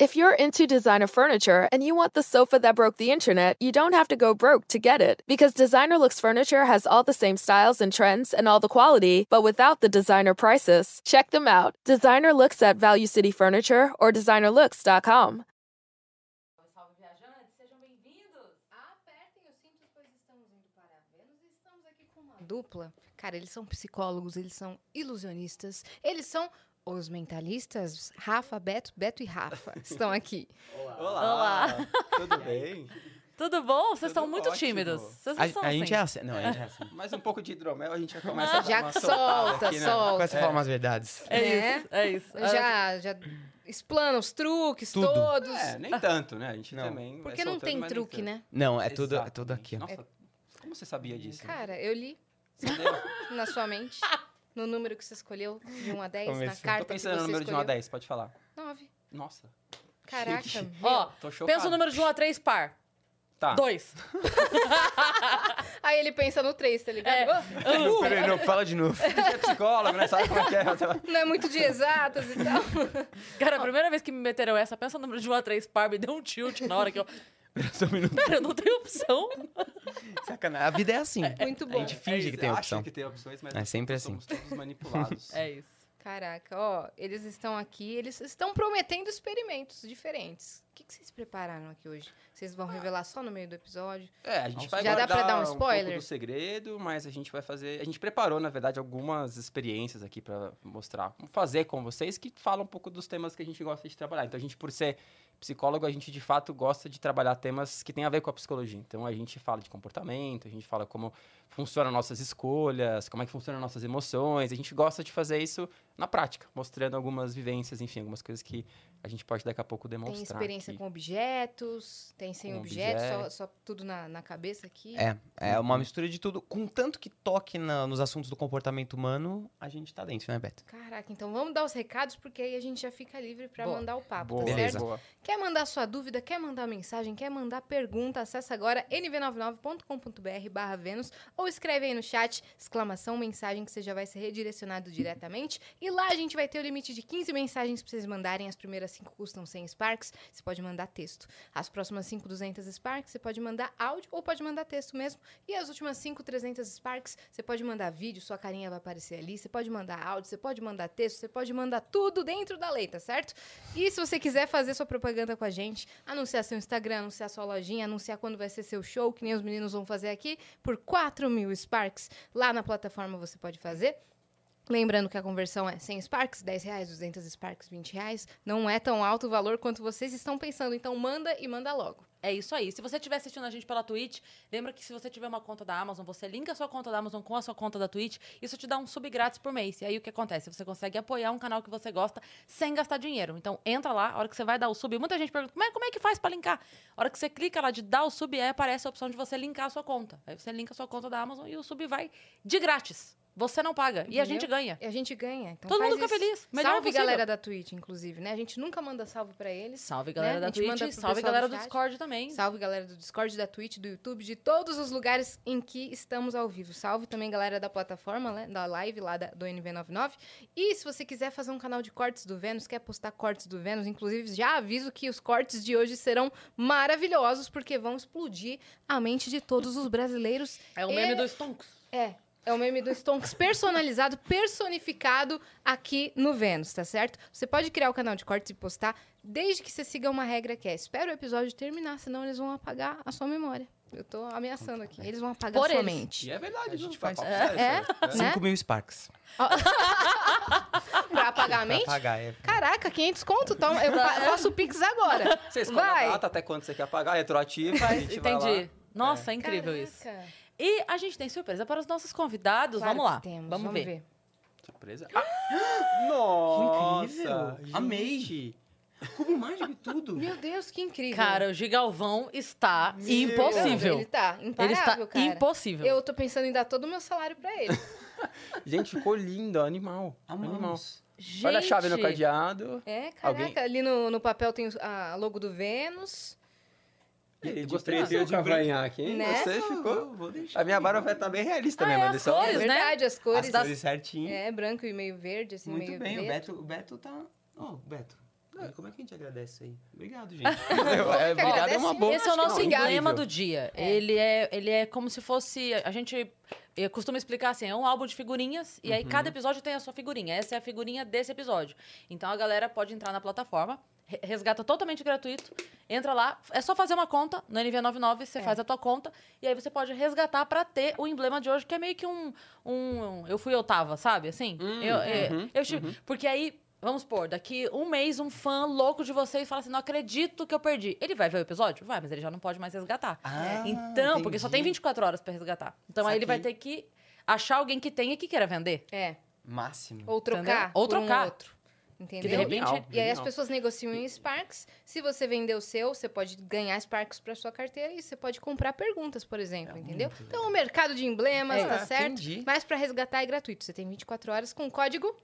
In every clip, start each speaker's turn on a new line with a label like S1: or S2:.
S1: If you're into designer furniture and you want the sofa that broke the internet, you don't have to go broke to get it. Because Designer Looks Furniture has all the same styles and trends and all the quality, but without the designer prices. Check them out. Designer Looks at Value City Furniture or designerlooks.com.
S2: Salve viajantes, sejam bem-vindos! Apertem os cintos, pois estamos indo para Vênus e estamos aqui com uma dupla. Cara, eles são psicólogos, eles são ilusionistas, eles são os mentalistas. Rafa, Beto, Beto e Rafa estão aqui.
S3: Olá.
S4: Tudo bem?
S3: Tudo bom? Vocês
S4: Tudo
S3: estão muito
S4: ótimo.
S3: tímidos. Vocês não
S5: A,
S3: são
S5: a
S3: assim.
S5: gente é assim. Não, a gente é assim.
S4: Mais um pouco de hidromel, a gente já começa a dar
S2: Ah, Já
S4: uma
S2: solta,
S4: soltada aqui, né?
S2: solta.
S5: Começa a falar umas verdades.
S3: É
S2: né?
S3: isso, é isso.
S2: Eu Já, já explana os truques
S5: Tudo.
S2: todos.
S4: Ah, É, nem tanto, né? A gente
S5: Não.
S4: também vai
S2: Porque não
S4: soltando,
S2: tem
S4: mas nem
S2: truque,
S4: tanto.
S2: né? Hum,
S5: Não, é tudo, é
S4: Exatamente.
S5: tudo aqui. ó.
S4: Nossa, como você sabia disso?
S2: Cara, eu li
S4: Você leu?
S2: na sua mente, no número que você escolheu, de 1 a 10, na
S5: Começou.
S4: Tô
S2: carta que
S4: pensando
S2: você
S4: no número de 1 a
S2: escolheu.
S4: 10, pode falar.
S2: 9.
S4: Nossa,
S2: Caraca.
S4: Chique.
S2: meu.
S3: Ó,
S4: tô chocado.
S3: pensa o
S2: um
S3: número de 1 a 3 par.
S5: Ah.
S4: Tá.
S3: 2.
S2: Aí ele pensa no 3, tá ligado?
S3: É.
S5: Não, peraí, não, fala de novo.
S4: A gente é psicólogo, né? Sabe como é que é?
S2: Não é muito de exatas e tal.
S3: Cara, a primeira vez que me meteram essa, pensa no número de 1 a 3 par, me deu um tilt na hora que eu...
S5: Só um minuto.
S3: Pera, eu não tenho opção. É
S5: Sacanagem. A vida é assim.
S2: Muito bom.
S5: A gente finge que tem opção.
S4: Acho É, que tem opções, mas
S5: É sempre assim.
S4: somos todos manipulados.
S5: tá-
S3: É isso.
S2: Caraca, ó, eles estão aqui, eles estão prometendo experimentos diferentes. O que, que vocês prepararam aqui hoje? Vocês vão revelar só no meio do episódio?
S4: É, a gente vai
S2: Já dá pra
S4: guardar
S2: dar um
S4: Um
S2: spoiler?
S4: pouco do segredo, mas a gente vai fazer. A gente preparou, na verdade, algumas experiências aqui pra mostrar como fazer com vocês que falam um pouco dos temas que a gente gosta de trabalhar. Então, a gente, por ser psicólogo, a gente de fato gosta de trabalhar temas que têm a ver com a psicologia. Então, a gente fala de comportamento, a gente fala como funcionam nossas escolhas, como é que funcionam nossas emoções. A gente gosta de fazer isso na prática, mostrando algumas vivências, enfim, algumas coisas que a gente pode daqui a pouco demonstrar.
S2: Tem experiência
S4: aqui.
S2: com objetos, tem sem
S4: Com
S2: objetos, só- Só, tudo na, na cabeça aqui.
S5: É, é uma mistura de tudo. Contanto que toque na- nos assuntos do comportamento humano, a gente tá dentro, né, Beto?
S2: Caraca, então vamos dar os recados, porque aí a gente já fica livre pra
S3: Boa.
S2: mandar o papo,
S4: Boa,
S2: tá certo?
S5: Beleza.
S4: boa.
S2: Quer mandar sua dúvida, quer mandar mensagem, quer mandar pergunta, acessa agora nv99.com.br barra Vênus ou escreve aí no chat, exclamação, mensagem, que você já vai ser redirecionado diretamente. E lá a gente vai ter o limite de 15 mensagens pra vocês mandarem. As primeiras 5 custam 100 Sparks, você pode mandar texto. As próximas 5, 200 Sparks, você pode mandar áudio ou pode mandar texto mesmo. E as últimas 5, 300 Sparks, você pode mandar vídeo, sua carinha vai aparecer ali, você pode mandar áudio, você pode mandar texto, você pode mandar tudo dentro da lei, tá certo? E se você quiser fazer sua propaganda com a gente, anunciar seu Instagram, anunciar sua lojinha, anunciar quando vai ser seu show, que nem os meninos vão fazer aqui, por 4 mil Sparks, lá na plataforma você pode fazer. Lembrando que a conversão é 100 Sparks, 10 reais, 200 Sparks, 20 reais. Não é tão alto o valor quanto vocês estão pensando, então manda e manda logo.
S3: É isso aí. Se você estiver assistindo a gente pela Twitch, lembra que se você tiver uma conta da Amazon, você linka a sua conta da Amazon com a sua conta da Twitch. Isso te dá um sub grátis por mês. E aí o que acontece? Você consegue apoiar um canal que você gosta sem gastar dinheiro. Então entra lá, a hora que você vai dar o sub. Muita gente pergunta, como é, como é que faz pra linkar? A hora que você clica lá de dar o sub, aí aparece a opção de você linkar a sua conta. Aí você linka a sua conta da Amazon e o sub vai de grátis. Você não paga. E a
S2: Entendeu?
S3: gente ganha.
S2: E a gente ganha. Então
S3: Todo
S2: faz
S3: mundo fica
S2: isso.
S3: feliz. Melhor
S2: salve
S3: possível.
S2: galera da Twitch, inclusive, né? A gente nunca manda salve pra eles.
S3: Salve, galera
S2: Né? A
S3: da
S2: gente manda
S3: Twitch.
S2: pro
S3: Salve,
S2: pessoal
S3: galera
S2: do
S3: do
S2: chat.
S3: Discord também.
S2: Salve, galera do Discord, da Twitch, do YouTube, de todos os lugares em que estamos ao vivo. Salve também, galera da plataforma, né, da live lá da- do NV99. E se você quiser fazer um canal de cortes do Vênus, quer postar cortes do Vênus, inclusive já aviso que os cortes de hoje serão maravilhosos, porque vão explodir a mente de todos os brasileiros.
S3: É o meme
S2: E-
S3: do Stonks.
S2: É. É o meme do Stonks personalizado, personificado aqui no Vênus, tá certo? Você pode criar o canal de cortes e postar, desde que você siga uma regra que é: espera o episódio terminar, senão eles vão apagar a sua memória. Eu tô ameaçando aqui. Eles vão apagar
S3: Por
S2: a sua
S3: eles.
S2: mente.
S4: E é verdade,
S5: A gente
S4: não,
S5: faz-
S4: papo
S5: É,
S4: sério,
S2: é?
S4: sério.
S2: Né?
S5: 5 mil Sparks.
S2: Pra apagar a
S5: Pra
S2: mente?
S5: pagar, é.
S2: Caraca, 500 conto? Então eu pa- faço o Pix agora.
S4: Você escolhe
S2: Vai.
S4: a data até quando você quer pagar, retroativo, a gente vai lá.
S3: Entendi. Nossa, é incrível
S2: Caraca.
S3: isso. E a gente tem surpresa para os nossos convidados.
S2: Claro
S3: vamos lá.
S2: que temos,
S3: vamos, ver.
S4: Surpresa. Ah! Nossa!
S5: Que incrível.
S4: Amei! Como mágico e tudo.
S2: Meu Deus, que incrível.
S3: Cara, o Gigalvão está impossível.
S2: Ele tá
S3: Ele está
S2: imparável, cara.
S3: impossível.
S2: Eu tô pensando em dar todo o meu salário pra ele.
S4: Gente, ficou lindo, animal. Animal.
S5: Amamos.
S3: Gente,
S4: Olha a chave no cadeado.
S2: É, caraca,
S4: Alguém-
S2: ali no, no papel tem o- a logo do Vênus.
S4: Eu
S5: gostei
S4: gostei do
S5: do
S4: cavanhaque, hein?
S2: Né?
S4: Você ficou...
S5: Vou deixar.
S4: A minha barba vai tá estar bem realista
S3: Ah,
S4: mesmo,
S3: é,
S4: Anderson.
S3: as
S2: É
S3: cores, né?
S2: verdade, as
S5: As
S2: cores.
S5: cores certinho.
S2: É, branco e meio verde, assim,
S5: Muito
S2: meio
S5: bem, o
S2: preto.
S5: Beto, o Beto tá. Ô, Beto, E como é que a gente agradece aí? Obrigado, gente.
S2: que
S5: é, obrigado é uma
S2: agradece
S5: boa.
S2: mesmo.
S3: Esse é o nosso
S5: Obrigado.
S3: emblema do dia. Ele, é, ele é como se fosse. A gente eh, costuma explicar assim: é um álbum de figurinhas, e aí cada episódio tem a sua figurinha. Essa é a figurinha desse episódio. Então a galera pode entrar na plataforma, re- resgata totalmente gratuito, entra lá, é só fazer uma conta no NV99, você faz a tua conta, e aí você pode resgatar pra ter o emblema de hoje, que é meio que um. um eu fui, eu tava, sabe? Assim? eu, é, eu estive- Porque aí. Vamos supor, daqui um mês um fã louco de vocês fala assim: não acredito que eu perdi. Ele vai ver o episódio? Vai, mas ele já não pode mais resgatar.
S5: Ah,
S3: então, porque só tem
S5: entendi.
S3: 24 horas pra resgatar. Então aí ele vai
S5: Saquei.
S3: ter que achar alguém que tenha e que queira vender.
S2: É.
S5: Máximo.
S2: Ou trocar.
S3: Entendeu? Ou
S2: por um
S3: trocar.
S2: outro. Entendeu?
S3: Que de repente.
S4: Genial.
S2: E aí as
S4: Legal.
S2: pessoas negociam em Sparks. Se você vender o seu, você pode ganhar Sparks para sua carteira e você pode comprar perguntas, por exemplo, entendeu? Então o mercado de emblemas,
S5: É,
S2: tá certo?
S5: entendi.
S2: Mas para resgatar é gratuito. Você tem 24 horas com o código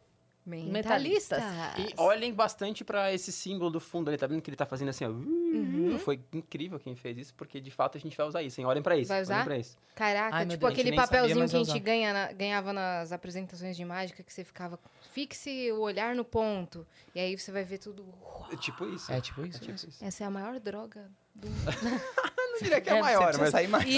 S2: mentalista.
S3: Mentalistas.
S4: E olhem bastante pra esse símbolo do fundo ali, tá vendo que ele tá fazendo assim, ó.
S3: Uhum.
S4: Foi incrível quem fez isso, porque de fato a gente vai usar isso, hein? Olhem pra isso.
S2: Vai usar?
S4: Olhem pra isso.
S2: Caraca,
S3: Ai, meu
S2: tipo
S3: Deus.
S2: aquele
S5: A gente nem sabia,
S2: papelzinho
S5: mas
S2: que a
S5: vai
S2: gente
S5: usar.
S2: ganha na- ganhava nas apresentações de mágica que você ficava fixe o olhar no ponto e aí você vai ver tudo.
S4: É tipo isso.
S5: É tipo isso.
S4: É tipo isso.
S2: Essa é a maior droga do
S4: Eu não diria que é,
S5: É,
S4: a maior, mas...
S5: sair mais.
S3: E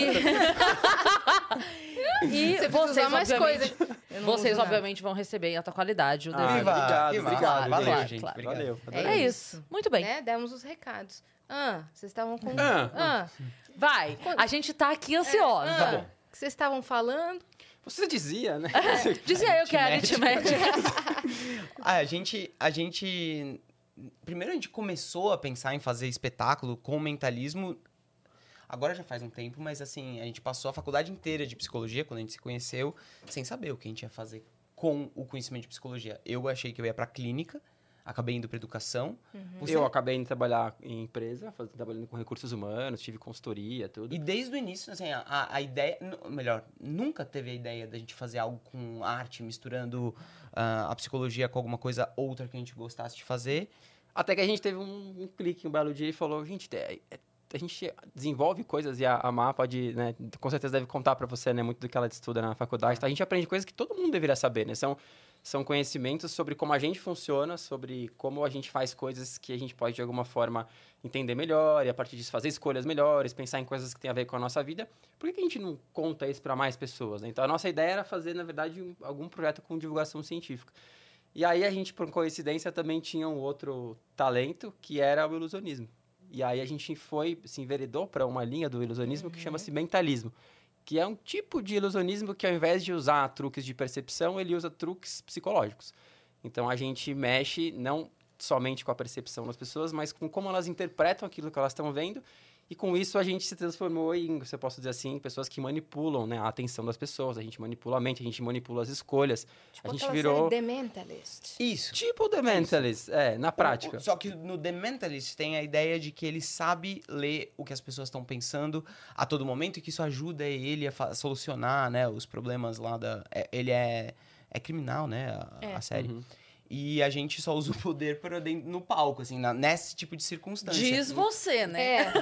S2: Você precisa
S3: vocês,
S2: usar mais
S3: obviamente,
S2: Eu não
S3: vocês,
S2: uso nada.
S3: obviamente, vão receber em alta qualidade o
S4: Ah,
S3: desenho.
S5: Viva,
S4: obrigado,
S5: viva.
S4: obrigado,
S5: Valeu,
S3: claro,
S5: gente.
S3: claro.
S5: Obrigado.
S4: Valeu.
S2: É
S3: é
S4: adorei.
S3: isso. Muito bem.
S2: né? Demos os recados. Ah, vocês estavam com.
S4: Ah.
S2: Ah,
S3: Vai. A gente tá aqui ansiosa.
S2: ah, que vocês estavam falando.
S4: Você dizia, né?
S3: Dizia eu que é aritmética.
S5: Ah, a gente, a gente. Primeiro a gente começou a pensar em fazer espetáculo com mentalismo. Agora já faz um tempo, mas assim, a gente passou a faculdade inteira de psicologia, quando a gente se conheceu, sem saber o que a gente ia fazer com o conhecimento de psicologia. Eu achei que eu ia pra clínica, acabei indo pra educação. Você- é
S4: Eu acabei indo trabalhar em empresa, faz- trabalhando com recursos humanos, tive consultoria, tudo.
S5: E desde o início, assim, a- a, a ideia. nu- Melhor, nunca teve a ideia da gente fazer algo com arte, misturando ah, a psicologia com alguma coisa outra que a gente gostasse de fazer.
S4: Até que a gente teve um, um clique um belo dia e falou, gente, é- é- a gente desenvolve coisas e a, a Má pode, né, com certeza deve contar pra você, né, muito do que ela estuda na faculdade. tá? A gente aprende coisas que todo mundo deveria saber, né? São, são conhecimentos sobre como a gente funciona, sobre como a gente faz coisas que a gente pode, de alguma forma, entender melhor e, a partir disso, fazer escolhas melhores, pensar em coisas que têm a ver com a nossa vida. Por que, que a gente não conta isso pra mais pessoas, né? Então, a nossa ideia era fazer, na verdade, um- algum projeto com divulgação científica. E aí a gente, por coincidência, também tinha um outro talento que era o ilusionismo. E aí a gente foi, se enveredou para uma linha do ilusionismo que chama-se mentalismo, que é um tipo de ilusionismo que ao invés de usar truques de percepção, ele usa truques psicológicos. Então a gente mexe não somente com a percepção das pessoas, mas com como elas interpretam aquilo que elas estão vendo. E com isso a gente se transformou em, se eu posso dizer assim, pessoas que manipulam né, a atenção das pessoas. A gente manipula a mente, a gente manipula as escolhas.
S2: Tipo
S4: a gente
S2: aquela
S4: virou.
S2: série The Mentalist.
S5: Isso.
S4: Tipo The Mentalist, é, na prática.
S5: O- Só que no The Mentalist tem a ideia de que ele sabe ler o que as pessoas estão pensando a todo momento e que isso ajuda ele a fa- solucionar, né, os problemas lá da... é- ele é, é criminal, né, a,
S2: É.
S5: a série. E a gente só usa o poder pra dentro, no palco, assim, na- nesse tipo de circunstância.
S3: Diz você, né?
S2: É.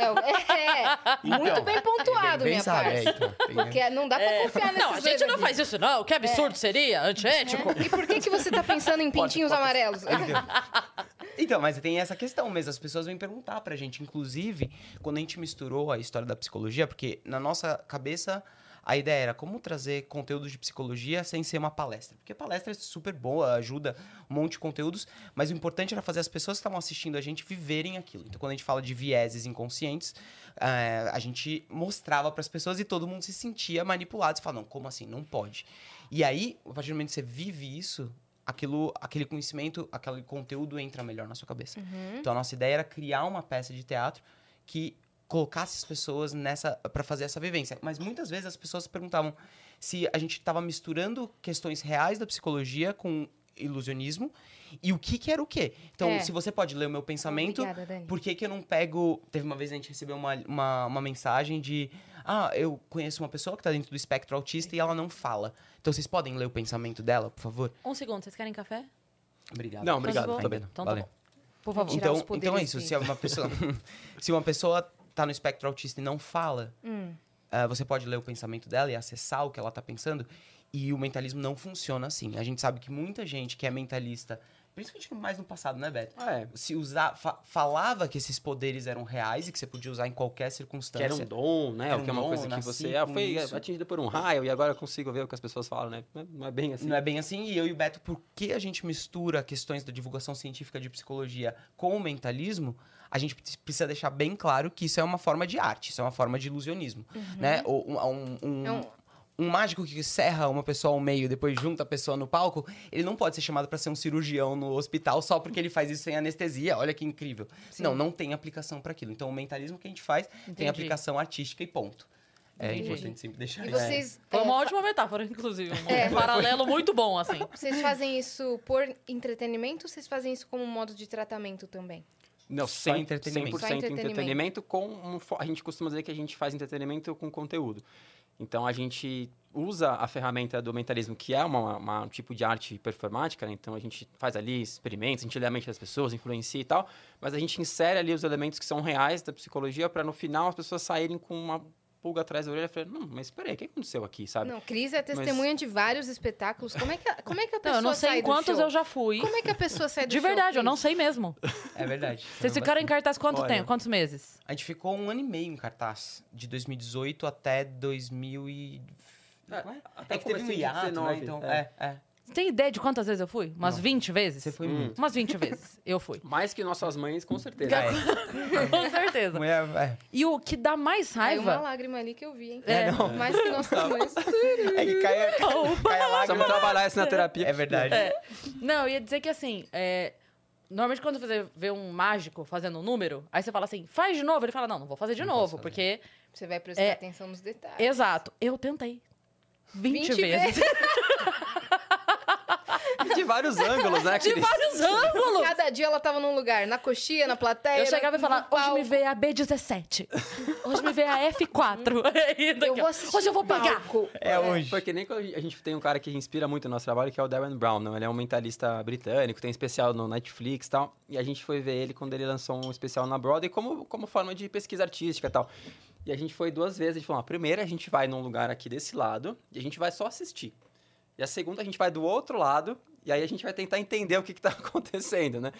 S2: É, o- é, é. Muito
S5: Então,
S2: bem pontuado, minha
S5: sabe,
S2: parte.
S5: é, então, tem-
S2: Porque não dá pra confiar nesses
S3: Não, a gente
S2: dois
S3: não
S2: aqui, É.
S3: faz isso, não. Que absurdo seria, antiético.
S2: né? E por que, que você tá pensando em pintinhos amarelos?
S5: Então, mas tem essa questão mesmo. As pessoas vêm perguntar pra gente. Inclusive, quando a gente misturou a história da psicologia, porque na nossa cabeça a ideia era como trazer conteúdo de psicologia sem ser uma palestra. Porque palestra é super boa, ajuda um monte de conteúdos, mas o importante era fazer as pessoas que estavam assistindo a gente viverem aquilo. Então, quando a gente fala de vieses inconscientes, eh, a gente mostrava pras pessoas e todo mundo se sentia manipulado. Você fala, não, como assim? Não pode. E aí, a partir do momento que você vive isso, aquilo, aquele conhecimento, aquele conteúdo entra melhor na sua cabeça.
S2: Uhum.
S5: Então a nossa ideia era criar uma peça de teatro que colocasse as pessoas nessa para fazer essa vivência. Mas muitas vezes as pessoas se perguntavam se a gente estava misturando questões reais da psicologia com ilusionismo e o que que era o quê. Então,
S2: É.
S5: se você pode ler o meu pensamento,
S2: Obrigada, Dani.
S5: por que, que eu não pego. Teve uma vez a gente recebeu uma, uma, uma mensagem de. Ah, eu conheço uma pessoa que tá dentro do espectro autista e ela não fala. Então vocês podem ler o pensamento dela, por favor?
S2: É.
S3: Um segundo, vocês querem café?
S5: Obrigado.
S4: Não, obrigado,
S3: Então,
S4: tá bem.
S3: Então tá
S5: Valeu.
S3: bom. Por favor.
S2: Tirar os
S5: Então, então é
S2: poderes
S5: isso.
S2: dele.
S5: Se uma pessoa. se uma pessoa tá no espectro autista e não fala, ah, você pode ler o pensamento dela e acessar o que ela tá pensando. E o mentalismo não funciona assim. A gente sabe que muita gente que é mentalista principalmente mais no passado, né, Beto?
S4: Ah, é.
S5: Se usar, fa- falava que esses poderes eram reais e que você podia usar em qualquer
S4: Que era um
S5: circunstância.
S4: dom, né?
S5: Era
S4: Ou que é
S5: um
S4: uma
S5: dom,
S4: coisa que
S5: nasci
S4: você. Ah,
S5: com
S4: foi
S5: isso.
S4: atingido por um raio e agora eu consigo ver o que as pessoas falam, né? Não é- Não é bem assim.
S5: Não é bem assim. E eu e o Beto, por que a gente mistura questões da divulgação científica de psicologia com o mentalismo? A gente pre- precisa deixar bem claro que isso é uma forma de arte, isso é uma forma de ilusionismo, né? Ou um, um- um-
S2: Uhum. É um-
S5: um mágico que serra uma pessoa ao meio, depois junta a pessoa no palco, ele não pode ser chamado para ser um cirurgião no hospital só porque ele faz isso sem anestesia. Olha que incrível. Não, não tem aplicação para aquilo. Então, o mentalismo que a gente faz
S3: Entendi.
S5: tem aplicação artística e ponto. É
S2: Entendi.
S5: importante sempre deixar
S2: E
S5: isso.
S2: vocês,
S3: Foi
S2: é,
S3: uma
S2: fa-
S3: ótima metáfora, inclusive. Um
S2: É.
S3: paralelo muito bom, assim.
S2: vocês fazem isso por entretenimento ou vocês fazem isso como um modo de tratamento também?
S4: Não,
S5: Só
S4: 100%,
S5: entretenimento.
S4: 100%
S2: Só entretenimento.
S4: entretenimento com um fo- a gente costuma dizer que a gente faz entretenimento com conteúdo. Então a gente usa a ferramenta do mentalismo, que é uma, uma- um tipo de arte performática, né? então a gente faz ali experimentos, a gente lê a mente das pessoas, influencia e tal, mas a gente insere ali os elementos que são reais da psicologia para no final as pessoas saírem com uma pulga atrás da orelha e falarem, não, mas peraí, o que aconteceu aqui, sabe?
S2: Não, Cris é testemunha de vários espetáculos. Como é que a, como é que a pessoa
S3: Não, Então, eu não
S2: sai
S3: sei em
S2: do
S3: quantos
S2: show?
S3: eu já fui.
S2: Como é que a pessoa sai do
S3: De
S2: show,
S3: verdade, eu não
S2: Cris?
S3: sei mesmo.
S5: É verdade.
S3: Vocês ficaram em cartaz quanto
S4: Olha.
S3: tempo? Quantos meses?
S5: A gente ficou um ano e meio em cartaz, de 2018 até 2000 e... Como é?
S4: até
S5: é que teve um
S4: comecinho de
S5: hiato,
S4: 19,
S5: né? Então,
S4: é.
S5: é, é.
S3: Você tem ideia de quantas vezes eu fui? Umas 20 vezes?
S5: Você foi
S4: Hum.
S5: muito.
S3: Umas 20 vezes eu fui.
S4: Mais que nossas mães, com certeza.
S5: É.
S3: Com certeza.
S5: Mulher, é.
S3: E o que dá mais
S2: Caiu uma
S3: raiva.
S2: lágrima ali que eu vi, hein?
S3: É,
S5: não.
S2: Mais que nós tamanhos.
S5: É que cai, a- cai a
S4: Precisamos
S5: lágrima.
S4: trabalhar isso na terapia.
S5: É verdade.
S3: Não, eu ia dizer que assim, é, normalmente quando você vê um mágico fazendo um número, aí você fala assim, faz de novo. Ele fala, não, não vou fazer de
S5: Não posso
S3: novo,
S5: fazer.
S3: porque.
S2: Você vai prestar
S3: É.
S2: atenção nos detalhes.
S3: Exato. Eu tentei. 20,
S2: 20
S3: vezes.
S4: De vários ângulos, né?
S3: De
S4: Cris?
S3: vários ângulos.
S2: Cada dia ela tava num lugar, na coxia, na plateia.
S3: Eu chegava e
S2: no
S3: falava, hoje
S2: palco.
S3: me vê a B17. Hoje me vê a F4. Aí daqui,
S2: Eu vou
S3: ó,
S2: assistir um
S3: hoje eu vou pegar.
S2: palco.
S5: É hoje.
S4: Porque nem quando a gente tem um cara que inspira muito o nosso trabalho, que é o Darren Brown, não? Ele é um mentalista britânico, tem especial no Netflix e tal. E a gente foi ver ele quando ele lançou um especial na Broadway como, como forma de pesquisa artística e tal. E a gente foi duas vezes, a gente falou, "Ó, a primeira a gente vai num lugar aqui desse lado e a gente vai só assistir. E a segunda a gente vai do outro lado e aí a gente vai tentar entender o que, que tá acontecendo, né?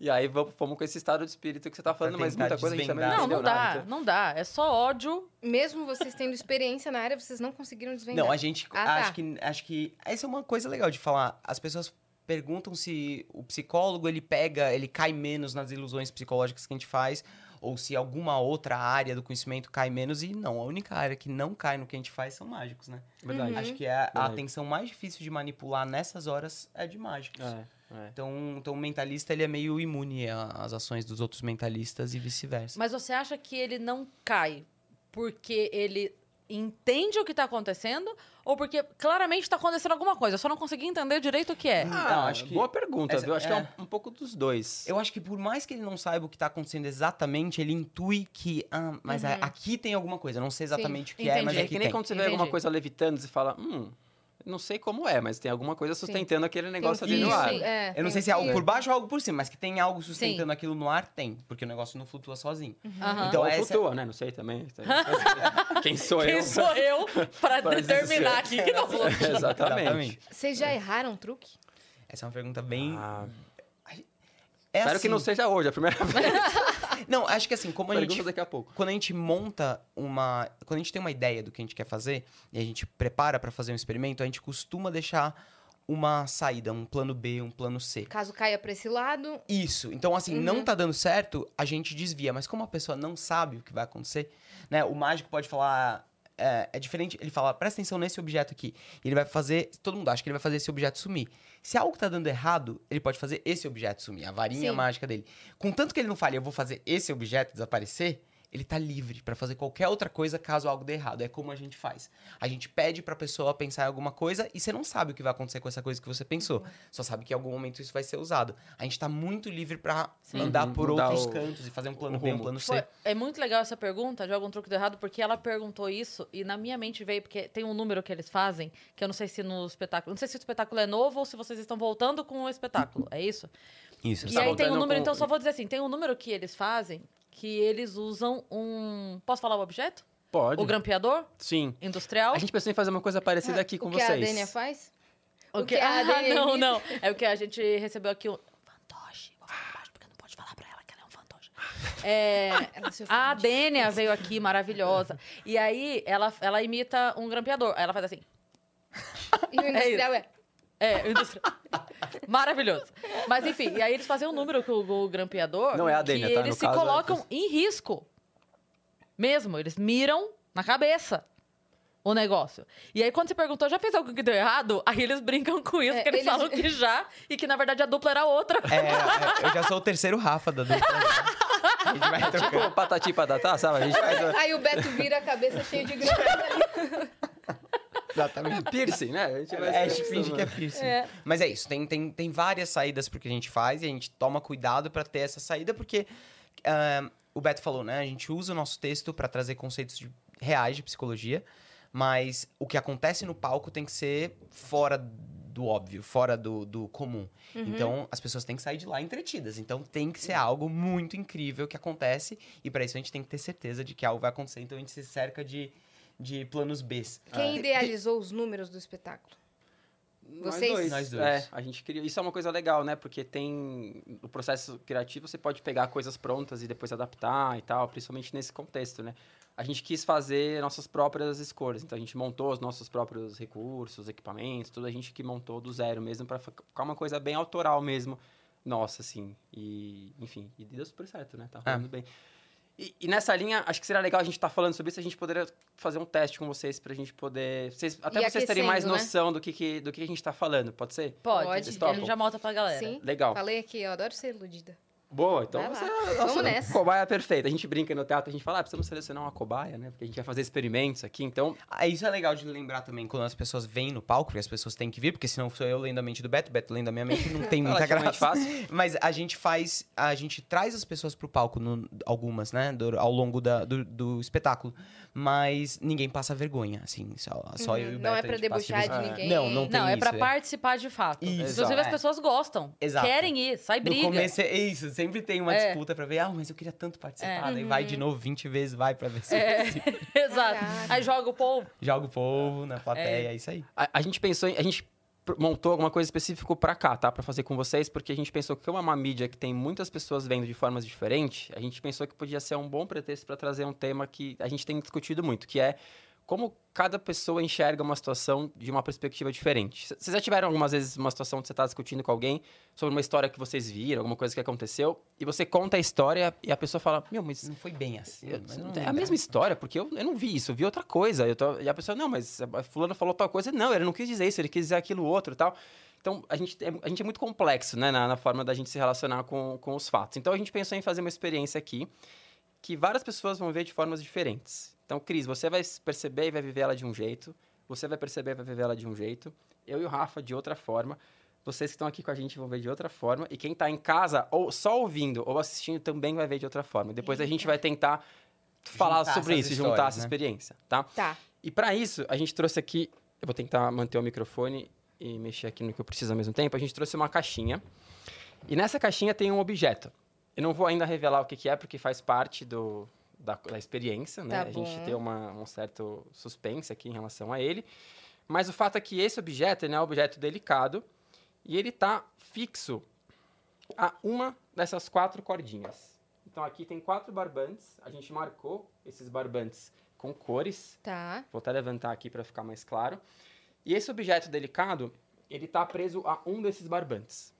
S4: E aí vamos- fomos com esse estado de espírito que você tá falando, mas
S5: tentar
S4: muita coisa a gente né? também não
S5: desvendar.
S3: Não,
S4: entendeu
S3: não dá,
S4: nada.
S3: não dá. É só ódio.
S2: Mesmo vocês tendo experiência na área, vocês não conseguiram desvendar.
S5: Não, a gente...
S2: Ah, tá.
S5: acho, que, acho que... Essa é uma coisa legal de falar. As pessoas perguntam se o psicólogo, ele pega... Ele cai menos nas ilusões psicológicas que a gente faz. Ou se alguma outra área do conhecimento cai menos. E não, a única área que não cai no que a gente faz são mágicos, né?
S4: Então,
S2: Uhum.
S4: Verdade.
S5: Acho que a, a
S4: Verdade.
S5: atenção mais difícil de manipular nessas horas é de mágicos.
S3: Uhum.
S4: É, é.
S5: Então, então o mentalista ele é meio imune a- às ações dos outros mentalistas e vice-versa.
S3: Mas você acha que ele não cai porque ele entende o que tá acontecendo ou porque claramente tá acontecendo alguma coisa? Eu só não consegui entender direito o que é.
S4: Ah,
S5: Então, acho que-
S4: Boa pergunta,
S5: essa-
S4: viu? Acho que é
S5: é.
S4: um, um pouco dos dois.
S5: Eu acho que por mais que ele não saiba o que está acontecendo exatamente, ele intui que, ah, mas a- aqui tem alguma coisa. Eu não sei exatamente o que é,
S3: entendi.
S5: mas
S4: Uhum. É
S5: aqui
S4: que nem
S5: tem.
S4: quando você vê
S3: Entendi.
S4: alguma coisa levitando, você fala, hum, não sei como é, mas tem alguma coisa sustentando aquele negócio
S5: Tem um
S4: ali no
S5: fio,
S4: ar.
S5: sim.
S2: um É,
S5: Eu não
S2: tem
S5: sei se é algo
S2: fio.
S5: por baixo ou algo por cima, mas que tem algo sustentando aquilo no ar, tem. Porque o negócio não flutua sozinho.
S4: Uhum.
S2: Uhum.
S3: Aham.
S5: Então,
S4: Ou
S5: essa-
S4: flutua, né? Não sei também. é, Quem sou
S3: Quem
S4: eu?
S3: sou eu pra
S4: Pra dizer.
S3: determinar aqui que não vou?
S4: Exatamente.
S2: Vocês já erraram um truque?
S5: Essa é uma pergunta bem.
S4: Ah,
S5: é
S4: espero
S5: assim-
S4: que não seja hoje, a primeira vez.
S5: Não, acho que assim, como a
S4: Pergunta
S5: gente
S4: daqui a pouco.
S5: quando a gente monta uma, quando a gente tem uma ideia do que a gente quer fazer e a gente prepara pra fazer um experimento, a gente costuma deixar uma saída, um plano B, um plano C.
S2: Caso caia pra esse lado,
S5: Isso. Então, assim, não tá dando certo, a gente desvia. Mas como a pessoa não sabe o que vai acontecer, né? O mágico pode falar. É, é diferente, ele fala, presta atenção nesse objeto aqui. E ele vai fazer. Todo mundo acha que ele vai fazer esse objeto sumir. Se algo tá dando errado, ele pode fazer esse objeto sumir, a varinha
S2: Sim.
S5: mágica dele. Contanto que ele não fale, eu vou fazer esse objeto desaparecer, ele tá livre pra fazer qualquer outra coisa caso algo dê errado. É como a gente faz. A gente pede pra pessoa pensar em alguma coisa e você não sabe o que vai acontecer com essa coisa que você pensou. Só sabe que em algum momento isso vai ser usado. A gente tá muito livre pra andar
S4: Uhum,
S5: por
S4: mudar
S5: outros
S4: o-
S5: cantos e fazer um plano
S4: o
S5: B, um
S4: rumo.
S5: plano
S3: Foi-
S5: C.
S3: é muito legal essa pergunta de algum truque do errado, porque ela perguntou isso e na minha mente veio, porque tem um número que eles fazem, que eu não sei se no espetáculo. Não sei se o espetáculo é novo ou se vocês estão voltando com o espetáculo. É isso?
S5: Isso.
S3: E
S4: Tá
S3: aí tem um
S4: voltando
S3: número,
S4: com-
S3: então só vou dizer assim: tem um número que eles fazem que eles usam um. Posso falar o objeto?
S4: Pode.
S3: O grampeador
S4: Sim.
S3: industrial?
S4: A gente pensou em fazer uma coisa parecida aqui com
S2: ah, o que
S4: vocês.
S2: a Dênia faz? o que a
S3: Ah,
S2: ADN
S3: é não, não. É o que a gente recebeu aqui. um- É,
S2: Ela se ofende.
S3: a Adênia veio aqui, maravilhosa. E aí, ela, ela imita um grampeador. Aí Ela faz assim.
S2: E o industrial é.
S3: É, indústria. Maravilhoso. Mas enfim, e aí eles fazem um número com o, o grampeador.
S4: Não é a Dênia,
S3: que
S4: tá? No
S3: Eles se
S4: caso, é-
S3: colocam em risco. Mesmo, eles miram na cabeça o negócio. E aí, quando você perguntou, já fez algo que deu errado? Aí eles brincam com isso,
S2: É,
S3: que eles,
S2: eles-
S3: falam que já, e que na verdade a dupla era outra.
S5: É, é, eu já sou o terceiro Rafa da dupla. A gente vai trocar.
S4: Tipo, patati patatá, sabe? A gente faz o-
S2: Aí o Beto vira a cabeça cheia de grana ali.
S5: Exatamente.
S4: piercing, né? A gente vai
S5: É, a
S4: ser
S5: gente
S4: isso,
S5: finge que é
S4: mano.
S5: piercing.
S2: É.
S5: Mas é isso, tem, tem, tem várias saídas porque a gente faz e a gente toma cuidado pra ter essa saída, porque ah, o Beto falou, né? A gente usa o nosso texto pra trazer conceitos de- reais de psicologia, mas o que acontece no palco tem que ser fora do óbvio, fora do, do comum.
S2: Uhum.
S5: Então as pessoas têm que sair de lá entretidas. Então tem que ser algo muito incrível que acontece e pra isso a gente tem que ter certeza de que algo vai acontecer. Então a gente se cerca de, de planos Bs.
S2: Quem idealizou os números do espetáculo?
S4: Nós
S2: Vocês?
S4: dois.
S5: Nós dois.
S4: É, a gente queria. Isso é uma coisa legal, né? Porque tem. No processo criativo, você pode pegar coisas prontas e depois adaptar e tal, principalmente nesse contexto, né? A gente quis fazer nossas próprias escolhas, então a gente montou os nossos próprios recursos, equipamentos, tudo a gente que montou do zero mesmo, pra ficar uma coisa bem autoral mesmo, nossa, assim. E, enfim, e deu super certo, né? Tá rolando bem. E, e nessa linha, acho que seria legal a gente estar falando sobre isso, a gente poderia fazer um teste com vocês pra gente poder. Vocês, até
S2: E
S4: vocês terem mais
S2: aquecendo, né?
S4: noção do que, que- do que a gente tá falando, pode ser?
S3: Pode,
S2: Pode,
S3: eles
S4: topam.
S3: já volta pra galera.
S2: Sim.
S4: Legal.
S2: Falei aqui, eu adoro ser iludida.
S4: Boa, então
S2: Vai lá.
S4: você
S2: Vamos nessa.
S4: cobaia perfeita. A gente brinca no teatro, a gente fala, ah, precisamos selecionar uma cobaia, né? Porque a gente vai fazer experimentos aqui, então.
S5: Ah, isso é legal de lembrar também quando as pessoas vêm no palco, porque as pessoas têm que vir, porque senão sou eu lendo a mente do Beto, Beto lendo a minha mente, não tem muita
S4: relativamente
S5: é graça.
S4: é Fácil.
S5: Mas a gente faz, a gente traz as pessoas pro palco, no- algumas, né, do- ao longo da- do, do espetáculo, mas ninguém passa vergonha, assim, só, só eu e o Beto.
S2: Não é
S5: a
S2: pra
S5: gente passa
S2: debochar
S4: vergonha.
S2: de
S4: É.
S2: ninguém.
S5: Não, não tem
S3: Não, é pra
S5: isso,
S3: participar de fato.
S5: Isso,
S3: Inclusive, as
S5: é.
S3: pessoas gostam,
S5: Exato.
S3: querem ir, sai briga.
S5: No começo é isso, sempre tem uma
S3: É.
S5: disputa pra ver, ah, mas eu queria tanto participar, daí vai de novo 20 vezes, vai pra ver se
S3: Exato.
S2: Caraca.
S3: Aí joga o povo.
S5: joga o povo na plateia, é isso aí.
S4: A, a gente pensou em. A gente pr- montou alguma coisa específica pra cá, tá? Pra fazer com vocês, porque a gente pensou que como é uma mídia que tem muitas pessoas vendo de formas diferentes, a gente pensou que podia ser um bom pretexto pra trazer um tema que a gente tem discutido muito, que é como cada pessoa enxerga uma situação de uma perspectiva diferente. C- Vocês já tiveram algumas vezes uma situação que você está discutindo com alguém sobre uma história que vocês viram, alguma coisa que aconteceu, e você conta a história e a pessoa fala: Meu, mas
S5: Não foi bem assim,
S4: eu-
S5: mas não
S4: é a
S5: lembro.
S4: mesma história, porque eu, eu não vi isso, eu vi outra coisa. Eu tô- e a pessoa, não, mas a- fulano falou tal coisa. Não, ele não quis dizer isso, ele quis dizer aquilo outro e tal. Então, a gente é, a gente é muito complexo, né, na, na forma da gente se relacionar com, com os fatos. Então, a gente pensou em fazer uma experiência aqui que várias pessoas vão ver de formas diferentes. Então, Cris, você vai s- perceber e vai viver ela de um jeito. Você vai perceber e vai viver ela de um jeito. Eu e o Rafa de outra forma. Vocês que estão aqui com a gente vão ver de outra forma. E quem está em casa, ou só ouvindo ou assistindo, também vai ver de outra forma. Depois a gente vai tentar falar
S5: Juntar
S4: sobre
S5: essas
S4: isso, juntar
S5: histórias,
S4: essa
S5: né?
S4: experiência, tá?
S2: Tá.
S4: E para isso, a gente trouxe aqui. Eu vou tentar manter o microfone e mexer aqui no que eu preciso ao mesmo tempo. A gente trouxe uma caixinha. E nessa caixinha tem um objeto. Eu não vou ainda revelar o que, que é, porque faz parte do, da, da experiência, né?
S2: Tá
S4: a gente
S2: bom.
S4: tem uma, um certo suspense aqui em relação a ele. Mas o fato é que esse objeto ele é um objeto delicado e ele está fixo a uma dessas quatro cordinhas. Então aqui tem quatro barbantes. A gente marcou esses barbantes com cores.
S2: Tá.
S4: Vou até levantar aqui para ficar mais claro. E esse objeto delicado, ele tá preso a um desses barbantes.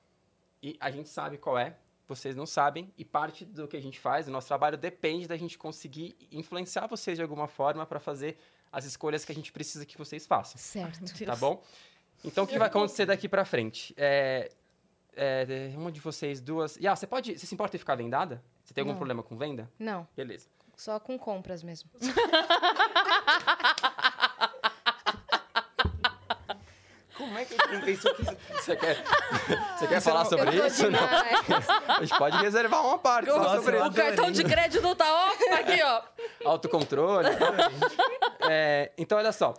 S4: E a gente sabe qual é, vocês não sabem, e parte do que a gente faz, do nosso trabalho, depende da gente conseguir influenciar vocês de alguma forma para fazer as escolhas que a gente precisa que vocês façam.
S2: Certo.
S4: Tá bom? Então, o que vai acontecer daqui pra frente? É, é, uma de vocês, duas... Ah, você pode... Você se importa em ficar vendada? Você tem algum
S2: Não.
S4: problema com venda?
S2: Não,
S4: Beleza.
S2: só com compras mesmo.
S5: Como é que eu não pensou que isso...
S4: Você quer, você quer
S5: Isso é
S4: falar
S5: uma-
S4: sobre
S2: eu tô
S4: isso? Não.
S2: demais.
S4: A gente pode reservar uma parte só
S5: Nossa,
S4: sobre
S5: eu
S3: o cartão de crédito tá ó, tá aqui, ó.
S4: autocontrole. É, então, olha só.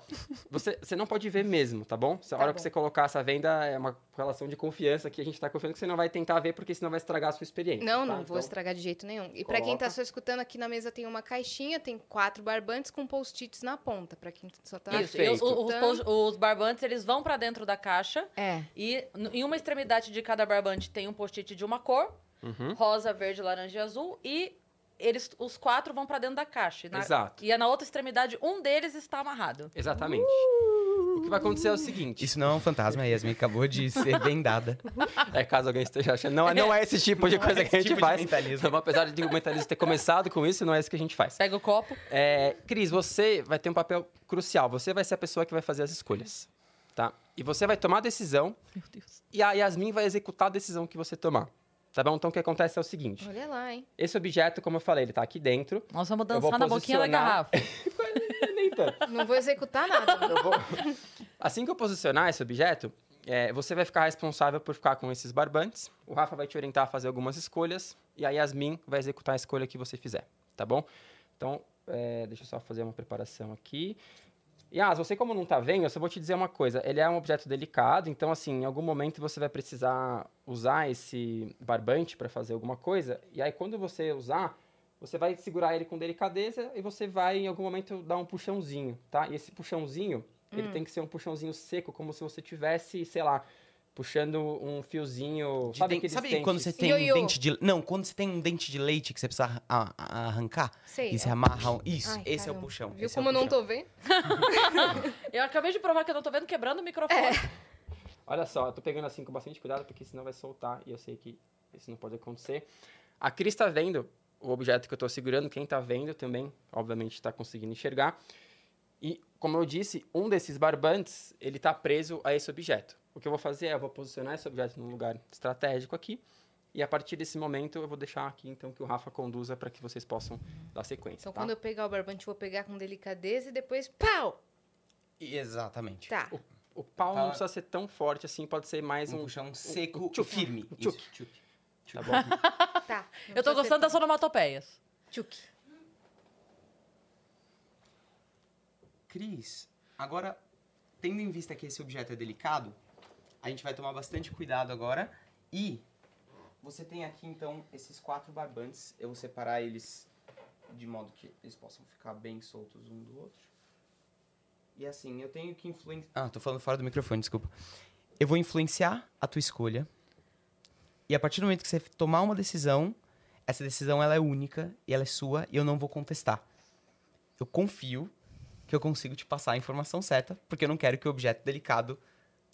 S4: Você, você não pode ver mesmo, tá bom? Se a
S2: Tá
S4: hora
S2: bom.
S4: que você colocar essa venda é uma relação de confiança que a gente tá confiando que você não vai tentar ver porque senão vai estragar a sua experiência.
S2: Não,
S4: tá?
S2: não vou
S4: Então,
S2: estragar de jeito nenhum. E pra quem tá só escutando, aqui na mesa tem uma caixinha, tem quatro barbantes com post-its na ponta, pra quem só tá
S3: Isso, e os,
S4: Perfeito.
S3: os- os- os barbantes, eles vão pra dentro da caixa
S2: É.
S3: e n- em uma
S5: Hum?
S4: uhum.
S3: extremidade de cada barbante tem um post-it de uma cor, rosa, verde, laranja e azul, e eles, os quatro vão pra dentro da caixa. E na-
S4: Exato.
S3: E na outra extremidade, um deles está amarrado.
S4: Exatamente. O que vai acontecer é o seguinte.
S5: Uh! Isso não é um fantasma, a Yasmin acabou de ser vendada.
S4: É caso alguém esteja achando. Não, é- não é esse tipo de
S5: Não é
S4: coisa que a
S5: esse
S4: gente
S5: tipo de
S4: faz.
S5: mentalismo.
S4: Então, apesar de o mentalismo ter começado com isso, não é isso que a gente faz.
S3: Pega o copo.
S4: É, Cris, você vai ter um papel crucial. Você vai ser a pessoa que vai fazer as escolhas, tá? E você vai tomar a decisão
S3: Meu Deus.
S4: e a Yasmin vai executar a decisão que você tomar. Tá bom? Então, o que acontece é o seguinte.
S2: Olha lá, hein?
S4: Esse objeto, como eu falei, ele tá aqui dentro.
S3: Nós vamos
S4: Eu vou
S3: dançar na boquinha da
S4: posicionar-
S3: garrafa.
S4: Nem tanto.
S2: Não vou executar nada.
S4: Eu vou- Assim que eu posicionar esse objeto, é, você vai ficar responsável por ficar com esses barbantes. O Rafa vai te orientar a fazer algumas escolhas. E a Yasmin vai executar a escolha que você fizer, tá bom? Então, é, deixa eu só fazer uma preparação aqui. Yas, você como não tá vendo, eu só vou te dizer uma coisa. Ele é um objeto delicado, então assim, em algum momento você vai precisar usar esse barbante para fazer alguma coisa. E aí quando você usar, você vai segurar ele com delicadeza e você vai em algum momento dar um puxãozinho, tá? E esse puxãozinho, ele tem que ser um puxãozinho seco, como se você tivesse, sei lá, puxando um fiozinho,
S5: De
S4: sabe
S5: den-
S4: aqueles
S5: sabe
S4: dentes?
S5: quando você tem
S2: Ioiô.
S5: um dente de... Não, quando você tem um dente de leite que você precisa a- a- arrancar
S2: Sei.
S5: e você amarra... um- Isso,
S2: é Ai,
S5: esse é
S2: caramba.
S5: o puxão.
S2: Viu
S5: esse é o
S2: como eu não
S5: puxão.
S2: tô vendo?
S3: Eu acabei de provar que eu não tô vendo quebrando o microfone.
S4: Olha só, eu tô pegando assim com bastante cuidado, porque senão vai soltar e eu sei que isso não pode acontecer. A Cris tá vendo o objeto que eu tô segurando, quem tá vendo também, obviamente, tá conseguindo enxergar. E, como eu disse, um desses barbantes, ele tá preso a esse objeto. O que eu vou fazer é, eu vou posicionar esse objeto num lugar estratégico aqui, e a partir desse momento eu vou deixar aqui, então, que o Rafa conduza para que vocês possam dar sequência,
S2: Então,
S4: tá?
S2: quando eu pegar o barbante, eu vou pegar com delicadeza e depois, pau!
S5: Exatamente.
S2: Tá.
S4: O pau
S5: Tá.
S4: não precisa ser tão forte assim, pode ser mais
S5: Um
S4: um...
S5: puxão seco,
S4: tchuc,
S5: firme.
S4: um
S5: Isso,
S4: tchuc.
S5: tchuc.
S4: Tá bom?
S2: Tá. Não
S3: Eu tô
S2: precisa
S3: gostando das onomatopeias.
S2: ser Tchuc.
S5: Cris, agora, tendo em vista que esse objeto é delicado, a gente vai tomar bastante cuidado agora. E você tem aqui, então, esses quatro barbantes. Eu vou separar eles de modo que eles possam ficar bem soltos um do outro. E assim, eu tenho que influenciar... Ah, tô falando fora do microfone, desculpa. Eu vou influenciar a tua escolha. E a partir do momento que você tomar uma decisão, essa decisão ela é única e ela é sua e eu não vou contestar. Eu confio que eu consigo te passar a informação certa, porque eu não quero que o objeto delicado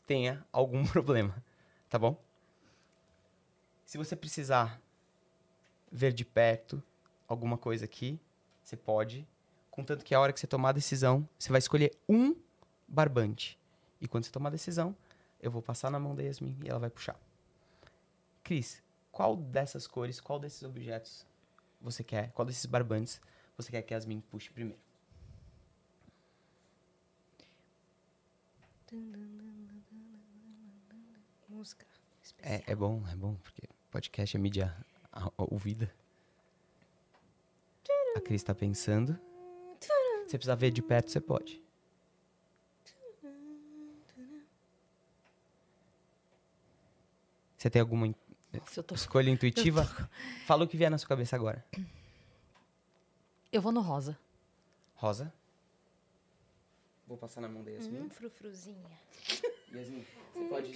S5: tenha algum problema, tá bom? Se você precisar ver de perto alguma coisa aqui, você pode, contanto que a hora que você tomar a decisão, você vai escolher um barbante. E quando você tomar a decisão, eu vou passar na mão da Yasmin e ela vai puxar. Cris, qual dessas cores, qual desses objetos você quer, qual desses barbantes você quer que a Yasmin puxe primeiro?
S2: Música. Especial.
S5: É, é bom, é bom, porque podcast é mídia a- a- ouvida. A Cris tá pensando. Se você precisar ver de perto, você pode. Você tem alguma in-
S3: Nossa, eu tô.
S5: escolha intuitiva? Fala o que vier na sua cabeça agora.
S3: Eu vou no rosa.
S5: Rosa? Vou passar na mão da Yasmin.
S3: Uhum.
S2: Hum, frufruzinha.
S5: Yasmin, você
S3: Hum,
S5: pode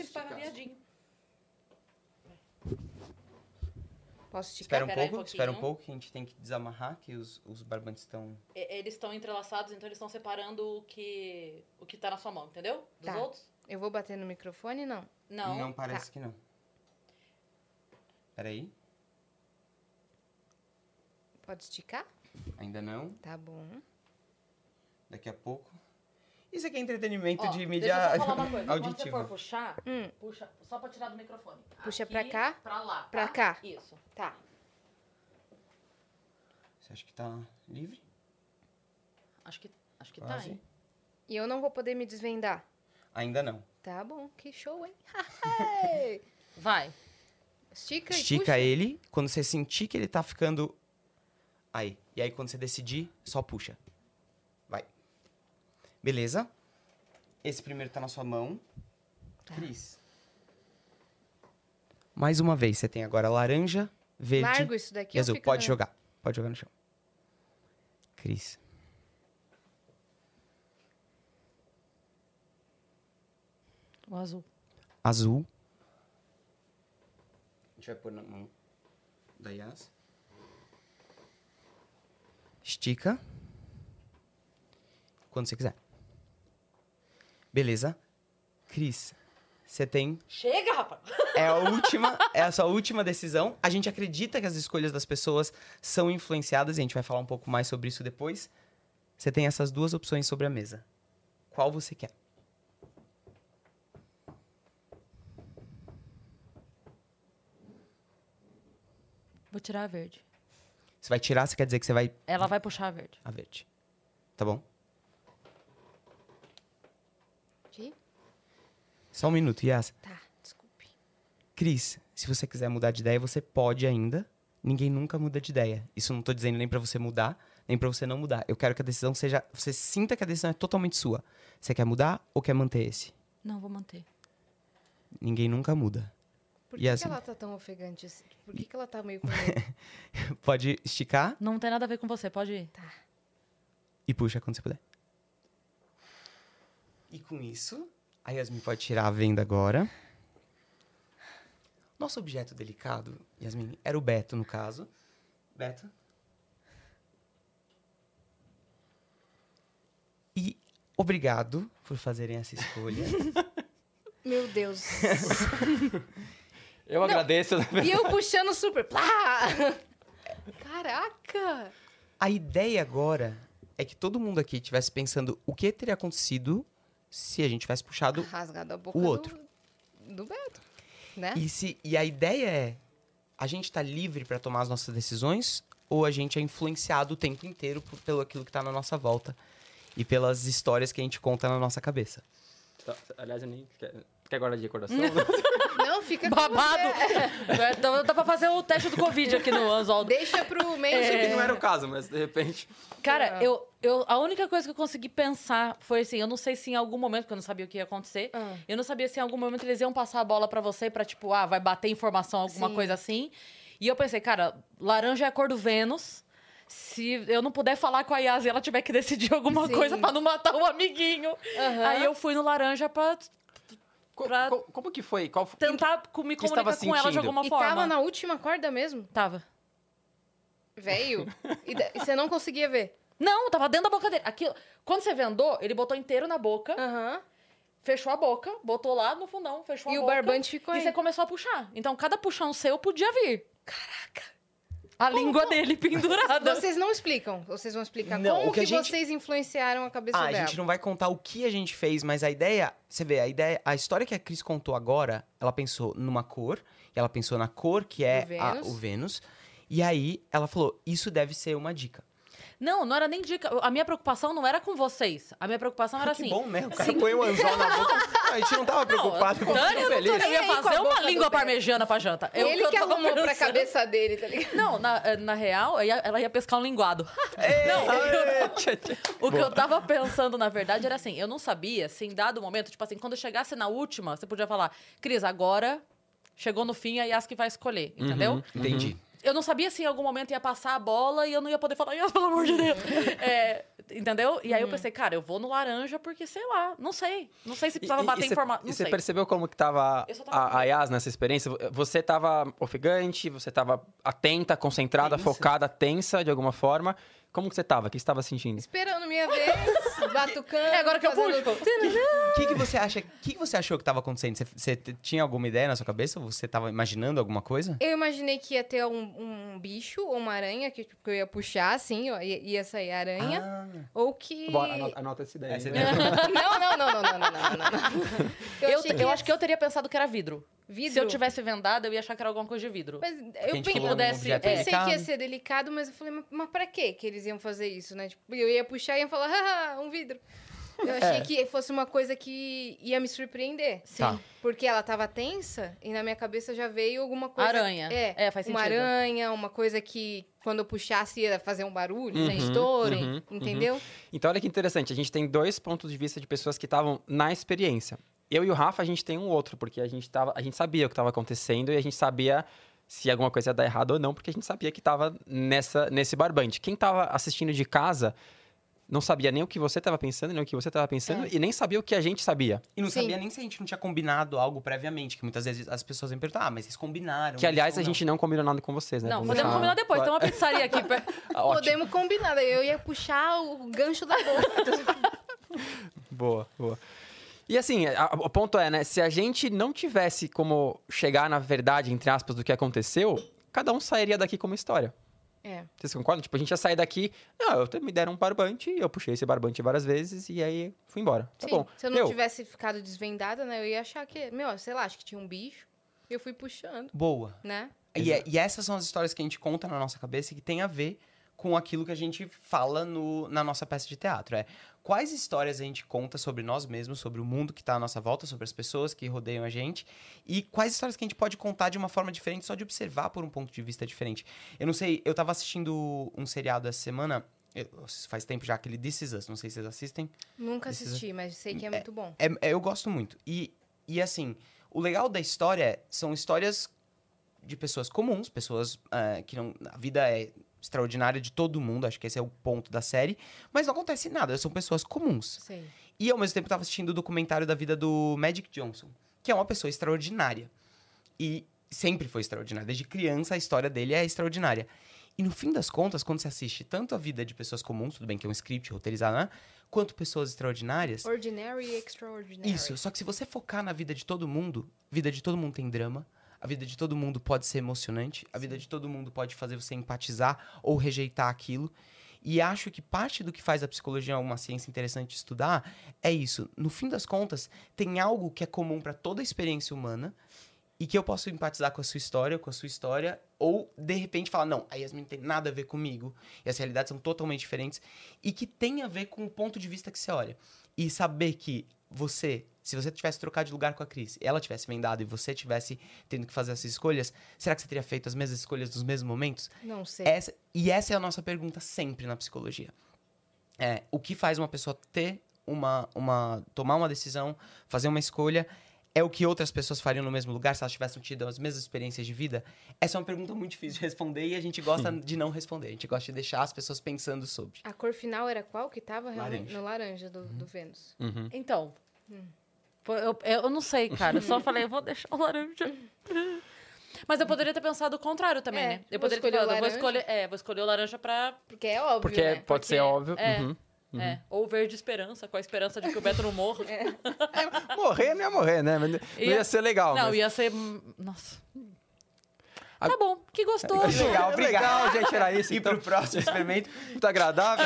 S2: Posso esticar?
S5: Espera um
S3: Espera aí um
S5: pouco, espera um
S3: pouquinho.
S5: pouco, que a gente tem que desamarrar, que os, os barbantes estão...
S3: E- Eles estão entrelaçados, então eles estão separando o que o que tá na sua mão, entendeu? Dos
S2: Tá.
S3: outros?
S2: Eu vou bater no microfone? Não.
S3: Não. tá.
S5: parece que não. Peraí,
S2: Pode esticar?
S5: ainda não.
S2: Tá bom.
S5: Daqui a pouco. Isso aqui é entretenimento
S3: Ó,
S5: de
S3: Deixa eu
S5: mídia
S3: só falar uma coisa. Quando você for
S5: auditiva.
S3: puxar,
S2: Hum.
S3: puxa só pra tirar do microfone.
S2: Puxa
S3: Aqui,
S2: pra cá,
S3: Pra lá.
S2: pra
S3: tá?
S2: cá.
S3: Isso.
S2: Tá.
S5: Você acha que tá livre?
S3: Acho que, acho que tá,
S5: Quase.
S3: hein?
S2: E eu não vou poder me desvendar.
S5: Ainda não.
S2: Tá bom. Que show, hein?
S3: Vai.
S2: Estica e
S5: Estica
S2: puxa.
S5: ele. Quando você sentir que ele tá ficando. Aí. E aí, quando você decidir, só puxa. Vai. Beleza? Esse primeiro tá na sua mão.
S2: Tá.
S5: Cris. Mais uma vez, você tem agora laranja, verde
S2: Largo isso daqui.
S5: e
S2: ou
S5: azul.
S2: fica
S5: Pode
S2: na-
S5: jogar. Pode jogar no chão. Cris.
S3: O azul.
S5: azul. A gente vai pôr na mão da Yas. Estica. Quando você quiser. Beleza? Cris, você tem
S3: Chega, rapaz!
S5: é a última, é a sua última decisão. A gente acredita que as escolhas das pessoas são influenciadas, e a gente vai falar um pouco mais sobre isso depois. Você tem essas duas opções sobre a mesa. Qual você quer?
S3: Vou tirar a verde.
S5: Você vai tirar, você quer dizer que você vai
S3: Ela vai puxar a verde.
S5: a verde. Tá bom?
S2: Ti?
S5: Só um minuto, Yas.
S2: Tá, desculpe.
S5: Cris, se você quiser mudar de ideia, você pode ainda. Ninguém nunca muda de ideia. Isso não tô dizendo nem pra você mudar, nem pra você não mudar. Eu quero que a decisão seja. Você sinta que a decisão é totalmente sua. Você quer mudar ou quer manter esse?
S3: Não, vou manter.
S5: Ninguém nunca muda.
S2: Por
S5: E
S2: que, que
S5: assim?
S2: ela tá tão ofegante assim? Por que, que ela tá meio com medo?
S5: Pode esticar
S3: Não tem nada a ver com você, pode ir.
S2: Tá.
S5: e puxa quando você puder. E com isso, a Yasmin pode tirar a venda agora. Nosso objeto delicado, Yasmin, era o Beto, no caso. Beto. E obrigado por fazerem essa escolha.
S2: Meu Deus.
S4: Eu agradeço.
S2: E eu puxando super. Plá! Caraca!
S5: A ideia agora é que todo mundo aqui estivesse pensando o que teria acontecido se a gente tivesse puxado
S2: Rasgado a boca
S5: O outro.
S2: Do, do Beto. Né?
S5: E, se, e a ideia é: a gente tá livre para tomar as nossas decisões ou a gente é influenciado o tempo inteiro por, pelo aquilo que tá na nossa volta e pelas histórias que a gente conta na nossa cabeça?
S4: Tá, Aliás, eu nem. Quer, quer guardar de recordação?
S2: Não, fica com
S3: Babado!
S2: você.
S3: É, dá, dá pra fazer o teste do Covid aqui no Anzol.
S2: Deixa pro meio.
S4: Que não era o caso, mas de repente.
S3: Cara,
S2: É.
S3: eu, eu, a única coisa que eu consegui pensar foi assim: eu não sei se em algum momento, porque eu não sabia o que ia acontecer,
S2: Ah.
S3: eu não sabia se em algum momento eles iam passar a bola pra você pra tipo, ah, vai bater informação, alguma
S2: Sim.
S3: coisa assim. E eu pensei, cara, laranja é a cor do Vênus. Se eu não puder falar com a Yas e ela tiver que decidir alguma
S2: Sim.
S3: coisa pra não matar o amiguinho,
S2: Aham.
S3: aí eu fui no laranja pra
S4: Co-
S3: Pra-
S4: co- como que foi? Qual foi?
S3: tentar co- me
S4: que estava
S3: comunicar com ela de
S4: sentindo?
S3: alguma
S2: E
S3: forma.
S2: tava na última corda mesmo?
S3: Tava.
S2: Veio. E da- e você não conseguia ver.
S3: Não, tava dentro da boca dele. Aquilo, quando você vendou, ele botou inteiro na boca,
S2: Aham.
S3: fechou a boca, botou lá no fundão, fechou
S2: E
S3: a
S2: o
S3: boca.
S2: barbante ficou
S3: E
S2: aí.
S3: você começou a puxar. Então, cada puxão seu podia vir. Caraca! A língua dele pendurada.
S2: Vocês não explicam. Vocês vão explicar
S5: Não,
S2: como
S5: o que
S2: que,
S5: a gente-
S2: vocês influenciaram a cabeça
S5: Ah, a
S2: dela.
S5: gente não vai contar o que a gente fez, mas a ideia, você vê, a ideia, a história que a Cris contou agora, ela pensou numa cor, e ela pensou na cor que é
S2: Do
S5: a-
S2: Vênus.
S5: o Vênus, e aí ela falou: "Isso deve ser uma dica".
S3: Não, não era nem dica. A minha preocupação não era com vocês. A minha preocupação era assim.
S5: que bom, né? O cara põe um anzol na boca. A gente não tava preocupado
S3: Não,
S5: com
S3: Dani, eu, não tô
S5: feliz.
S3: nem aí
S2: Nem aí com
S3: fazer
S2: a
S3: uma
S2: boca do
S3: língua
S2: Beto.
S3: parmegiana pra janta. É o
S2: Ele
S3: eu
S2: que
S3: tava
S2: arrumou pra
S3: pensando.
S2: cabeça dele, tá ligado?
S3: Não, na, eh, na real, eu ia- ela ia pescar um linguado.
S5: Tá?
S3: não, o que eu tava pensando, na verdade, era assim: eu não sabia se em dado momento, tipo assim, quando chegasse na última, você podia falar, Cris, agora chegou no fim, a Yas que vai escolher, entendeu?
S5: Uhum. Entendi.
S3: Eu não sabia se em algum momento ia passar a bola e eu não ia poder falar, Yas, pelo amor de Deus. É, entendeu? E aí
S4: Uhum.
S3: eu pensei, cara, eu vou no laranja porque sei lá, não sei. Não sei se precisava bater
S4: cê-
S3: informação. Não
S4: e você
S3: sei.
S4: percebeu como que tava,
S3: Eu só tava com
S4: a, a Yas nessa experiência? Você tava ofegante, você tava atenta, concentrada,
S5: Tensa.
S4: focada, tensa de alguma forma. Como que você tava? O que você tava sentindo?
S2: Esperando minha vez, batucando.
S3: É agora que eu
S2: fazendo-
S3: puxo.
S5: O que, que você acha? O que, que você achou que estava acontecendo? Você, você t- tinha alguma ideia na sua cabeça? Você estava imaginando alguma coisa?
S2: Eu imaginei que ia ter um, um bicho ou uma aranha que, tipo, que eu ia puxar, assim, ó, ia, ia sair a aranha.
S3: Ah.
S2: Ou que.
S4: Bora, anota, anota essa ideia.
S5: Essa
S4: né?
S5: ideia.
S2: Não, não, não, não, não, não, não, não, não.
S3: Eu,
S2: achei
S3: eu acho que eu teria pensado que era vidro.
S2: Vidro.
S3: Se eu tivesse vendado, eu ia achar que era alguma coisa de vidro.
S2: Mas
S5: a
S2: eu
S5: gente
S2: pensei,
S5: falou
S2: eu
S5: num
S2: pudesse- eu
S5: objeto
S2: pensei que ia
S5: delicado.
S2: ser delicado, mas eu falei, mas, mas pra quê que eles iam fazer isso, né? Tipo, eu ia puxar e ia falar, haha, um vidro. Eu achei que fosse uma coisa que ia me surpreender.
S3: É. Sim.
S5: Tá.
S2: Porque ela tava tensa e na minha cabeça já veio alguma coisa.
S3: Aranha.
S2: É,
S3: É, faz
S2: Uma
S3: sentido.
S2: aranha, uma coisa que quando eu puxasse ia fazer um barulho, um
S4: Uhum,
S2: estouro,
S4: uhum,
S2: entendeu?
S4: Então, olha que interessante. A gente tem dois pontos de vista de pessoas que estavam na experiência. Eu e o Rafa, a gente tem um outro, porque a gente, tava, a gente sabia o que estava acontecendo e a gente sabia se alguma coisa ia dar errado ou não, porque a gente sabia que estava nessa, nesse barbante. Quem estava assistindo de casa não sabia nem o que você estava pensando, nem o que você estava pensando, e nem sabia o que a gente sabia.
S5: E não
S2: Sim.
S5: sabia nem se a gente não tinha combinado algo previamente, que muitas vezes as pessoas vêm perguntar, ah, mas vocês combinaram.
S4: Que,
S5: isso
S4: aliás, a
S5: ou não?"
S4: gente não combinou nada com vocês, né?
S3: Não,
S4: Vamos
S3: podemos
S4: deixar-
S3: combinar depois. então, Tem uma pizzaria aqui. per-
S4: Ah, ótimo.
S2: Podemos combinar. daí Eu ia puxar o gancho da boca.
S4: Boa, boa. E assim, a- a- o ponto é, né? Se a gente não tivesse como chegar na verdade, entre aspas, do que aconteceu, cada um sairia daqui com uma história.
S2: é.
S4: Vocês concordam? Tipo, a gente ia sair daqui. Não, eu te- me deram um barbante, eu puxei esse barbante várias vezes e aí fui embora. Tá
S2: Sim,
S4: bom.
S2: Tipo, se eu não
S4: Meu,
S2: tivesse ficado desvendada, né? Eu ia achar que, meu, sei lá, acho que tinha um bicho. Eu fui puxando,
S5: Boa.
S2: né?
S5: E, é- e essas são as histórias que a gente conta na nossa cabeça e que tem a ver com aquilo que a gente fala no- na nossa peça de teatro. É quais histórias a gente conta sobre nós mesmos, sobre o mundo que está à nossa volta, sobre as pessoas que rodeiam a gente e quais histórias que a gente pode contar de uma forma diferente, só de observar por um ponto de vista diferente. Eu não sei, eu tava assistindo um seriado essa semana. eu- faz tempo já aquele This Is Us, não sei se vocês assistem.
S2: Nunca
S5: Precisa-
S2: assisti, mas sei que é muito bom.
S5: É- é, eu gosto muito. E, e assim, o legal da história é- são histórias de pessoas comuns, pessoas ah, que não. A vida é extraordinária de todo mundo, acho que esse é o ponto da série, mas não acontece nada, são pessoas comuns.
S2: Sei.
S5: E ao mesmo tempo eu tava assistindo o documentário da vida do Magic Johnson, que é uma pessoa extraordinária. E sempre foi extraordinária. Desde criança a história dele é extraordinária. E no fim das contas, quando você assiste tanto a vida de pessoas comuns, tudo bem que é um script roteirizado, né? Quanto pessoas extraordinárias,
S2: Ordinary e extraordinary.
S5: isso, só que se você focar na vida de todo mundo, vida de todo mundo tem drama, a vida de todo mundo pode ser emocionante, a vida de todo mundo pode fazer você empatizar ou rejeitar aquilo. E acho que parte do que faz a psicologia uma ciência interessante de estudar é isso. No fim das contas, tem algo que é comum para toda a experiência humana e que eu posso empatizar com a sua história, com a sua história, ou de repente falar, não, a Yasmin não tem nada a ver comigo, e as realidades são totalmente diferentes, e que tem a ver com o ponto de vista que você olha. E saber que você, se você tivesse trocado de lugar com a Cris, ela tivesse vendado e você tivesse tendo que fazer essas escolhas, será que você teria feito as mesmas escolhas nos mesmos momentos?
S2: Não sei.
S5: Essa- e essa é a nossa pergunta sempre na psicologia. É, o que faz uma pessoa ter uma, uma. tomar uma decisão, fazer uma escolha, é o que outras pessoas fariam no mesmo lugar se elas tivessem tido as mesmas experiências de vida? Essa é uma pergunta muito difícil de responder e a gente gosta de não responder. A gente gosta de deixar as pessoas pensando sobre.
S2: A cor final era qual que tava realmente?
S5: Laranja.
S2: No laranja do, do Vênus.
S4: Uhum.
S3: Então. Pô, Eu, eu não sei, cara. Eu
S4: Hum.
S3: só falei, eu vou deixar o laranja. Mas eu poderia ter pensado o contrário também,
S2: É,
S3: né? Eu
S2: vou
S3: poderia ter
S2: escolher o
S3: pensado, eu vou
S2: laranja.
S3: escolher, é, vou escolher o laranja pra.
S2: Porque é óbvio,
S4: Porque
S2: né?
S4: pode ser
S3: Porque-
S4: óbvio.
S3: é.
S4: Uhum.
S3: É, ou verde esperança, com a esperança de que o Beto não morra.
S4: "Ah, Morrer não ia morrer, né? Mas Não
S3: Ia-
S4: ia ser legal.
S3: não,
S4: mas-
S3: ia ser. Nossa.
S4: A-
S3: Tá bom, que gostoso.
S5: Legal, obrigado.
S4: Legal, gente, era isso.
S5: E
S4: Então,
S5: pro próximo experimento,
S4: muito agradável.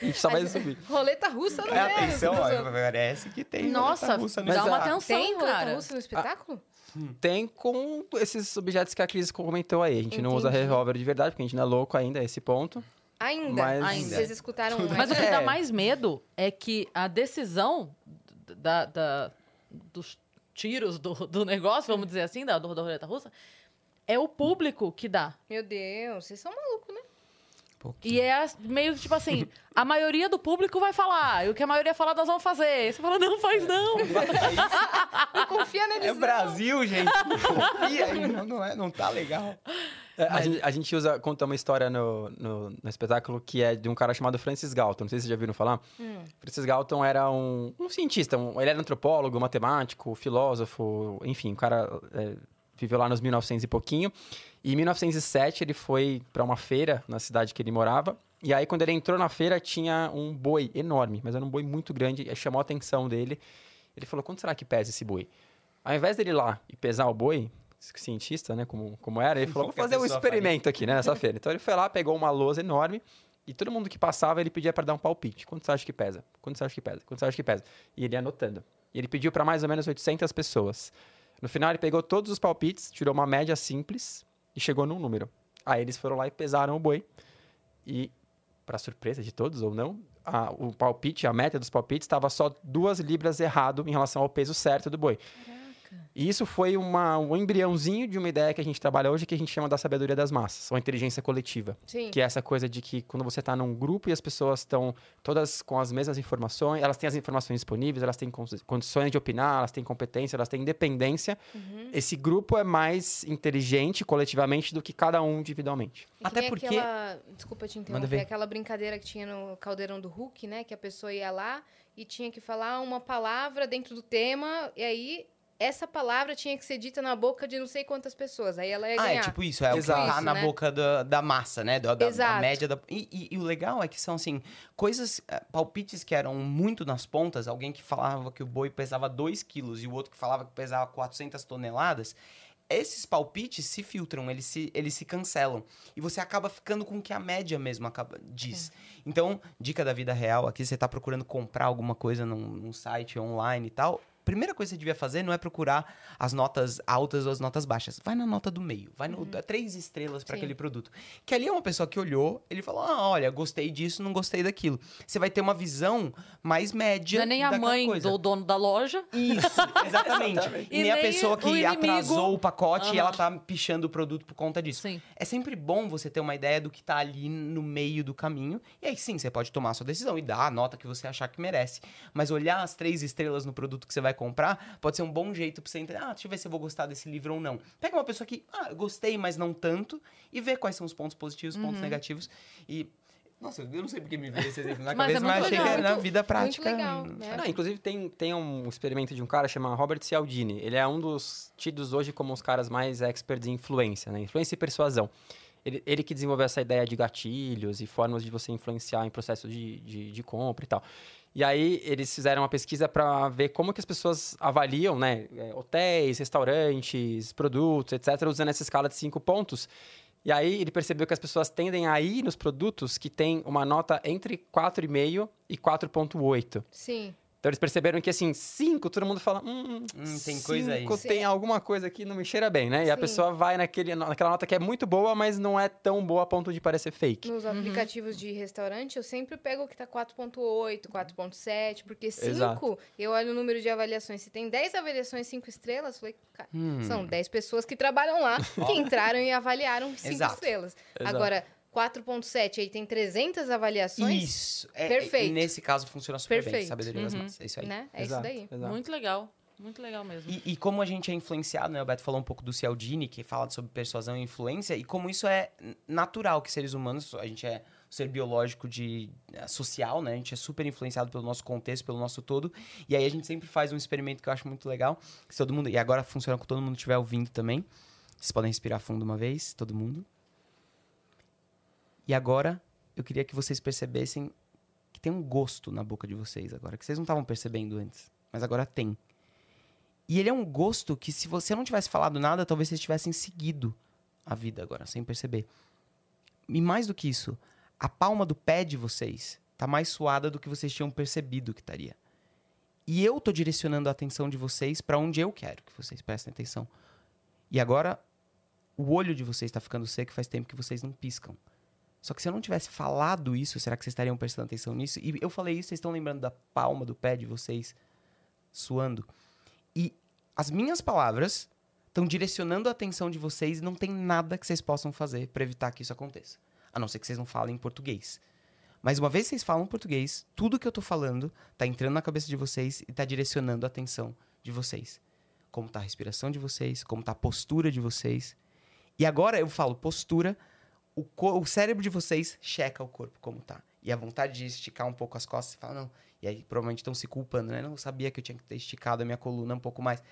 S4: a gente só vai subir.
S2: Roleta russa no
S5: é atenção,
S2: Vênus.
S5: ó, parece que tem.
S3: Nossa,
S5: roleta russa no
S3: dá uma
S5: espetáculo.
S3: atenção,
S2: Tem roleta
S3: cara.
S2: russa no espetáculo?
S4: Tem com esses objetos que a Cris comentou aí. A gente não usa
S2: Entendi.
S4: revólver de verdade, porque a gente não é louco ainda, é esse ponto.
S2: Ainda.
S4: Mas-
S3: Ainda.
S2: Vocês escutaram
S3: Mas o que
S4: É.
S3: dá mais medo é que a decisão d- da, da- dos tiros do, do negócio, vamos dizer assim, da, do, da roleta russa, é o público que dá.
S2: Meu Deus, vocês são malucos, né?
S3: E é as- meio que tipo assim, a maioria do público vai falar, e o que a maioria falar nós vamos fazer. E você fala, não faz não.
S2: Não Ah, confia neles,
S5: É
S2: não.
S5: Brasil, gente. Confia aí. Não, não, é, não tá legal.
S4: É, a, gente, a gente usa, conta uma história no, no, no espetáculo que é de um cara chamado Francis Galton. Não sei se vocês já viram falar. Francis Galton era um, um cientista, um- ele era antropólogo, matemático, filósofo, enfim, o cara é, viveu lá nos 1900 e pouquinho. E em 1907 ele foi para uma feira na cidade que ele morava. E aí, quando ele entrou na feira, tinha um boi enorme, mas era um boi muito grande, e chamou a atenção dele. Ele falou: quanto será que pesa esse boi? Ao invés dele ir lá e pesar o boi, cientista, né, como, como era, ele falou: vou
S5: Qualquer
S4: fazer um
S5: pessoa faria.
S4: experimento aqui, né, nessa feira. Então ele foi lá, pegou uma lousa enorme, e todo mundo que passava, ele pedia para dar um palpite. Quanto você acha que pesa? Quanto você acha que pesa? Quanto você acha que pesa? E ele ia anotando. E ele pediu para mais ou menos 800 pessoas. No final, ele pegou todos os palpites, tirou uma média simples e chegou num número. Aí eles foram lá e pesaram o boi. E, para surpresa de todos ou não, a- o palpite, a média dos palpites, estava só duas libras errado em relação ao peso certo do boi. E isso foi uma, um embriãozinho de uma ideia que a gente trabalha hoje, que a gente chama da sabedoria das massas, ou inteligência coletiva.
S2: Sim.
S4: Que é essa coisa de que quando você está num grupo e as pessoas estão todas com as mesmas informações, elas têm as informações disponíveis, elas têm cons- condições de opinar, elas têm competência, elas têm independência. Esse grupo é mais inteligente coletivamente do que cada um individualmente.
S2: E que
S5: Até
S2: nem
S5: porque-
S2: Aquela... Desculpa te interromper.
S5: ver.
S2: Aquela brincadeira que tinha no Caldeirão do Hulk, né? Que a pessoa ia lá e tinha que falar uma palavra dentro do tema. E aí, essa palavra tinha que ser dita na boca de não sei quantas pessoas. Aí ela ia
S5: Ah, é
S2: ganhar.
S5: tipo isso, é o
S4: Exato.
S5: que tá
S2: Isso,
S5: na
S2: né?
S5: boca da, da massa, né? Da, da- da
S2: Exato.
S5: média da. E, e- e o legal é que são assim, coisas, eh, palpites que eram muito nas pontas, alguém que falava que o boi pesava 2 quilos e o outro que falava que pesava 400 toneladas. Esses palpites se filtram, eles se, eles se cancelam. E você acaba ficando com o que a média mesmo acaba, diz.
S3: É.
S5: Então, dica da vida real aqui, você tá procurando comprar alguma coisa num, num site online e tal. Primeira coisa que você devia fazer não é procurar as notas altas ou as notas baixas. Vai na nota do meio, vai
S3: Uhum.
S5: no dá três estrelas para
S2: Sim.
S5: aquele produto. Que ali é uma pessoa que olhou, ele falou: "Ah, olha, gostei disso, não gostei daquilo". Você vai ter uma visão mais média
S3: Não é nem a
S5: daquela
S3: mãe
S5: coisa.
S3: do dono da loja.
S5: Isso, exatamente.
S3: E
S5: e nem a
S3: nem
S5: pessoa
S3: o
S5: que
S3: inimigo.
S5: atrasou o pacote
S3: Aham.
S5: e ela tá pichando o produto por conta disso.
S3: Sim.
S5: É sempre bom você ter uma ideia do que tá ali no meio do caminho. E aí sim, você pode tomar a sua decisão e dar a nota que você achar que merece. Mas olhar as três estrelas no produto que você vai comprar pode ser um bom jeito pra você entender. Ah, deixa eu ver se eu vou gostar desse livro ou não. Pega uma pessoa que, ah, eu gostei, mas não tanto. E vê quais são os pontos positivos, os pontos
S2: Uhum.
S5: negativos. E. Nossa, eu não sei porque me veio esse exemplo na
S3: Mas é
S5: cabeça, mas,
S3: muito
S5: achei
S3: legal,
S5: que na
S2: muito-
S5: vida prática.
S2: Muito legal, né?
S4: Não, inclusive, tem, tem um experimento de um cara chamado Robert Cialdini. Ele é um dos tidos hoje como os caras mais experts em influência, né? Influência e persuasão. Ele, ele que desenvolveu essa ideia de gatilhos e formas de você influenciar em processo de, de, de compra e tal. E aí, eles fizeram uma pesquisa para ver como que as pessoas avaliam, né? eh, Hotéis, restaurantes, produtos, etc., usando essa escala de cinco pontos. E aí ele percebeu que as pessoas tendem a ir nos produtos que têm uma nota entre 4,5 e 4,8.
S2: Sim.
S4: Então eles perceberam que assim, cinco, todo mundo fala, hum,
S5: Hum, tem coisa aí."
S4: cinco,
S2: Sim.
S4: tem alguma coisa aqui não me cheira bem, né? E a
S2: Sim.
S4: pessoa vai naquele, naquela nota que é muito boa, mas não é tão boa a ponto de parecer fake.
S2: Nos aplicativos de restaurante, eu sempre pego o que tá 4.8, 4.7, porque 5,
S4: Exato.
S2: eu olho o número de avaliações. Se tem 10 avaliações 5 estrelas, eu falei, cara,
S5: Hum.
S2: são 10 pessoas que trabalham lá, que entraram e avaliaram 5
S5: Exato.
S2: estrelas.
S4: Exato.
S2: Agora, 4.7, aí tem 300 avaliações,
S5: Isso. É, é-
S2: Perfeito.
S5: nesse caso funciona super bem.
S2: Perfeito.
S5: Sabedoria das
S3: Uhum.
S5: massas. É isso aí.
S2: né? É
S4: Exato,
S2: isso daí.
S4: exato.
S3: Muito legal. Muito legal mesmo.
S5: E, e como a gente é influenciado, né? O Beto falou um pouco do Cialdini, que fala sobre persuasão e influência, e como isso é n- natural que seres humanos, a gente é um ser biológico de eh, social, né? A gente é super influenciado pelo nosso contexto, pelo nosso todo. E aí a gente sempre faz um experimento que eu acho muito legal, que se todo mundo, e agora funciona com todo mundo estiver ouvindo também. Vocês podem respirar fundo uma vez, todo mundo. E agora, eu queria que vocês percebessem que tem um gosto na boca de vocês agora, que vocês não estavam percebendo antes, mas agora tem. E ele é um gosto que, se você não tivesse falado nada, talvez vocês tivessem seguido a vida agora, sem perceber. E mais do que isso, a palma do pé de vocês tá mais suada do que vocês tinham percebido que estaria. E eu tô direcionando a atenção de vocês para onde eu quero que vocês prestem atenção. E agora, o olho de vocês tá ficando seco e faz tempo que vocês não piscam. Só que se eu não tivesse falado isso, será que vocês estariam prestando atenção nisso? E eu falei isso, vocês estão lembrando da palma do pé de vocês suando? E as minhas palavras estão direcionando a atenção de vocês e não tem nada que vocês possam fazer para evitar que isso aconteça. A não ser que vocês não falem português. Mas uma vez que vocês falam português, tudo que eu tô falando tá entrando na cabeça de vocês e tá direcionando a atenção de vocês. Como tá a respiração de vocês, como tá a postura de vocês. E agora eu falo postura, o, co- o cérebro de vocês checa o corpo como tá. E a vontade de esticar um pouco as costas, você fala, não. E aí provavelmente estão se culpando, né? Não eu sabia que eu tinha que ter esticado a minha coluna um pouco mais.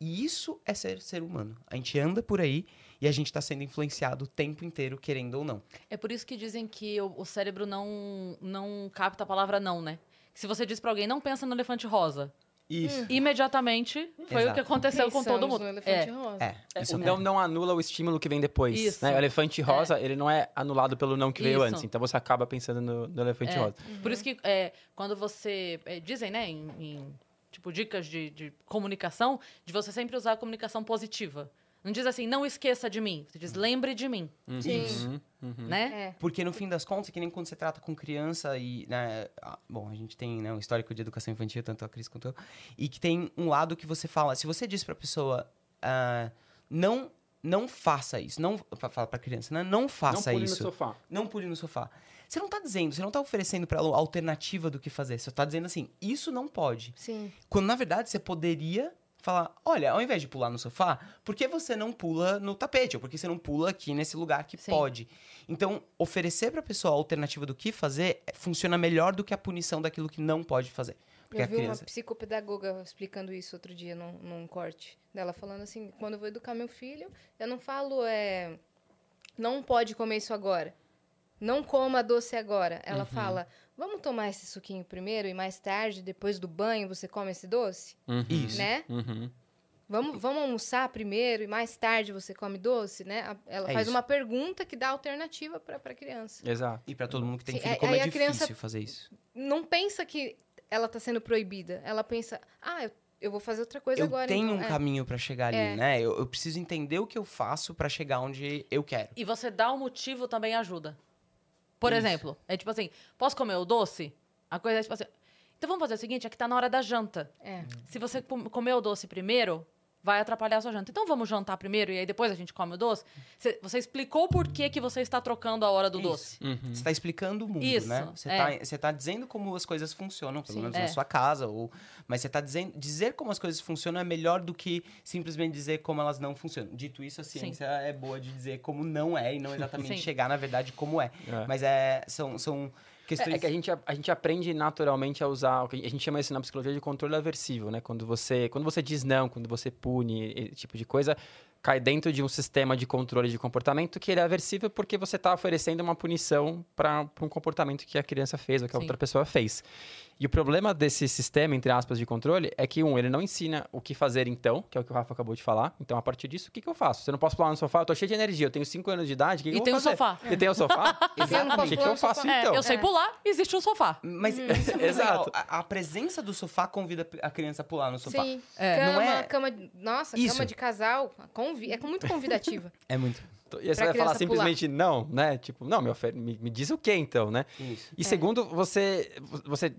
S5: E isso é ser ser humano. A gente anda por aí e a gente tá sendo influenciado o tempo inteiro, querendo ou não.
S3: É por isso que dizem que o, o cérebro não, não capta a palavra não, né? Que se você diz pra alguém, não pensa no elefante rosa.
S5: Isso.
S2: Hum.
S3: Imediatamente foi o
S5: Exato.
S3: que aconteceu com todo
S2: Pensamos
S3: mundo.
S2: no
S3: É.
S2: elefante rosa.
S5: É, isso
S4: o
S5: mesmo.
S4: Então, não não anula o estímulo que vem depois.
S3: Isso.
S4: né? O elefante rosa, ele não é anulado pelo não que veio
S3: Isso.
S4: antes. Então você acaba pensando no, no elefante
S3: É.
S4: rosa.
S3: Por isso
S2: Uhum.
S3: que é, quando você. é, dizem, né, em, em, tipo, dicas de, de comunicação, de você sempre usar a comunicação positiva. Não diz assim, não esqueça de mim. Você diz, lembre de mim,
S2: Sim.
S4: Uhum, uhum.
S3: né?
S2: É.
S5: Porque no fim das contas, é que nem quando você trata com criança e, né, a- bom, a gente tem, né, um histórico de educação infantil, tanto a Cris quanto eu, e que tem um lado que você fala, se você diz pra pessoa, ah, não, não faça isso, não, fa- fala pra criança, né, não faça
S4: não pule
S5: isso,
S4: no sofá.
S5: não pule no sofá. Você não tá dizendo, você não tá oferecendo pra ela alternativa do que fazer, você tá dizendo assim, isso não pode.
S2: Sim.
S5: Quando na verdade você poderia falar: olha, ao invés de pular no sofá, por que você não pula no tapete? Ou por que você não pula aqui nesse lugar que
S3: Sim.
S5: pode? Então, oferecer pra pessoa a alternativa do que fazer eh, funciona melhor do que a punição daquilo que não pode fazer. Porque
S2: eu
S5: a
S2: vi uma
S5: criança.
S2: psicopedagoga explicando isso outro dia num, num corte dela falando assim, quando eu vou educar meu filho, eu não falo é não pode comer isso agora. Não coma doce agora. Ela
S5: Uhum.
S2: fala: "Vamos tomar esse suquinho primeiro e mais tarde, depois do banho, você come esse doce?"
S5: Isso.
S2: Né?
S4: Uhum.
S2: Vamos, vamos almoçar primeiro e mais tarde você come doce, né? A- Ela
S5: É
S2: faz
S5: isso.
S2: uma pergunta que dá alternativa para a criança.
S4: Exato.
S5: E pra todo mundo que tem
S2: Sim,
S5: filho,
S2: aí-
S5: como
S2: aí
S5: é
S2: a
S5: difícil
S2: criança-
S5: fazer isso.
S2: não pensa que ela tá sendo proibida. Ela pensa, ah, eu, eu vou fazer outra coisa
S5: Eu
S2: agora.
S5: tenho
S2: então.
S5: um
S2: É.
S5: caminho pra chegar ali,
S2: É.
S5: né? Eu, eu preciso entender o que eu faço pra chegar onde eu quero.
S3: E você dá o motivo também ajuda. Por
S5: Isso.
S3: exemplo, é tipo assim, posso comer o doce? A coisa é tipo assim, então vamos fazer o seguinte, é que tá na hora da janta.
S2: É.
S3: Se você com- comer o doce primeiro, vai atrapalhar a sua janta. Então vamos jantar primeiro e aí depois a gente come o doce? Você, você explicou por que que você está trocando a hora do
S5: Isso.
S3: doce.
S4: Uhum.
S5: Você tá explicando o mundo,
S3: Isso,
S5: né? Você,
S3: é.
S5: tá, você tá dizendo como as coisas funcionam, pelo
S2: Sim.
S5: menos
S3: É.
S5: na sua casa. Ou, mas você tá dizendo. Dizer como as coisas funcionam é melhor do que simplesmente dizer como elas não funcionam. Dito isso, a
S3: Sim.
S5: ciência é boa de dizer como não é e não exatamente
S3: Sim.
S5: chegar, na verdade, como é.
S4: É.
S5: Mas é, são, são
S4: É,
S5: questões.
S4: é que a gente, a, gente aprende naturalmente a usar, o que a gente chama isso na psicologia de controle aversivo, né? Quando você, quando você diz não, quando você pune, esse tipo de coisa, cai dentro de um sistema de controle de comportamento que ele é aversivo porque você está oferecendo uma punição para um comportamento que a criança fez ou que a
S3: Sim.
S4: outra pessoa fez. E o problema desse sistema, entre aspas, de controle é que, um, ele não ensina o que fazer então, que é o que o Rafa acabou de falar. Então, a partir disso, o que, que eu faço? Se eu não posso pular no sofá, eu tô cheio de energia, eu tenho 5 anos de idade, o que, que
S3: E
S4: eu
S3: tem
S4: vou
S3: um
S4: fazer?
S3: sofá.
S4: E tem um sofá?
S2: posso
S4: Exatamente. O que
S2: pular
S4: eu
S2: no sofá.
S4: faço
S3: É,
S4: então?
S3: eu sei
S2: É.
S3: pular, existe um sofá.
S5: Mas isso é muito
S4: Exato.
S5: legal. A, a presença do sofá convida a criança a pular no sofá.
S2: Sim.
S3: É.
S2: Cama,
S5: Não é-
S2: cama. Nossa,
S5: Isso.
S2: cama de casal. Convi é muito convidativa.
S5: É muito.
S4: Tô- Então, E aí você
S2: Pra
S4: vai falar
S2: criança
S4: simplesmente não, né? Tipo, não, me, ofer- me, me diz o que então, né?
S5: Isso.
S2: É.
S4: E segundo, você, você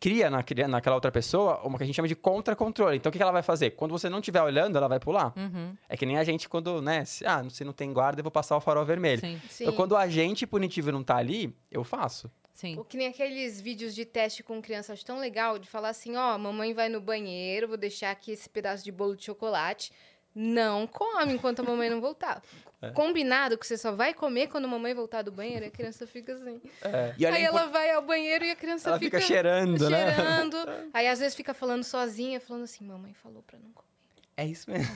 S4: cria na, cria- naquela outra pessoa uma que a gente chama de contra-controle. Então, o que que ela vai fazer? Quando você não estiver olhando, ela vai pular.
S3: Uhum,
S4: É que nem a gente quando, né? se- ah, se não tem guarda, eu vou passar o farol vermelho.
S3: Sim,
S2: Sim.
S4: Então, quando o agente punitivo não tá ali, eu faço.
S3: sim.
S2: Ou que nem aqueles vídeos de teste com criança, acho tão legal de falar assim, ó, mamãe vai no banheiro, vou deixar aqui esse pedaço de bolo de chocolate. Não come enquanto a mamãe não voltar.
S4: É.
S2: Combinado que você só vai comer quando a mamãe voltar do banheiro, e a criança fica assim.
S5: E olha
S2: Aí
S5: a impor-
S2: ela vai ao banheiro e a criança
S4: É. ela fica, cheirando, né?
S2: cheirando. Aí às vezes fica falando sozinha, falando assim, mamãe falou pra não comer.
S5: É isso mesmo.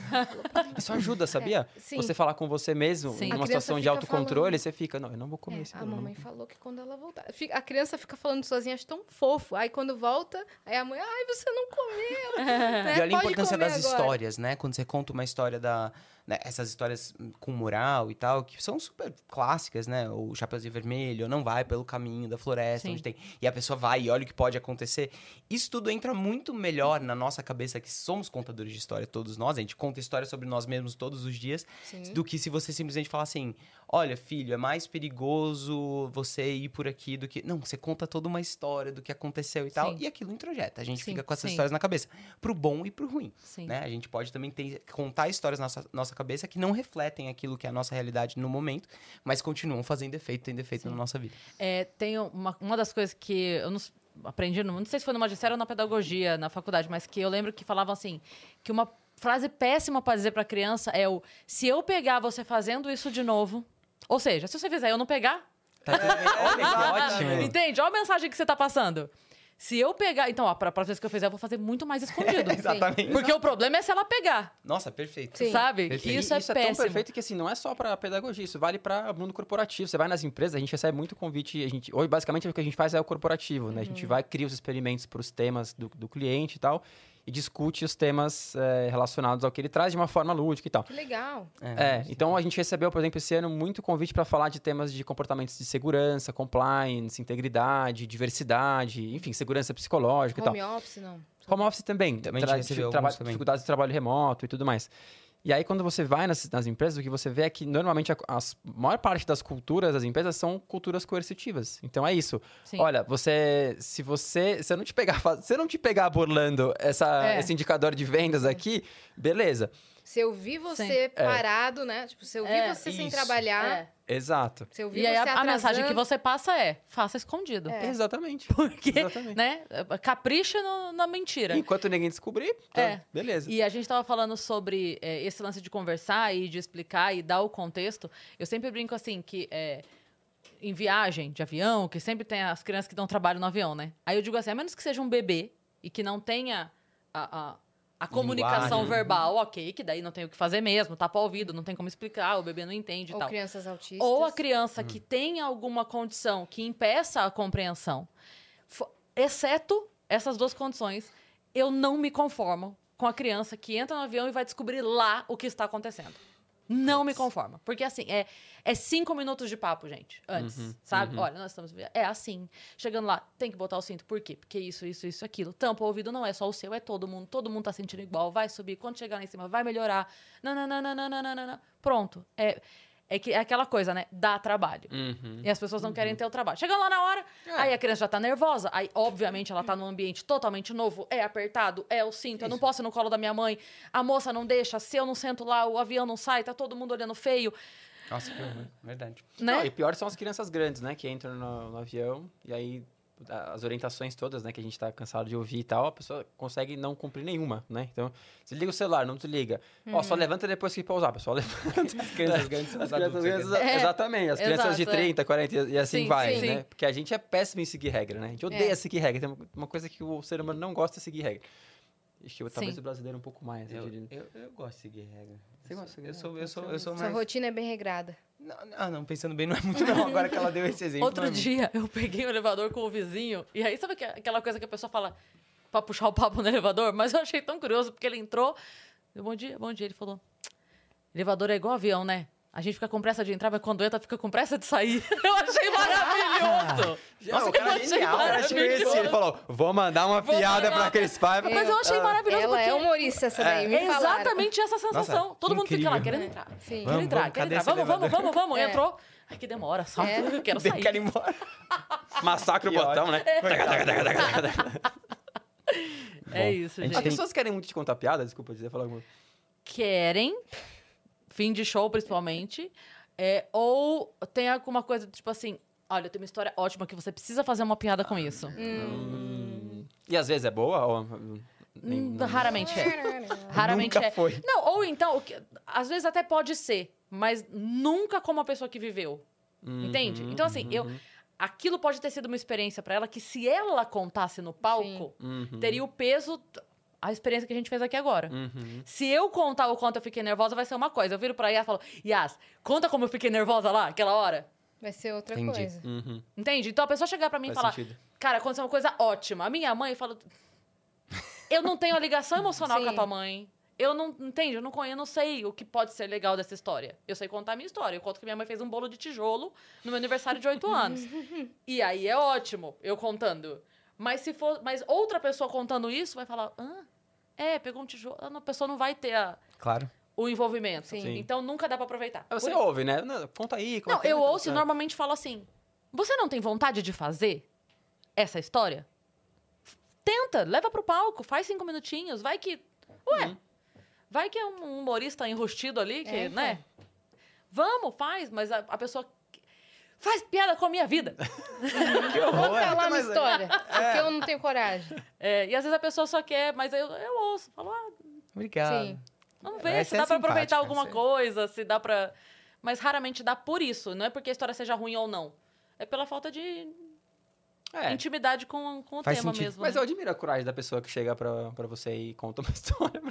S4: Isso ajuda, sabia?
S2: É, Sim.
S4: Você falar com você mesmo,
S3: Sim. A
S4: numa
S2: criança
S4: situação de
S2: fica
S4: autocontrole,
S2: falando.
S4: você fica, não, eu não vou comer
S2: É,
S4: isso.
S2: a mamãe falou que quando ela voltar. Fica- a criança fica falando sozinha, acho tão fofo. Aí quando volta, aí a mãe, ai, você não comeu. né?
S5: E olha a
S2: Pode
S5: importância
S2: comer
S5: das
S2: agora."
S5: histórias, né? Quando você conta uma história da. né, essas histórias hum, com moral e tal, que são super clássicas, né? O Chapeuzinho Vermelho, não vai pelo caminho da floresta,
S3: Sim.
S5: onde tem. E a pessoa vai e olha o que pode acontecer. Isso tudo entra muito melhor na nossa cabeça, que somos contadores de história, todos nós. A gente conta história sobre nós mesmos todos os dias
S2: Sim.
S5: do que se você simplesmente falar assim: olha, filho, é mais perigoso você ir por aqui do que. Não, você conta toda uma história do que aconteceu e tal,
S3: Sim.
S5: e aquilo introjeta. A gente
S3: Sim,
S5: fica com essas
S3: sim.
S5: histórias na cabeça, pro bom e pro ruim.
S3: Sim.
S5: Né? A gente pode também ter- contar histórias na nossa, nossa cabeça que não refletem aquilo que é a nossa realidade no momento, mas continuam fazendo efeito, tendo efeito na nossa vida.
S3: É, tem uma, uma das coisas que eu não s- aprendi, não, não sei se foi no magistério ou na pedagogia, na faculdade, mas que eu lembro que falavam assim, que uma frase péssima pra dizer pra criança é o se eu pegar você fazendo isso de novo, ou seja, se você fizer e eu não pegar,
S5: Tá
S4: É,
S5: tudo bem. Olha que ótimo!
S3: entende? Olha a mensagem que você tá passando. Se eu pegar, então, ó, pra próxima vez que eu fizer, eu vou fazer muito mais escondido.
S5: Exatamente.
S3: Porque o problema é se ela pegar,
S5: Nossa, perfeito.
S2: Sim.
S3: sabe?
S5: Perfeito.
S3: Isso é
S4: isso é, tão
S3: péssimo.
S4: perfeito que assim, não é só pra pedagogia, isso vale pra mundo corporativo. Você vai nas empresas, a gente recebe muito convite, a gente, hoje basicamente o que a gente faz é o corporativo, né? A
S3: Uhum.
S4: gente vai cria os experimentos pros temas do, do cliente e tal e discute os temas eh, relacionados ao que ele traz de uma forma lúdica e tal.
S2: Que legal.
S3: Ah,
S4: É, então a gente recebeu, por exemplo, esse ano muito convite para falar de temas de comportamentos de segurança, compliance, integridade, diversidade, enfim, segurança psicológica e tal.
S2: Home office, não.
S4: Home office também.
S5: Também
S4: tra-
S5: a gente recebeu
S4: dificu- traba-
S5: alguns também.
S4: Dificuldades de trabalho remoto e tudo mais. E aí, quando você vai nas, nas empresas, o que você vê é que normalmente a, as- a maior parte das culturas das empresas são culturas coercitivas. Então é isso.
S3: Sim.
S4: Olha, você. Se você. Se eu não te pegar, fa- se eu não te pegar burlando essa,
S3: É.
S4: esse indicador de vendas aqui, beleza.
S2: Se eu vi você parado, né? Tipo, se eu vi
S3: É,
S2: você sem
S5: É. isso.
S2: trabalhar,
S3: É.
S4: Exato.
S2: se eu vi
S3: E aí
S2: você
S3: a, a
S2: atrasando...
S3: mensagem que você passa é: faça escondido.
S2: É.
S4: Exatamente.
S3: Porque,
S4: Exatamente.
S3: né? Capricha no- na mentira.
S4: Enquanto ninguém descobrir, tá,
S3: É.
S4: beleza.
S3: E a gente tava falando sobre é, esse lance de conversar e de explicar e dar o contexto. Eu sempre brinco assim que é, em viagem de avião, que sempre tem as crianças que dão trabalho no avião, né? Aí eu digo assim, a menos que seja um bebê e que não tenha a, a- a comunicação
S5: Linguagem.
S3: verbal, ok, que daí não tem o que fazer mesmo, tapa ouvido, não tem como explicar, o bebê não entende e
S2: Ou
S3: tal.
S2: crianças autistas.
S3: Ou a criança que tem alguma condição que impeça a compreensão. Fo- Exceto essas duas condições, eu não me conformo com a criança que entra no avião e vai descobrir lá o que está acontecendo. Não me conformo. Porque assim, é, é cinco minutos de papo, gente, antes, sabe? Olha, nós estamos. É assim. Chegando lá, tem que botar o cinto. Por quê? Porque isso, isso, isso, aquilo. Tampa o ouvido não é só o seu, é todo mundo. Todo mundo tá sentindo igual. Vai subir. Quando chegar lá em cima, vai melhorar. Não, não, não, não, não, não, não, não, não. Pronto. É, é, que, é aquela coisa, né? Dá trabalho.
S4: Uhum.
S3: E as pessoas não querem ter o trabalho. Chegando lá na hora,
S4: É.
S3: aí a criança já tá nervosa. Aí, obviamente, ela tá num ambiente totalmente novo. É apertado, é o cinto. Eu não posso ir no colo da minha mãe. A moça não deixa. Se eu não sento lá, o avião não sai. Tá todo mundo olhando feio,
S5: Nossa, que ruim. Verdade.
S3: né?
S4: Não, e pior são as crianças grandes, né? Que entram no, no avião e aí a- as orientações todas, né? Que a gente tá cansado de ouvir e tal, a pessoa consegue não cumprir nenhuma, né? Então, se liga o celular, não desliga. Ó,
S3: Hum.
S4: só levanta depois que pousar, pessoal. Levanta. As
S5: crianças grandes são
S4: as
S5: os adultos,
S4: crianças
S5: né?
S4: grandes, exatamente. As crianças de
S3: É. exato, é.
S4: 30, 40 e- e assim
S3: Sim,
S4: vai,
S3: sim, É.
S4: né?
S3: sim.
S4: Porque a gente é péssimo em seguir regra, né? A gente odeia seguir regra. Tem uma- uma coisa que o ser humano não gosta de seguir regra. Acho que eu- talvez
S3: Sim.
S4: o brasileiro um pouco mais, eu,
S5: Eu,
S4: diria.
S5: eu, eu gosto de seguir regra.
S4: Você gosta de seguir
S5: Eu sou,
S4: regra?
S5: eu sou, eu sou
S2: Sua
S5: mais...
S2: rotina é bem regrada.
S5: Não, não, não, pensando bem, não é muito não. Agora que ela deu esse exemplo.
S3: Outro
S5: não é muito.
S3: dia eu peguei o elevador com o vizinho, e aí sabe que- aquela coisa que a pessoa fala pra puxar o papo no elevador? Mas eu achei tão curioso, porque ele entrou, deu bom dia, bom dia, ele falou, elevador é igual avião, né? A gente fica com pressa de entrar, mas quando entra, fica com pressa de sair. Eu achei maravilhoso!
S5: Nossa, o
S3: Eu
S5: cara é
S3: achei
S5: genial. O cara chegou
S3: maravilhoso.
S5: esse, ele falou, vou mandar uma
S3: Vou
S5: piada
S3: mandar-
S5: pra Cris Paiva.
S3: Mas eu
S5: ah,
S3: achei maravilhoso
S2: Ela
S3: porque...
S2: é humorista essa daí, me
S3: É
S2: falaram.
S3: exatamente essa sensação.
S5: Nossa,
S3: Todo mundo fica lá
S5: incrível.
S3: querendo entrar.
S2: Sim.
S3: Querendo
S5: Vamos,
S3: entrar, querendo
S5: vamos, cadê
S3: entrar.
S5: esse
S3: Vamos, vamos, vamos, vamos.
S2: É.
S3: Entrou. Ai, que demora, só.
S2: É.
S3: Quero
S5: Eu
S3: sair.
S5: quero ir embora.
S4: Massacre o
S5: Que
S4: botão, né?
S3: Tá. É isso,
S5: A gente
S3: gente.
S4: As
S5: tem-
S4: pessoas querem muito te contar piada, desculpa dizer, falar alguma
S3: querem, fim de show principalmente, é, ou tem alguma coisa tipo assim: olha, eu tenho uma história ótima que você precisa fazer uma piada com isso. Hum,
S4: E às vezes é boa? Ou... nem-
S3: Hum,
S4: não-
S3: Raramente é. Raramente
S5: Nunca
S3: é.
S5: foi.
S3: Não, ou então, o que- às vezes até pode ser, mas nunca como a pessoa que viveu.
S4: Uhum,
S3: Entende? Então, assim, eu. Aquilo pode ter sido uma experiência pra ela que, se ela contasse no palco,
S4: Uhum.
S3: teria o peso. A experiência que a gente fez aqui agora.
S4: Uhum,
S3: Se eu contar o quanto eu fiquei nervosa, vai ser uma coisa. Eu viro pra Yas e falo, Yas, conta como eu fiquei nervosa lá, aquela hora.
S2: Vai ser outra
S5: Entendi.
S2: coisa.
S4: Uhum.
S3: Entende? Então a pessoa chegar pra mim e
S4: Faz
S3: falar,
S4: sentido.
S3: cara, aconteceu uma coisa ótima. A minha mãe fala, eu não tenho a ligação emocional com a
S2: Sim.
S3: tua mãe. Eu não, entende? Eu não conheço, eu não sei o que pode ser legal dessa história. Eu sei contar a minha história. Eu conto que minha mãe fez um bolo de tijolo no meu aniversário de 8 anos. e aí é ótimo, eu contando. Mas se for, mas outra pessoa contando isso vai falar, hã? É, pegou um tijolo. A pessoa não vai ter a-
S5: Claro.
S3: o envolvimento.
S2: Sim.
S4: Sim.
S3: Então nunca dá pra aproveitar.
S4: Ah, Você
S3: Por-
S4: ouve, né? Não, conta aí. como
S3: não,
S4: é que é,
S3: eu
S4: tá
S3: ouço e
S4: certo.
S3: normalmente falo assim: você não tem vontade de fazer essa história? F- Tenta, leva pro palco, faz cinco minutinhos, vai que. Ué!
S4: Uhum.
S3: Vai que é um humorista enrustido ali, que,
S2: É, então.
S3: né? Vamos, faz, mas a, a pessoa. que- Faz piada com a minha vida.
S5: Que horror.
S2: Conta lá uma
S5: Mas-
S2: história,
S5: É.
S2: porque eu não tenho coragem.
S3: É, e às vezes a pessoa só quer, mas eu, eu ouço, falo, ah,
S5: Obrigado.
S2: Sim.
S3: Vamos
S4: É,
S5: Vai
S3: ver se
S5: ser
S3: dá pra aproveitar
S5: simpática,
S3: alguma
S5: sim.
S3: coisa, se dá pra. Mas raramente dá por isso. Não é porque a história seja ruim ou não. É pela falta de
S4: É.
S3: intimidade com, com o
S5: Faz
S3: tema
S5: sentido.
S3: mesmo.
S4: Mas
S3: né?
S4: eu admiro a coragem da pessoa que chega pra, pra você e conta uma história.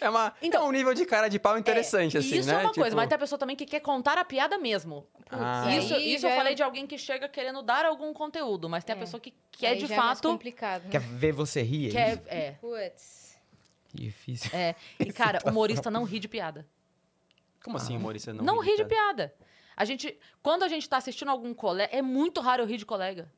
S4: É, uma,
S3: Então-
S4: é um nível de cara de pau interessante,
S3: É,
S4: assim,
S3: Isso
S4: né?
S3: é uma coisa,
S4: Tipo,
S3: mas tem a pessoa também que quer contar a piada mesmo.
S4: Ah.
S2: Aí
S3: isso isso
S2: já
S3: eu
S2: é-
S3: falei de alguém que chega querendo dar algum conteúdo, mas tem a
S2: É.
S3: pessoa que quer
S2: Aí
S3: de
S2: já é mais
S3: fato.
S2: complicado.
S3: né?
S5: Quer ver você rir? é
S3: Quer,
S5: isso?
S3: é,
S2: Putz.
S5: Que Difícil.
S3: é. E, cara, humorista não ri de piada.
S4: Como assim, humorista? Não,
S3: Não, tá ri de piada. A gente, quando a gente tá assistindo algum colega, é muito raro eu rir de colega.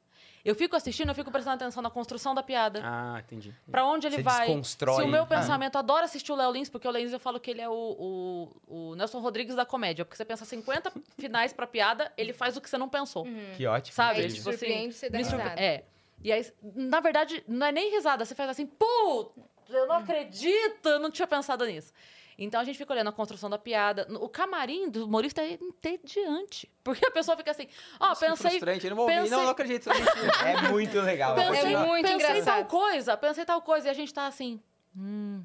S3: Eu fico assistindo, eu fico prestando atenção na construção da piada.
S4: Ah, entendi.
S3: Pra onde ele
S5: Você
S3: vai?
S5: desconstrói.
S3: Se o meu
S5: Ah.
S3: pensamento adora assistir o Léo Lins, porque o Léo Lins eu falo que ele é o, o, o Nelson Rodrigues da comédia. Porque você pensa 50 finais pra piada, ele faz o que você não pensou.
S5: Que
S3: Hum.
S5: ótimo. É
S3: Sabe?
S2: Aí te
S3: tipo assim,
S2: surpreende, Uhum. você dá
S3: Me surpre-
S2: risada.
S3: É. E aí, na verdade, não é nem risada, você faz assim, puta, eu não acredito, eu não tinha pensado nisso. Então a gente fica olhando a construção da piada. O camarim do humorista é entediante. Porque a pessoa fica assim, ó,
S4: Nossa, que
S3: pensei.
S4: frustrante, eu não vou ouvir.
S3: pensei-
S4: Não, não acredito. não acredito.
S5: É muito legal.
S2: Pensei-
S5: Vamos
S3: Pensei,
S5: lá.
S2: muito
S3: pensei
S2: engraçado.
S3: tal coisa, pensei tal coisa. E a gente tá assim, hum,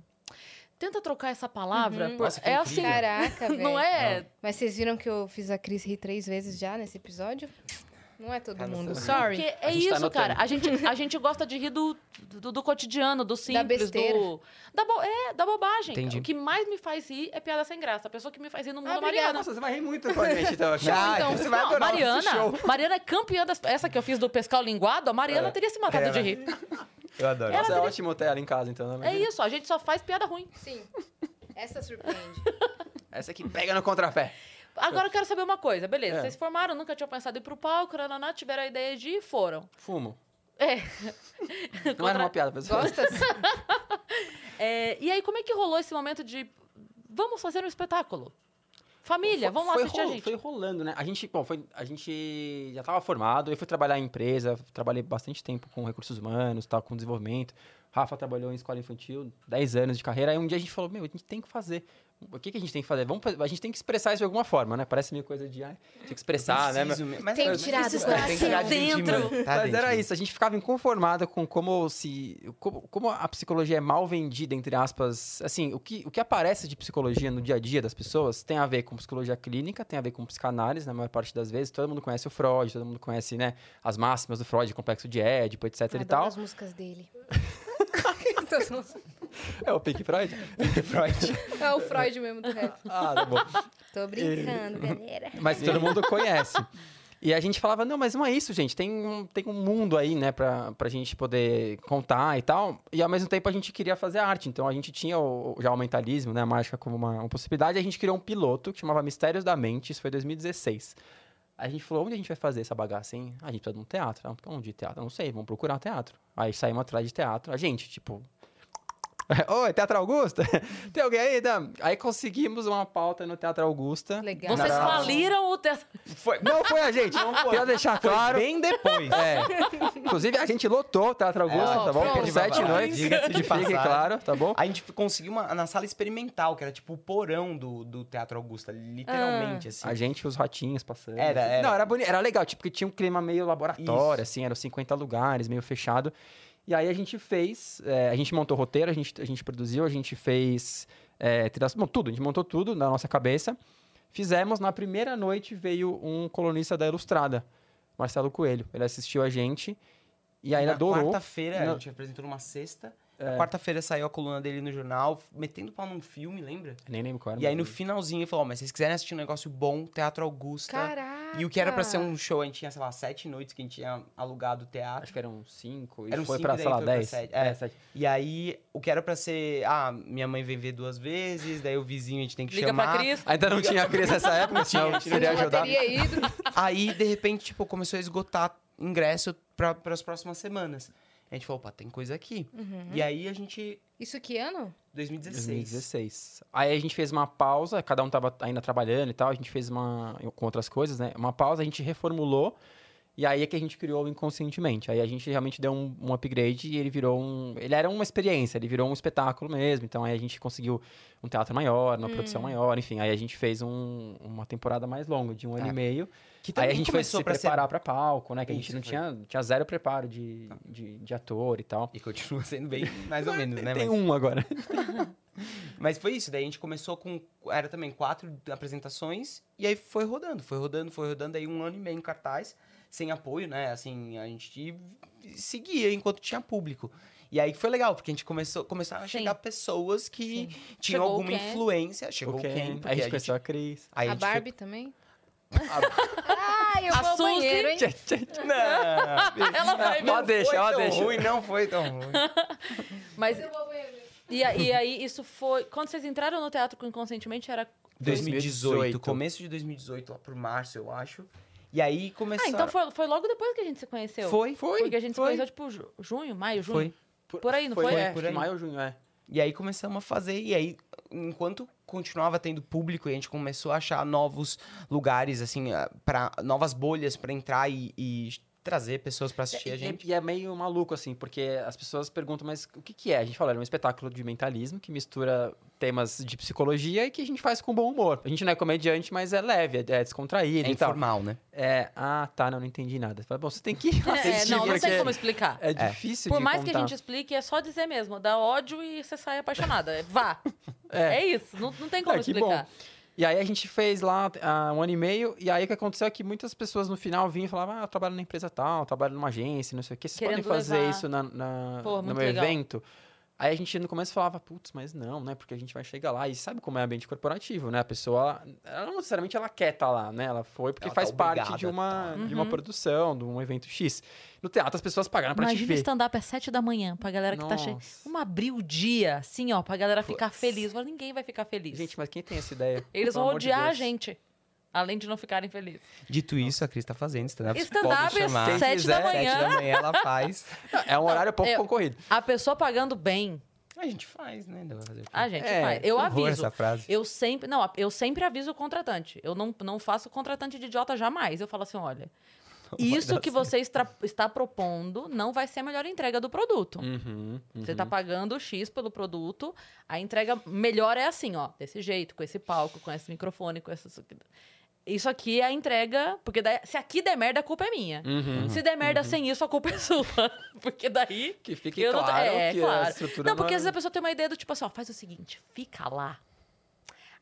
S3: tenta trocar essa palavra.
S4: Uhum.
S3: por-
S5: Nossa, que
S3: é assim,
S5: incrível.
S2: Caraca, velho.
S3: não é?
S2: Mas vocês viram que eu fiz a Cris rir três vezes já nesse episódio? Não é todo
S4: Cara,
S2: mundo.
S4: você-
S2: Sorry.
S3: Porque
S4: A gente tá
S3: é isso,
S4: anotando.
S3: cara. A gente, a gente gosta de rir do, do, do cotidiano, do simples,
S2: besteira.
S3: do. Da bo- é, da bobagem. cara.
S5: Entendi.
S3: O que mais me faz rir é piada sem graça. A pessoa que me faz rir no mundo é
S2: Ah,
S3: a Mariana.
S4: Nossa, você vai rir muito com a gente, então. aqui.
S5: Já,
S4: Ah,
S5: então.
S4: Você vai
S3: Não,
S4: adorar esse
S3: Mariana,
S4: show. É.
S3: Mariana é campeã das. Essa que eu fiz do pescar o linguado, a Mariana teria se matado de rir.
S5: Eu adoro.
S4: Nossa, é ótimo ter ela em casa, então. né?
S3: É isso, a gente só faz piada ruim.
S2: Sim. Essa surpreende.
S4: Essa aqui pega no contrapé.
S3: Agora eu quero saber uma coisa, beleza.
S4: É.
S3: Vocês formaram, nunca tinham pensado em ir pro palco, nananá, tiveram a ideia de ir e foram.
S4: Fumo.
S3: É.
S4: Não era uma piada, pessoal.
S2: Gostas?
S3: É, e aí, como é que rolou esse momento de. Vamos fazer um espetáculo?
S4: Foi-
S3: Família, vamos lá
S4: foi
S3: assistir a
S4: rolo-
S3: gente.
S4: Foi rolando, né? A gente, bom, foi, a gente já estava formado, eu fui trabalhar em empresa, trabalhei bastante tempo com recursos humanos, tal, com desenvolvimento. Rafa trabalhou em escola infantil, 10 anos de carreira. Aí um dia a gente falou, meu, a gente tem que fazer. O que, que a gente tem que fazer? Vamos, fa- a gente tem que expressar isso de alguma forma, né? Parece meio coisa de, ai, tinha que expressar, né? meu?
S5: Preciso mesmo. Mas
S2: Tem
S5: eu
S2: que tirar do
S5: preciso,
S2: coração.
S5: tem que tirar de mim,
S3: Dentro.
S5: mano. Tá
S4: Mas
S5: dentro
S4: era
S5: de mim.
S4: isso, a gente ficava inconformada com como se. Como, como a psicologia é mal vendida, entre aspas. Assim, o que, o que aparece de psicologia no dia a dia das pessoas tem a ver com psicologia clínica, tem a ver com psicanálise, na maior parte das vezes. Todo mundo conhece o Freud, todo mundo conhece, né? As máximas do Freud, complexo de Édipo, etc e
S2: Adoro
S4: tal.
S2: as músicas dele.
S4: É o Pink Freud? Pink Freud.
S2: é o Freud mesmo do resto.
S4: ah, tá bom.
S2: Tô brincando, galera.
S4: Mas todo mundo conhece. E a gente falava, não, mas não é isso, gente. Tem um, tem um mundo aí, né, pra, pra gente poder contar e tal. E ao mesmo tempo a gente queria fazer arte. Então a gente tinha o, o- já o mentalismo, né, a mágica como uma, uma possibilidade. E a gente criou um piloto que chamava Mistérios da Mente. Isso foi em 2016. Aí a gente falou, onde a gente vai fazer essa bagaça, hein? Ah, A gente precisa de um teatro. Ah, Onde teatro? Não sei, vamos procurar teatro. Aí saímos atrás de teatro. A gente, tipo... Oi, Teatro Augusta? Tem alguém aí? Não. Aí conseguimos uma pauta no Teatro Augusta.
S2: Legal.
S3: Vocês
S4: Não.
S3: faliram o teatro.
S4: Foi- não foi a gente. Não foi. Quero deixar claro.
S5: Bem depois.
S4: É. Inclusive, a gente lotou o Teatro Augusta,
S5: É,
S4: tá bom? Por
S5: pronto.
S4: sete noites.
S5: Diga-se de
S4: Fique
S5: passagem.
S4: claro, tá bom?
S5: A gente tipo, conseguiu uma na sala experimental, que era tipo o porão do, do Teatro Augusta,
S3: Ah.
S5: literalmente, assim.
S4: A gente e os ratinhos passando.
S5: Era, era.
S4: Não, era bonito, era legal, tipo, que tinha um clima meio laboratório,
S5: Isso.
S4: assim, eram 50 lugares, meio fechado. E aí a gente fez, é, a gente montou roteiro, a gente, a gente produziu, a gente fez é, trilha- bom, tudo, a gente montou tudo na nossa cabeça. Fizemos, na primeira noite veio um colunista da Ilustrada, Marcelo Coelho. Ele assistiu a gente e aí ele
S5: na
S4: adorou. É.
S5: quarta-feira,
S4: Na-
S5: a gente apresentou numa sexta. Na quarta-feira saiu a coluna dele no jornal, metendo pau num filme, lembra?
S4: Eu Nem lembro qual era.
S5: E aí
S4: mas- é
S5: no finalzinho ele falou, "Ó, mas se vocês quiserem assistir um negócio bom, Teatro Augusta.
S2: Caraca.
S5: E o que era pra ser um show, a gente tinha, sei lá, sete noites que a gente tinha alugado o teatro.
S4: Acho que eram 5 e
S5: Eram
S4: foi
S5: um cinco,
S4: pra,
S5: daí
S4: sei lá,
S5: foi pra
S4: 10.
S5: sete. É. E aí, o que era pra ser, ah, minha mãe vem ver duas vezes, daí o vizinho a gente tem que
S3: Liga
S5: chamar.
S3: pra Cris.
S4: Ainda não tinha crise nessa época, então senão
S2: Eu
S4: seria
S2: já
S4: ajudar.
S2: teria ido.
S5: Aí, de repente, tipo, começou a esgotar ingresso pra, pras próximas semanas. A gente falou, opa, tem coisa aqui.
S3: Uhum.
S5: E aí a gente.
S2: Isso que ano?
S5: 2016.
S4: 2016. Aí a gente fez uma pausa, cada um tava ainda trabalhando e tal, a gente fez uma. com outras coisas, né? Uma pausa, a gente reformulou. E aí é que a gente criou inconscientemente. Aí a gente realmente deu um, um upgrade e ele virou um. Ele era uma experiência, ele virou um espetáculo mesmo. Então aí a gente conseguiu um teatro maior,
S5: Hum.
S4: uma produção maior, enfim. Aí a gente fez um- uma temporada mais longa, de um ano
S5: Tá.
S4: e meio.
S5: Que
S4: aí
S5: também
S4: a gente
S5: começou
S4: foi
S5: pra
S4: se
S5: ser-
S4: preparar pra palco, né? Que a gente
S5: Isso,
S4: não
S5: foi.
S4: tinha, tinha zero preparo de, de, de ator e tal.
S5: E continua sendo bem, mais ou menos, né?
S4: Tem
S5: Mas,
S4: um agora.
S5: mas foi isso, daí a gente começou com. Era também quatro apresentações, e aí foi rodando, foi rodando, foi rodando, aí um ano e meio em cartaz, sem apoio, né? Assim, a gente seguia enquanto tinha público. E aí que foi legal, porque a gente começou, começaram a
S3: Sim.
S5: chegar pessoas que tinham
S3: Chegou o
S5: alguma
S3: Ken.
S5: influência. Chegou
S4: Ok.
S5: quem?
S4: Aí a gente conheceu a Cris.
S5: Aí
S2: a
S5: gente foi-
S2: Barbie também?
S5: A-
S2: Ah, eu
S3: A
S2: vou ao
S3: Suzy.
S2: banheiro, hein?
S5: Não,
S3: Ela vai
S5: não
S4: Ó, deixa,
S5: foi
S4: ó,
S5: tão
S4: deixa.
S5: ruim, não foi tão ruim.
S3: Mas. E, a- e aí, isso foi. Quando vocês entraram no ah, teatro com inconscientemente, era.
S5: 2018,
S4: 2018.
S5: começo de 2018, lá por março, eu acho. E E aí
S3: Ah,
S5: começaram...
S3: então foi, foi logo depois que a gente se conheceu.
S5: Foi,
S4: Foi,
S3: Porque a gente
S4: foi.
S3: se conheceu, tipo, ju- junho, maio, junho.
S5: foi.
S3: Por aí, não foi?
S5: É,
S4: É,
S5: por aí.
S4: maio ou junho, é.
S5: E aí começamos a fazer, e aí, enquanto continuava tendo público, e a gente começou a achar novos lugares, assim, para novas bolhas pra entrar e, e trazer pessoas pra assistir
S4: E-
S5: a gente.
S4: E, e é meio maluco, assim, porque as pessoas perguntam, mas o que, que é? A gente fala, era um espetáculo de mentalismo que mistura temas de psicologia e que a gente faz com bom humor. A gente não é comediante, mas é leve, é, é descontraído
S5: É
S4: e tal.
S5: informal, né?
S4: É, ah, tá, não, não entendi nada. Fala, Bom, você tem que
S3: É,
S4: assistir,
S3: não, não
S4: porque
S3: tem como explicar.
S4: é difícil
S3: Por
S4: de
S3: mais que a
S4: contar.
S3: gente explique, é só dizer mesmo. Dá ódio e você sai apaixonada. É, Vá.
S4: É.
S3: É, isso. Não, não tem como
S4: É, que
S3: explicar.
S4: bom. E aí a gente fez lá ah, um ano e meio, e aí o que aconteceu é que muitas pessoas no final vinham e falavam, ah, eu trabalho na empresa tal, eu trabalho numa agência, não sei o quê, vocês podem
S3: Querendo
S4: fazer
S3: levar.
S4: isso na, na-
S3: Pô,
S4: no
S3: muito
S4: meu
S3: legal.
S4: evento? Aí a gente no começo falava, putz, mas não, né? Porque a gente vai chegar lá e sabe como é ambiente corporativo, né? A pessoa, ela não necessariamente ela quer estar lá, né? Ela foi porque
S5: Ela tá
S4: faz parte de
S5: obrigada a
S4: uma,
S3: tá.
S4: de uma
S3: Uhum.
S4: produção, de um evento X. No teatro as pessoas pagaram pra te
S3: Imagina o
S4: ver.
S3: stand-up às 7 da manhã, pra galera que tá cheia.
S4: Nossa.
S3: Vamos abrir o dia, assim, ó, pra galera ficar
S4: Putz.
S3: feliz. Mas ninguém vai ficar feliz.
S4: Gente, mas quem tem essa ideia? Pelo
S3: Eles vão
S4: amor de
S3: odiar a
S4: Deus.
S3: gente. Além de não ficarem felizes.
S5: Dito isso, a Cris tá fazendo stand-up. vocês
S3: Stand-up
S5: podem
S3: às
S5: chamar.
S4: Quem
S3: sete da
S4: quiser,
S5: Sete
S3: manhã.
S5: da manhã ela faz.
S4: É um horário pouco
S3: eu-
S4: concorrido.
S3: A pessoa pagando bem,
S5: A gente faz, né? Dá pra fazer o quê?
S3: a gente
S4: É,
S3: faz. Eu
S5: Que horror
S3: aviso.
S5: essa frase.
S3: Eu sempre, não, eu sempre aviso o contratante. Eu não, não faço contratante de idiota jamais. Eu falo assim, olha,
S5: vai
S3: isso
S5: dar
S3: que você estra- está propondo não vai ser a melhor entrega do produto.
S4: Uhum,
S3: Você tá pagando X pelo produto, a entrega melhor é assim, ó, desse jeito, com esse palco, com esse microfone, com essa isso aqui é a entrega, porque daí- se aqui der merda, a culpa é minha.
S4: Uhum.
S3: Se der merda sem isso, a culpa é sua. Porque daí
S4: Que fique
S3: eu não tô-
S4: claro
S3: é,
S4: que
S3: claro.
S4: a estrutura
S3: Não, porque às
S4: não...
S3: vezes a pessoa tem uma ideia do tipo assim, ó, faz o seguinte, fica lá.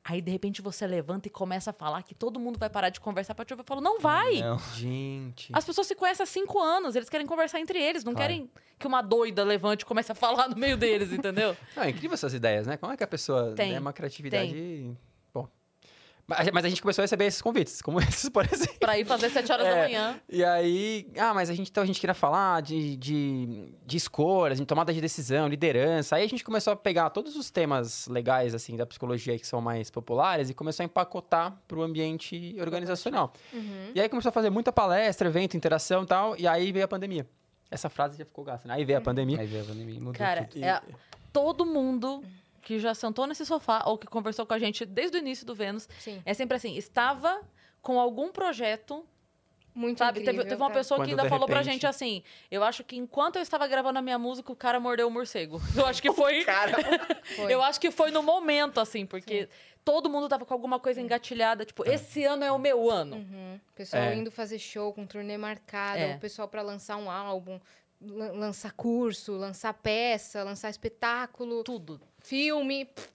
S3: Aí, de repente, você levanta e começa a falar que todo mundo vai parar de conversar pra te ouvir. Eu falo, não vai!
S5: Não.
S4: é Gente...
S3: As pessoas se conhecem há cinco anos, eles querem conversar entre eles, não
S5: Claro.
S3: querem que uma doida levante e comece a falar no meio deles, entendeu?
S4: Não, é incrível essas ideias, né? Como é que a pessoa tem
S3: Tem,
S4: né, uma criatividade... Bom... Mas mas a gente começou a receber esses convites, como esses, por exemplo.
S3: Pra ir fazer sete horas
S4: É.
S3: da manhã.
S4: E aí... Ah, mas a gente, então, a gente queria falar de, de, de escolhas, de tomada de decisão, liderança. Aí a gente começou a pegar todos os temas legais, assim, da psicologia que são mais populares e começou a empacotar pro ambiente organizacional.
S2: Uhum.
S4: E aí começou a fazer muita palestra, evento, interação e tal. E aí veio a pandemia. Essa frase já ficou gasta, né? Aí veio a pandemia.
S5: Aí veio a pandemia e mudou
S3: Cara,
S5: tudo.
S4: E-
S3: é a- todo mundo que já sentou nesse sofá ou que conversou com a gente desde o início do Vênus
S2: Sim.
S3: é sempre assim, estava com algum projeto
S2: Muito
S3: Sabe, teve,
S2: incrível,
S3: teve uma
S2: tá?
S3: pessoa
S4: Quando,
S3: que ainda
S4: de
S3: falou pra
S4: repente-
S3: gente assim: eu acho que enquanto eu estava gravando a minha música, o cara mordeu o morcego. Eu acho que foi.
S2: Foi.
S3: Eu acho que foi no momento, assim, porque todo mundo tava com alguma coisa engatilhada, tipo, esse ano é o meu ano.
S2: Uhum. Pessoal
S4: É.
S2: indo fazer show com turnê marcada,
S3: É.
S2: o pessoal pra lançar um álbum, lan- lançar curso, lançar peça, lançar espetáculo,
S3: Tudo.
S2: filme. Pff,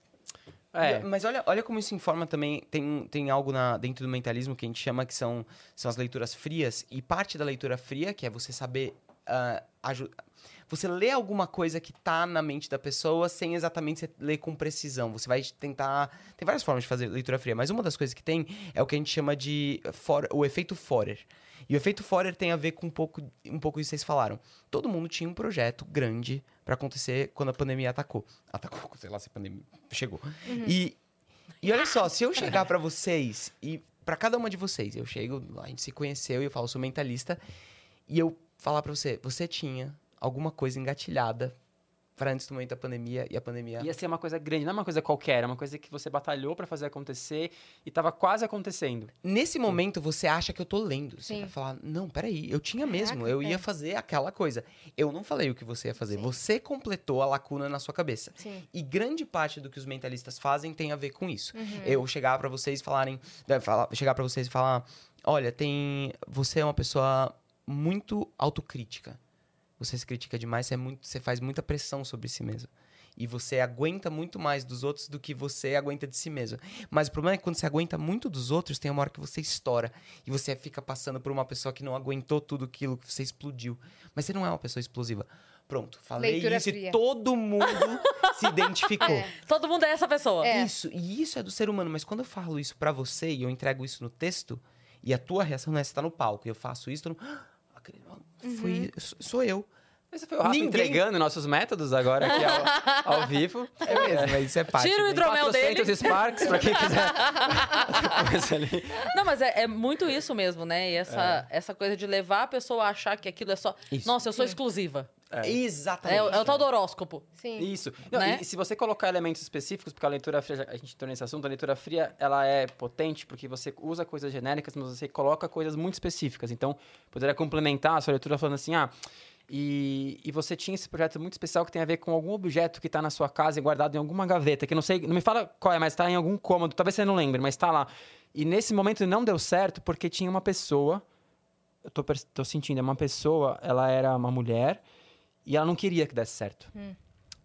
S4: É.
S5: Mas olha, olha como isso informa também. Tem, tem algo na- dentro do mentalismo que a gente chama que são, são as leituras frias. E parte da leitura fria, que é você saber. ah, aju- você lê alguma coisa que tá na mente da pessoa sem exatamente você ler com precisão. Você vai tentar. Tem várias formas de fazer leitura fria, mas uma das coisas que tem é o que a gente chama de for- o efeito Forer. E o efeito Forer tem a ver com um pouco, um pouco isso que vocês falaram. Todo mundo tinha um projeto grande pra acontecer quando a pandemia atacou. Atacou, sei lá se a pandemia chegou.
S2: Uhum.
S5: E, e olha só, se eu chegar pra vocês e pra cada uma de vocês, eu chego, a gente se conheceu e eu falo, sou mentalista, e eu falar pra você, você tinha alguma coisa engatilhada pra antes do momento da pandemia e a pandemia.
S4: Ia ser uma coisa grande, não é uma coisa qualquer, é uma coisa que você batalhou pra fazer acontecer e tava quase acontecendo.
S5: Nesse momento, você acha que eu tô lendo. Você
S2: Sim.
S5: vai falar, não, peraí, eu tinha mesmo,
S2: Caraca,
S5: eu
S2: é.
S5: ia fazer aquela coisa. Eu não falei o que você ia fazer,
S2: Sim.
S5: você completou a lacuna na sua cabeça.
S2: sim.
S5: E grande parte do que os mentalistas fazem tem a ver com isso.
S2: Uhum.
S5: Eu chegar pra vocês e falarem, né, falar- chegar para vocês e falar, olha, tem, você é uma pessoa muito autocrítica. Você se critica demais, você, é muito, você faz muita pressão sobre si mesmo. E você aguenta muito mais dos outros do que você aguenta de si mesmo. Mas o problema é que quando você aguenta muito dos outros, tem uma hora que você estoura. E você fica passando por uma pessoa que não aguentou tudo aquilo que você explodiu. Mas você não é uma pessoa explosiva. Pronto, falei
S2: Leitura
S5: isso
S2: fria.
S5: e todo mundo se identificou.
S2: É.
S3: Todo mundo é essa pessoa.
S2: É.
S5: Isso, e isso é do ser humano, mas quando eu falo isso pra você e eu entrego isso no texto, e a tua reação não é você tá no palco, e eu faço isso, todo mundo, "Ah, acredito, fui, sou eu.
S4: Esse foi o Rafa
S5: Ninguém-
S4: entregando nossos métodos agora aqui ao, ao vivo.
S5: É mesmo, mas isso é parte.
S3: Tira o
S5: né?
S3: hidro- Hidromel dele.
S4: 400 Sparks, pra quem quiser. Coisa ali.
S3: Não, mas é, é muito isso mesmo, né? E essa, essa coisa de levar a pessoa a achar que aquilo é só.
S5: É. Isso. Tá
S3: Nossa, eu sou exclusiva.
S4: É.
S5: Exatamente.
S3: É, o- é o tal do horóscopo.
S2: Sim.
S4: Isso. Não,
S3: Né?
S4: e, e se você colocar elementos específicos, porque a leitura fria, já- a gente entrou nesse assunto, a leitura fria, ela é potente porque você usa coisas genéricas, mas você coloca coisas muito específicas. Então, poderia complementar a sua leitura falando assim, ah... E, e você tinha esse projeto muito especial que tem a ver com algum objeto que tá na sua casa e guardado em alguma gaveta, que eu não sei, não me fala qual é, mas tá em algum cômodo, talvez você não lembre, mas tá lá. E nesse momento não deu certo porque tinha uma pessoa eu tô, perce- tô sentindo, é uma pessoa, ela era uma mulher e ela não queria que desse certo.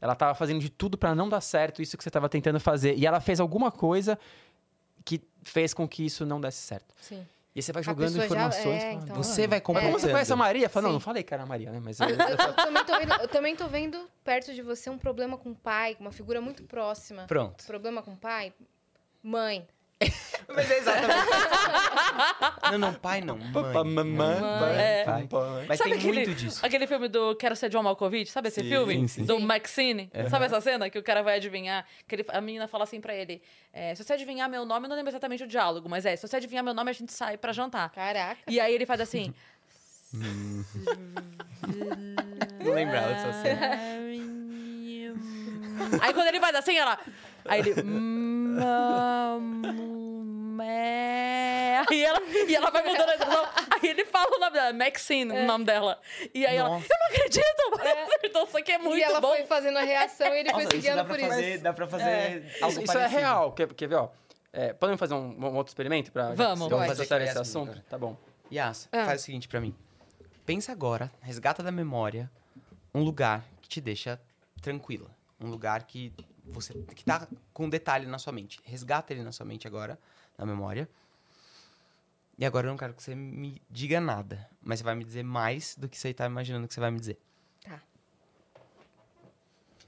S4: Ela tava fazendo de tudo pra não dar certo isso que você tava tentando fazer. E ela fez alguma coisa que fez com que isso não desse certo.
S2: Sim.
S4: E você vai
S2: A
S4: jogando
S2: pessoa já-
S4: informações.
S2: é,
S4: falando,
S2: então-
S5: Você vai
S4: Mas
S5: comprar.
S4: como você conhece a Maria? Fala, não,
S2: Sim.
S4: não falei que era a Maria, né? Mas eu-
S2: Eu também, tô vendo, eu também tô vendo perto de você um problema com o pai, uma figura muito próxima.
S5: Pronto.
S2: Problema com o pai? Mãe.
S5: Mas é exatamente. isso. não, não, pai não. Mãe.
S4: Pá, pá, mamã,
S5: Mãe,
S4: pá,
S5: pai.
S4: pá, pá.
S5: Mas
S3: É. Sabe
S5: tem
S3: aquele,
S5: muito disso.
S3: Aquele filme do Quero Ser John Malkovich, sabe esse
S4: Sim,
S3: filme?
S4: sim, sim.
S3: Do
S2: Sim.
S3: Maxine. Sabe essa cena que o cara vai adivinhar? Que ele- a menina fala assim pra ele: é, Se você adivinhar meu nome, eu não lembro exatamente o diálogo, mas é, se você adivinhar meu nome, a gente sai pra jantar.
S2: Caraca.
S3: E aí ele faz assim.
S4: Não lembrava dessa
S3: Ah.
S4: cena.
S3: aí quando ele faz assim, ela. Aí ele. "Mamé." Aí ela, e ela vai mudando a expressão. Aí ele fala o nome dela, Maxine,
S2: É.
S3: o nome dela. E aí ela,
S5: Nossa.
S3: eu não acredito, mas acertou, isso aqui é muito
S2: e ela
S3: bom.
S2: foi fazendo a reação e ele foi
S5: Nossa,
S2: se
S5: isso dá
S2: guiando por
S5: pra fazer,
S2: isso.
S5: dá pra fazer algo
S4: Isso, isso é
S5: parecido.
S4: real. Quer, quer ver, ó? É, podemos fazer um, um outro experimento? Pra,
S3: Vamos.
S4: Vamos
S5: Pode.
S4: fazer esse
S5: Essa é
S4: assunto?
S5: música.
S4: Tá bom.
S5: Yas,
S2: Ah.
S5: faz o seguinte pra mim. Pensa agora, resgata da memória um lugar que te deixa tranquila, um lugar que você que tá com detalhe na sua mente. Resgata ele na sua mente agora, na memória. E agora eu não quero que você me diga nada, mas você vai me dizer mais do que você tá imaginando que você vai me dizer.
S2: Tá.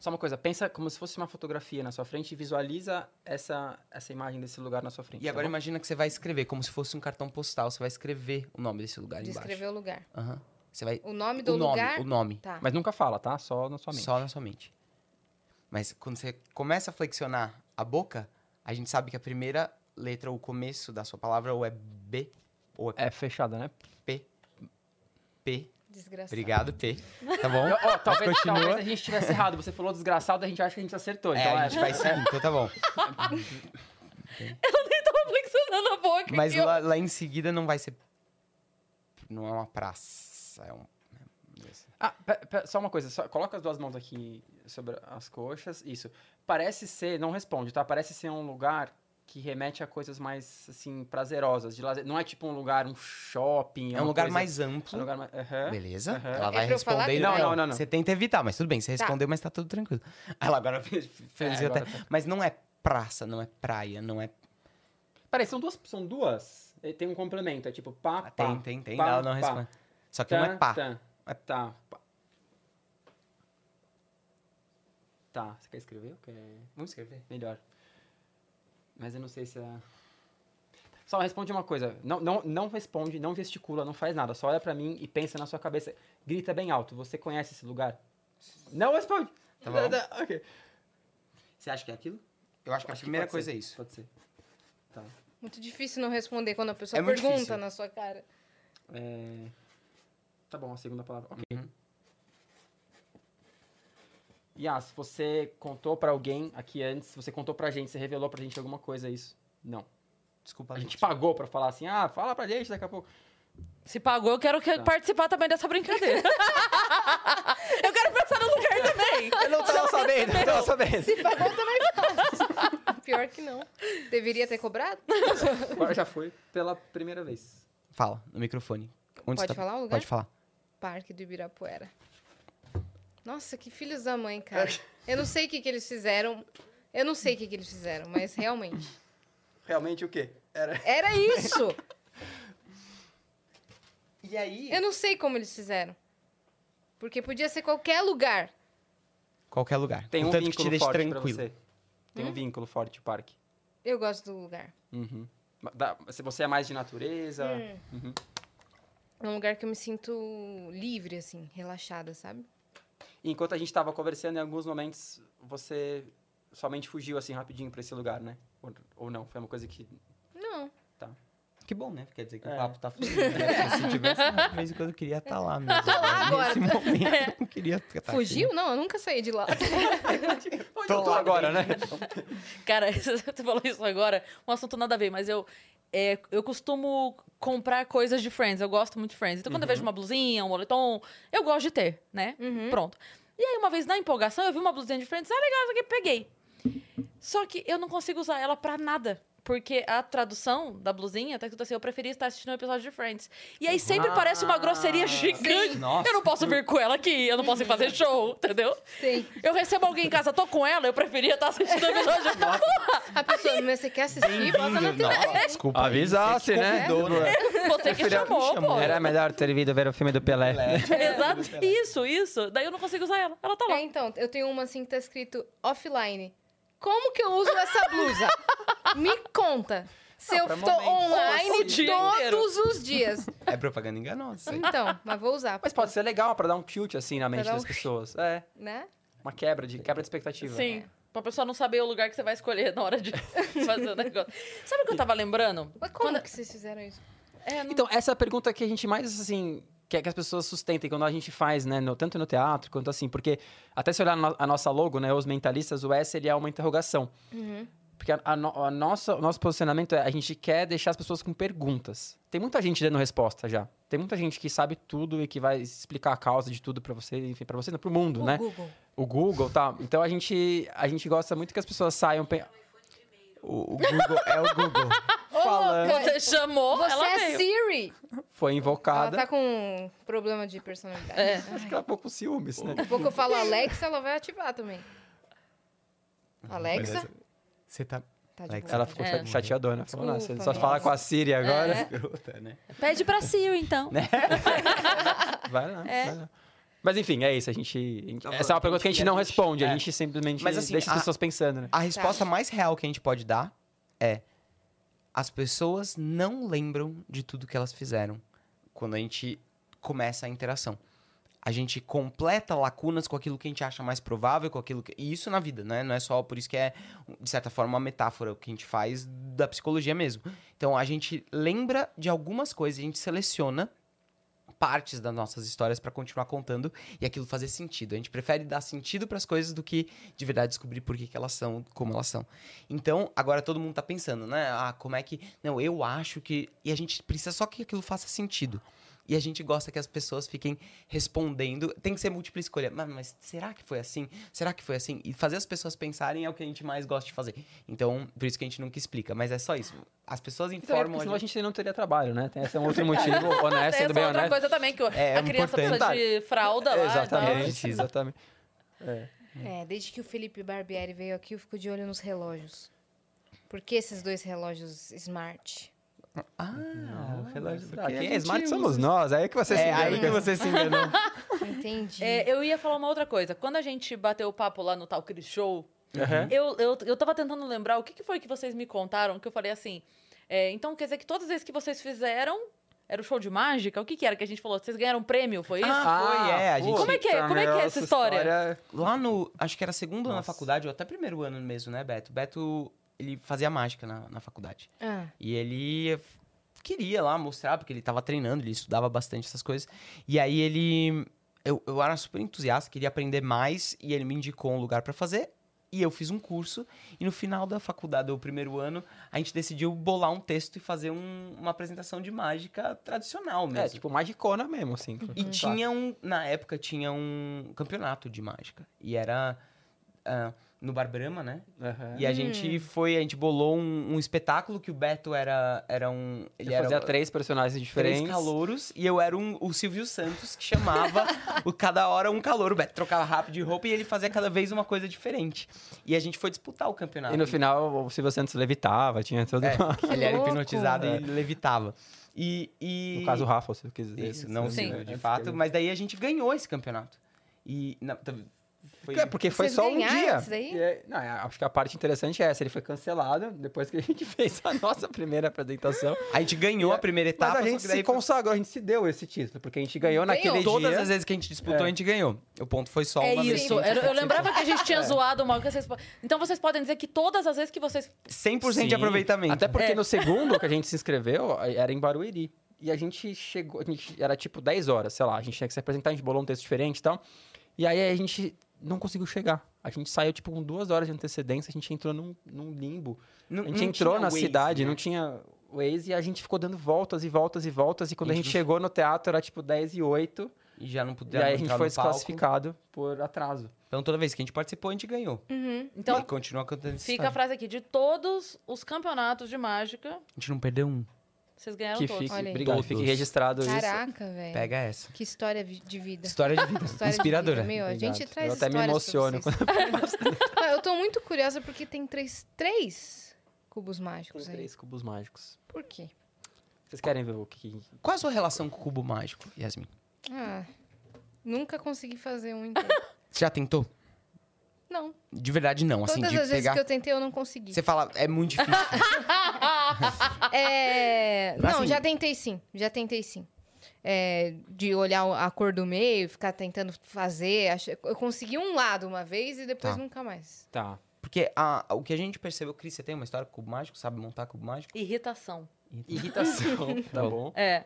S4: Só uma coisa, pensa como se fosse uma fotografia na sua frente e visualiza essa, essa imagem desse lugar na sua frente.
S5: E
S4: tá
S5: agora
S4: bom?
S5: imagina que você vai escrever como se fosse um cartão postal, você vai escrever o nome desse lugar
S2: Descrever
S5: embaixo.
S2: o lugar.
S5: Aham. Você vai
S2: O nome do
S5: o nome,
S2: lugar.
S5: o nome.
S2: Tá.
S4: Mas nunca fala, tá? Só na sua mente.
S5: Só na sua mente. Mas quando você começa a flexionar a boca, a gente sabe que a primeira letra, o começo da sua palavra, ou é B, ou é
S4: É fechada, né?
S5: P.
S2: Desgraçado.
S5: Obrigado, P. Tá bom?
S4: Ó, ó, talvez,
S5: continua.
S4: talvez a gente tivesse errado. Você falou desgraçado, a gente acha que a gente acertou.
S5: É,
S4: então
S5: a gente vai seguir, então tá bom.
S3: Eu nem tava flexionando a boca.
S5: Mas
S3: aqui, ó.
S5: lá, lá em seguida não vai ser. Não é uma praça. É um.
S4: Ah, pe- pe- só uma coisa, só- coloca as duas mãos aqui sobre as coxas. Isso. Parece ser, não responde, tá? Parece ser um lugar que remete a coisas mais, assim, prazerosas. De lazer. Não é tipo um lugar, um shopping.
S5: É um
S4: uma
S5: lugar
S4: coisa-
S5: mais
S4: É um
S5: amplo.
S4: lugar mais. aham.
S5: Beleza?
S4: Aham.
S5: Ela
S4: É
S5: vai
S2: pra eu falar
S5: responder. e
S4: que não? Não, não, não.
S5: Você tenta evitar, mas tudo bem. Você
S2: Tá.
S5: respondeu, mas tá tudo tranquilo. Ela agora fez fez
S4: É,
S5: até.
S4: agora tá.
S5: Mas não é praça, não é praia, não é
S4: Peraí, são duas. São duas? Eh, Tem um complemento, é tipo pá,
S5: Ah,
S4: pá.
S5: Tem, tem, tem.
S4: pá,
S5: ela não
S4: pá.
S5: responde. Só que
S4: Tá,
S5: não é pá.
S4: Tá.
S5: É-
S4: Tá. pá. Tá. Você quer escrever? ou Quer...
S5: Vamos escrever.
S4: Melhor. Mas eu não sei se é. Só responde uma coisa. Não, não, não responde, não gesticula, não faz nada. Só olha pra mim e pensa na sua cabeça. Grita bem alto. Você conhece esse lugar? Não responde.
S5: Tá bom.
S4: Ok.
S5: Você acha que é aquilo? Eu acho que a
S4: Acho que
S5: primeira
S4: pode
S5: coisa
S4: ser,
S5: é isso.
S4: Pode ser. Tá.
S2: Muito difícil não responder quando a pessoa
S5: É muito
S2: pergunta
S5: difícil.
S2: na sua cara.
S4: É, Tá bom, a segunda palavra. Ok.
S5: Uhum.
S4: Yas, você contou pra alguém aqui antes, você contou pra gente, você revelou pra gente alguma coisa é isso? Não.
S5: Desculpa,
S4: A gente pagou pra falar assim, ah, fala pra gente daqui a pouco.
S3: Se pagou, eu quero que-
S4: Tá.
S3: participar também dessa brincadeira. eu quero pensar no lugar também.
S5: Eu não tava sabendo, não tava sabendo.
S2: Pior que não. Deveria ter cobrado?
S4: Agora já foi pela primeira vez.
S5: Fala, no microfone. Onde
S2: Pode
S5: você tá?
S2: falar o lugar?
S5: Pode falar.
S2: Parque do Ibirapuera. Nossa, que filhos da mãe, cara. Eu não sei o que, que eles fizeram. Eu não sei o que, que eles fizeram, mas realmente.
S4: Realmente o quê? Era...
S2: Era isso!
S5: E aí?
S2: Eu não sei como eles fizeram. Porque podia ser qualquer lugar.
S5: Qualquer lugar.
S4: Tem um
S5: Contanto que
S4: vínculo
S5: te deixe
S4: forte
S5: tranquilo.
S4: pra você. Tem um vínculo forte o parque.
S2: Eu gosto do lugar.
S4: Uhum. Dá- Se você é mais de natureza...
S2: É um lugar que eu me sinto livre, assim, relaxada, sabe?
S4: E enquanto a gente estava conversando, em alguns momentos você somente fugiu assim rapidinho para esse lugar, né? Ou, ou não? Foi uma coisa que.
S2: Não.
S5: Que bom, né? Quer dizer que
S4: É.
S5: o papo tá fluindo. né? Se tivesse de vez em quando, eu queria estar lá mesmo.
S2: Tá lá agora. É.
S5: Nesse momento, eu não queria estar aqui.
S2: Fugiu? Não, eu nunca saí de lá.
S4: Onde
S5: Tô
S4: eu tô
S5: lá
S4: agora, né?
S3: Cara, você falou isso agora, um assunto nada a ver, mas eu. é, eu costumo comprar coisas de Friends, eu gosto muito de Friends. Então, quando eu vejo uma blusinha, um moletom, eu gosto de ter, né?
S2: Uhum.
S3: Pronto. E aí, uma vez, na empolgação, eu vi uma blusinha de Friends, ah, legal, isso aqui, peguei. Só que eu não consigo usar ela pra nada. Porque a tradução da blusinha tá escrito assim, eu preferia estar assistindo um episódio de Friends. E aí sempre
S4: Ah,
S3: parece uma grosseria gigante.
S5: Nossa.
S3: eu não posso vir com ela aqui, eu não posso ir fazer show, entendeu?
S2: Sim.
S3: Eu recebo alguém em casa, tô com ela, eu preferia estar assistindo um episódio de
S2: A pessoa, mas você quer assistir? Bota na TV.
S5: Nossa, desculpa.
S4: Avisasse, né?
S3: Você que chamou, pô.
S5: né?
S3: É.
S4: Era melhor ter vindo ver o filme do Pelé.
S3: Exato. Isso, isso. Daí eu não consigo usar ela. Ela tá
S2: É,
S3: lá.
S2: então, eu tenho uma assim que tá escrito offline. Como que eu uso essa blusa? Me conta. Se
S4: Não,
S2: eu
S4: pra
S2: tô
S4: momentos.
S2: online
S3: O dia
S2: todos os dias.
S5: É propaganda enganosa.
S2: Então, mas vou usar,
S4: Mas pode ser legal pra dar um tilt assim na mente
S2: dar um
S4: das pessoas. É,
S2: né?
S4: uma quebra de quebra de expectativa.
S3: Sim. Pra pessoa não saber o lugar que você vai escolher na hora de fazer o negócio. Sabe o que eu tava lembrando?
S2: Mas como
S3: Quando-
S2: que vocês fizeram isso?
S3: É, não-
S4: Então, essa é a pergunta que a gente mais, assim, quer que as pessoas sustentem quando a gente faz, né? no- tanto no teatro quanto assim. Porque, até se olhar no- a nossa logo, né? Os mentalistas, o S, ele é uma interrogação.
S2: Uhum.
S4: Porque a, a no- a nossa, o nosso posicionamento é a gente quer deixar as pessoas com perguntas. Tem muita gente dando resposta já. Tem muita gente que sabe tudo e que vai explicar a causa de tudo pra você, enfim, pra você, não, pro mundo, né?
S2: Google.
S4: O Google, tá? Então a gente, a gente gosta muito que as pessoas saiam pe-
S5: O, o Google é o Google.
S4: falando.
S3: Você assim. chamou,
S2: Você
S3: ela
S2: é
S3: veio.
S2: Siri.
S4: Foi invocada.
S2: Ela tá com problema de personalidade.
S3: É.
S4: Acho que ela ficou com ciúmes, né?
S2: Daqui a pouco eu falo Alexa, ela vai ativar também. Alexa?
S5: Beleza. Você tá
S2: Tá de
S5: Alexa.
S2: boa.
S4: Ela ficou
S3: É.
S4: chateadona. Falou,
S2: Desculpa,
S4: nossa, ele só
S2: nossa.
S4: fala com a Siri agora.
S5: garota, né?
S3: Pede pra Siri, então.
S4: Vai lá,
S3: É.
S4: vai lá. Mas enfim, é isso. A gente. essa
S5: Tá
S4: é
S5: falando,
S4: uma pergunta que a gente
S5: é,
S4: não
S5: a gente-
S4: responde.
S5: é.
S4: A gente simplesmente
S5: Mas, assim,
S4: deixa as
S5: a-
S4: pessoas pensando, né?
S5: A resposta mais real que a gente pode dar é: as pessoas não lembram de tudo que elas fizeram quando a gente começa a interação. A gente completa lacunas com aquilo que a gente acha mais provável, com aquilo que. E isso na vida, né? Não é só por isso que é, de certa forma, uma metáfora que a gente faz da psicologia mesmo. Então a gente lembra de algumas coisas, a gente seleciona partes das nossas histórias pra continuar contando e aquilo fazer sentido. A gente prefere dar sentido pras coisas do que de verdade descobrir por que, que elas são como elas são. Então, agora todo mundo tá pensando, né? Ah, como é que. Não, eu acho que. E a gente precisa só que aquilo faça sentido. E a gente gosta que as pessoas fiquem respondendo. Tem que ser múltipla escolha. Mas, mas será que foi assim? Será que foi assim? E fazer as pessoas pensarem é o que a gente mais gosta de fazer. Então, por isso que a gente nunca explica. Mas é só isso. As pessoas
S4: Então, é porque
S5: informam. a
S4: senão a
S5: gente-
S4: gente não teria trabalho, né? Tem esse é um outro motivo, honesto,
S3: Essa
S4: sendo
S3: é
S4: bem
S3: outra
S4: honesto.
S3: coisa também, que
S5: É,
S3: a criança precisa
S5: importante.
S3: de fralda lá. e tal.
S4: exatamente,
S5: então.
S4: exatamente.
S2: É, desde que o Felipe Barbieri veio aqui, eu fico de olho nos relógios. Por que esses dois relógios smart?
S5: Ah, o relógio
S4: Ah, quem é smart somos nós, aí que você se
S5: É
S4: engana.
S5: aí que você se enganou.
S2: Entendi.
S3: É, eu ia falar uma outra coisa. Quando a gente bateu o papo lá no tal Cris Show,
S5: Uhum.
S4: Aham.
S3: Eu, eu, eu tava tentando lembrar o que, que foi que vocês me contaram, que eu falei assim. é, então quer dizer que todas as vezes que vocês fizeram. Era o show de mágica? O que, que era que a gente falou? Vocês ganharam um prêmio, foi isso?
S5: Ah, foi, é, a gente-
S3: Como é que é?
S4: puta,
S3: Como é que é
S4: meu,
S3: essa história?
S5: Lá no. Acho que era segundo ano na
S4: Nossa.
S5: faculdade, ou até primeiro ano mesmo, né, Beto? Beto, ele fazia mágica na, na faculdade.
S2: Ah,
S5: E ele f- queria lá mostrar, porque ele tava treinando, ele estudava bastante essas coisas. E aí ele. Eu, eu era super entusiasta, queria aprender mais, e ele me indicou um lugar pra fazer. E eu fiz um curso, e no final da faculdade, ou primeiro ano, a gente decidiu bolar um texto e fazer um- uma apresentação de mágica tradicional mesmo.
S4: É, tipo, magicona mesmo, assim.
S5: E
S4: Tá.
S5: tinha um. Na época tinha um campeonato de mágica. E era ah, no Barbrama, né?
S4: Aham.
S5: E a
S4: Hum.
S5: gente foi, a gente bolou um, um espetáculo que o Beto era, era um. Ele
S4: Ele
S5: era
S4: fazia três personagens diferentes.
S5: Três calouros, e eu era um, o Silvio Santos, que chamava o, cada hora um calouro. O Beto trocava rápido de roupa e ele fazia cada vez uma coisa diferente. E a gente foi disputar o campeonato.
S4: E no final, o Silvio Santos levitava, tinha todo...
S5: É,
S4: uma-
S5: ele era
S2: louco.
S5: hipnotizado e levitava. E, e...
S4: É. No caso, o Rafa, se eu quis dizer.
S5: Isso, É, não
S3: Sim.
S5: sim, de fato. Mas daí a gente ganhou esse campeonato. E na- tá, tam-
S4: Foi...
S6: É, porque foi
S2: Vocês
S6: só um
S2: ganharam
S6: dia.
S2: Isso daí?
S4: E é- não, é, acho que a parte interessante é essa. Ele foi cancelado depois que a gente fez a nossa primeira apresentação.
S5: A gente ganhou É, a primeira
S4: Mas
S5: etapa,
S4: a gente
S5: só que daí
S4: se
S5: foi-
S4: consagrou, a gente se deu esse título, porque a gente ganhou, naquele
S5: Todas
S4: dia.
S5: as vezes que a gente disputou,
S4: É.
S5: a gente ganhou. O ponto foi só
S3: É
S5: uma vez.
S3: isso.
S2: Sim,
S3: Eu, eu lembrava que É. a gente tinha zoado mal. Que vocês... Então vocês podem dizer que todas as vezes que vocês.
S5: 100%
S4: Sim.
S5: de aproveitamento.
S4: Até porque
S3: É.
S4: no segundo que a gente se inscreveu, era em Barueri. E a gente chegou, a gente, era tipo 10 horas, sei lá, a gente tinha que se apresentar, a gente bolou um texto diferente e tal. E aí a gente não conseguiu chegar. A gente saiu tipo com duas horas de antecedência, a gente entrou num, num limbo.
S5: Não-
S4: A gente
S5: não
S4: entrou
S5: tinha
S4: na
S5: Waze,
S4: cidade,
S5: né?
S4: não tinha Waze, e a gente ficou dando voltas e voltas e voltas. E quando a
S5: Gente,
S4: gente chegou no teatro era tipo 10 e 8,
S5: E já não
S4: e
S5: puderam
S4: aí a gente
S5: entrar
S4: foi
S5: no palco.
S4: desclassificado por atraso.
S5: Então toda vez que a gente participou, a gente ganhou.
S3: Então
S5: e continua cantando essa
S3: fica a
S5: história.
S3: frase aqui: de todos os campeonatos de mágica,
S5: A gente não perdeu um.
S3: vocês ganharam
S4: que
S3: todos.
S4: fique,
S2: É Olha aí.
S4: obrigado, fique
S5: Todos.
S4: registrado isso.
S2: Caraca, velho.
S5: Pega essa.
S2: Que história vi- de vida.
S5: História de vida.
S2: É. História de
S5: Inspiradora.
S2: vida, Meu, a gente
S4: Obrigado.
S2: traz
S4: Eu até me
S2: histórias pra
S4: emociono
S2: vocês. Não, eu tô muito curiosa porque tem três, três cubos
S4: Com
S2: mágicos aí.
S4: três cubos mágicos.
S2: Por quê?
S4: Vocês querem ver o que,
S5: Qual a sua relação com o cubo mágico, Yasmin?
S2: Ah, nunca consegui fazer um então.
S5: Você já tentou?
S2: Não.
S5: De verdade, não. Assim,
S2: Todas
S5: de
S2: as vezes
S5: pegar.
S2: que eu tentei, eu não consegui.
S5: Você fala, é muito difícil.
S2: É, Não,
S5: Assim-
S2: já tentei sim. Já tentei sim. É, de olhar o- a cor do meio, ficar tentando fazer. ach- Eu consegui um lado uma vez e depois
S5: Tá.
S2: nunca mais.
S4: Tá.
S5: Porque a- o que a gente percebeu, Cris, você tem uma história com cubo mágico? Sabe montar cubo mágico?
S3: Irritação.
S4: Irritação, tá bom?
S3: É.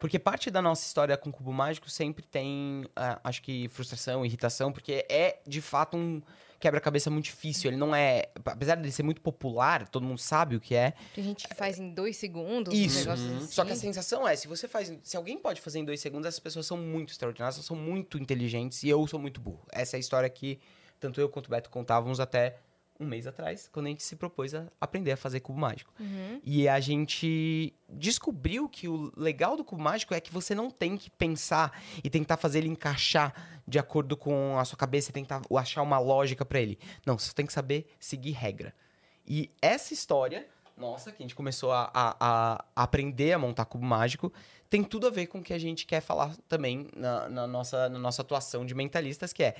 S5: Porque parte da nossa história com cubo mágico sempre tem, ah, acho que, frustração, irritação, porque é de fato um quebra-cabeça muito difícil. Ele não é. Apesar dele ser muito popular, todo mundo sabe o que é.
S2: Tem gente que faz em dois segundos. uns
S5: Isso.
S2: negócios
S4: Uhum.
S2: assim.
S5: Só que a sensação é, se você faz. Se alguém pode fazer em dois segundos, essas pessoas são muito extraordinárias, elas são muito inteligentes e eu sou muito burro. Essa é a história que tanto eu quanto o Beto contávamos até um mês atrás, quando a gente se propôs a aprender a fazer cubo mágico.
S2: Uhum.
S5: E a gente descobriu que o legal do cubo mágico é que você não tem que pensar e tentar fazer ele encaixar de acordo com a sua cabeça e tentar achar uma lógica pra ele. Não, você tem que saber seguir regra. E essa história, nossa, que a gente começou a, a- a- a aprender a montar cubo mágico, tem tudo a ver com o que a gente quer falar também na, na nossa, na nossa atuação de mentalistas, que é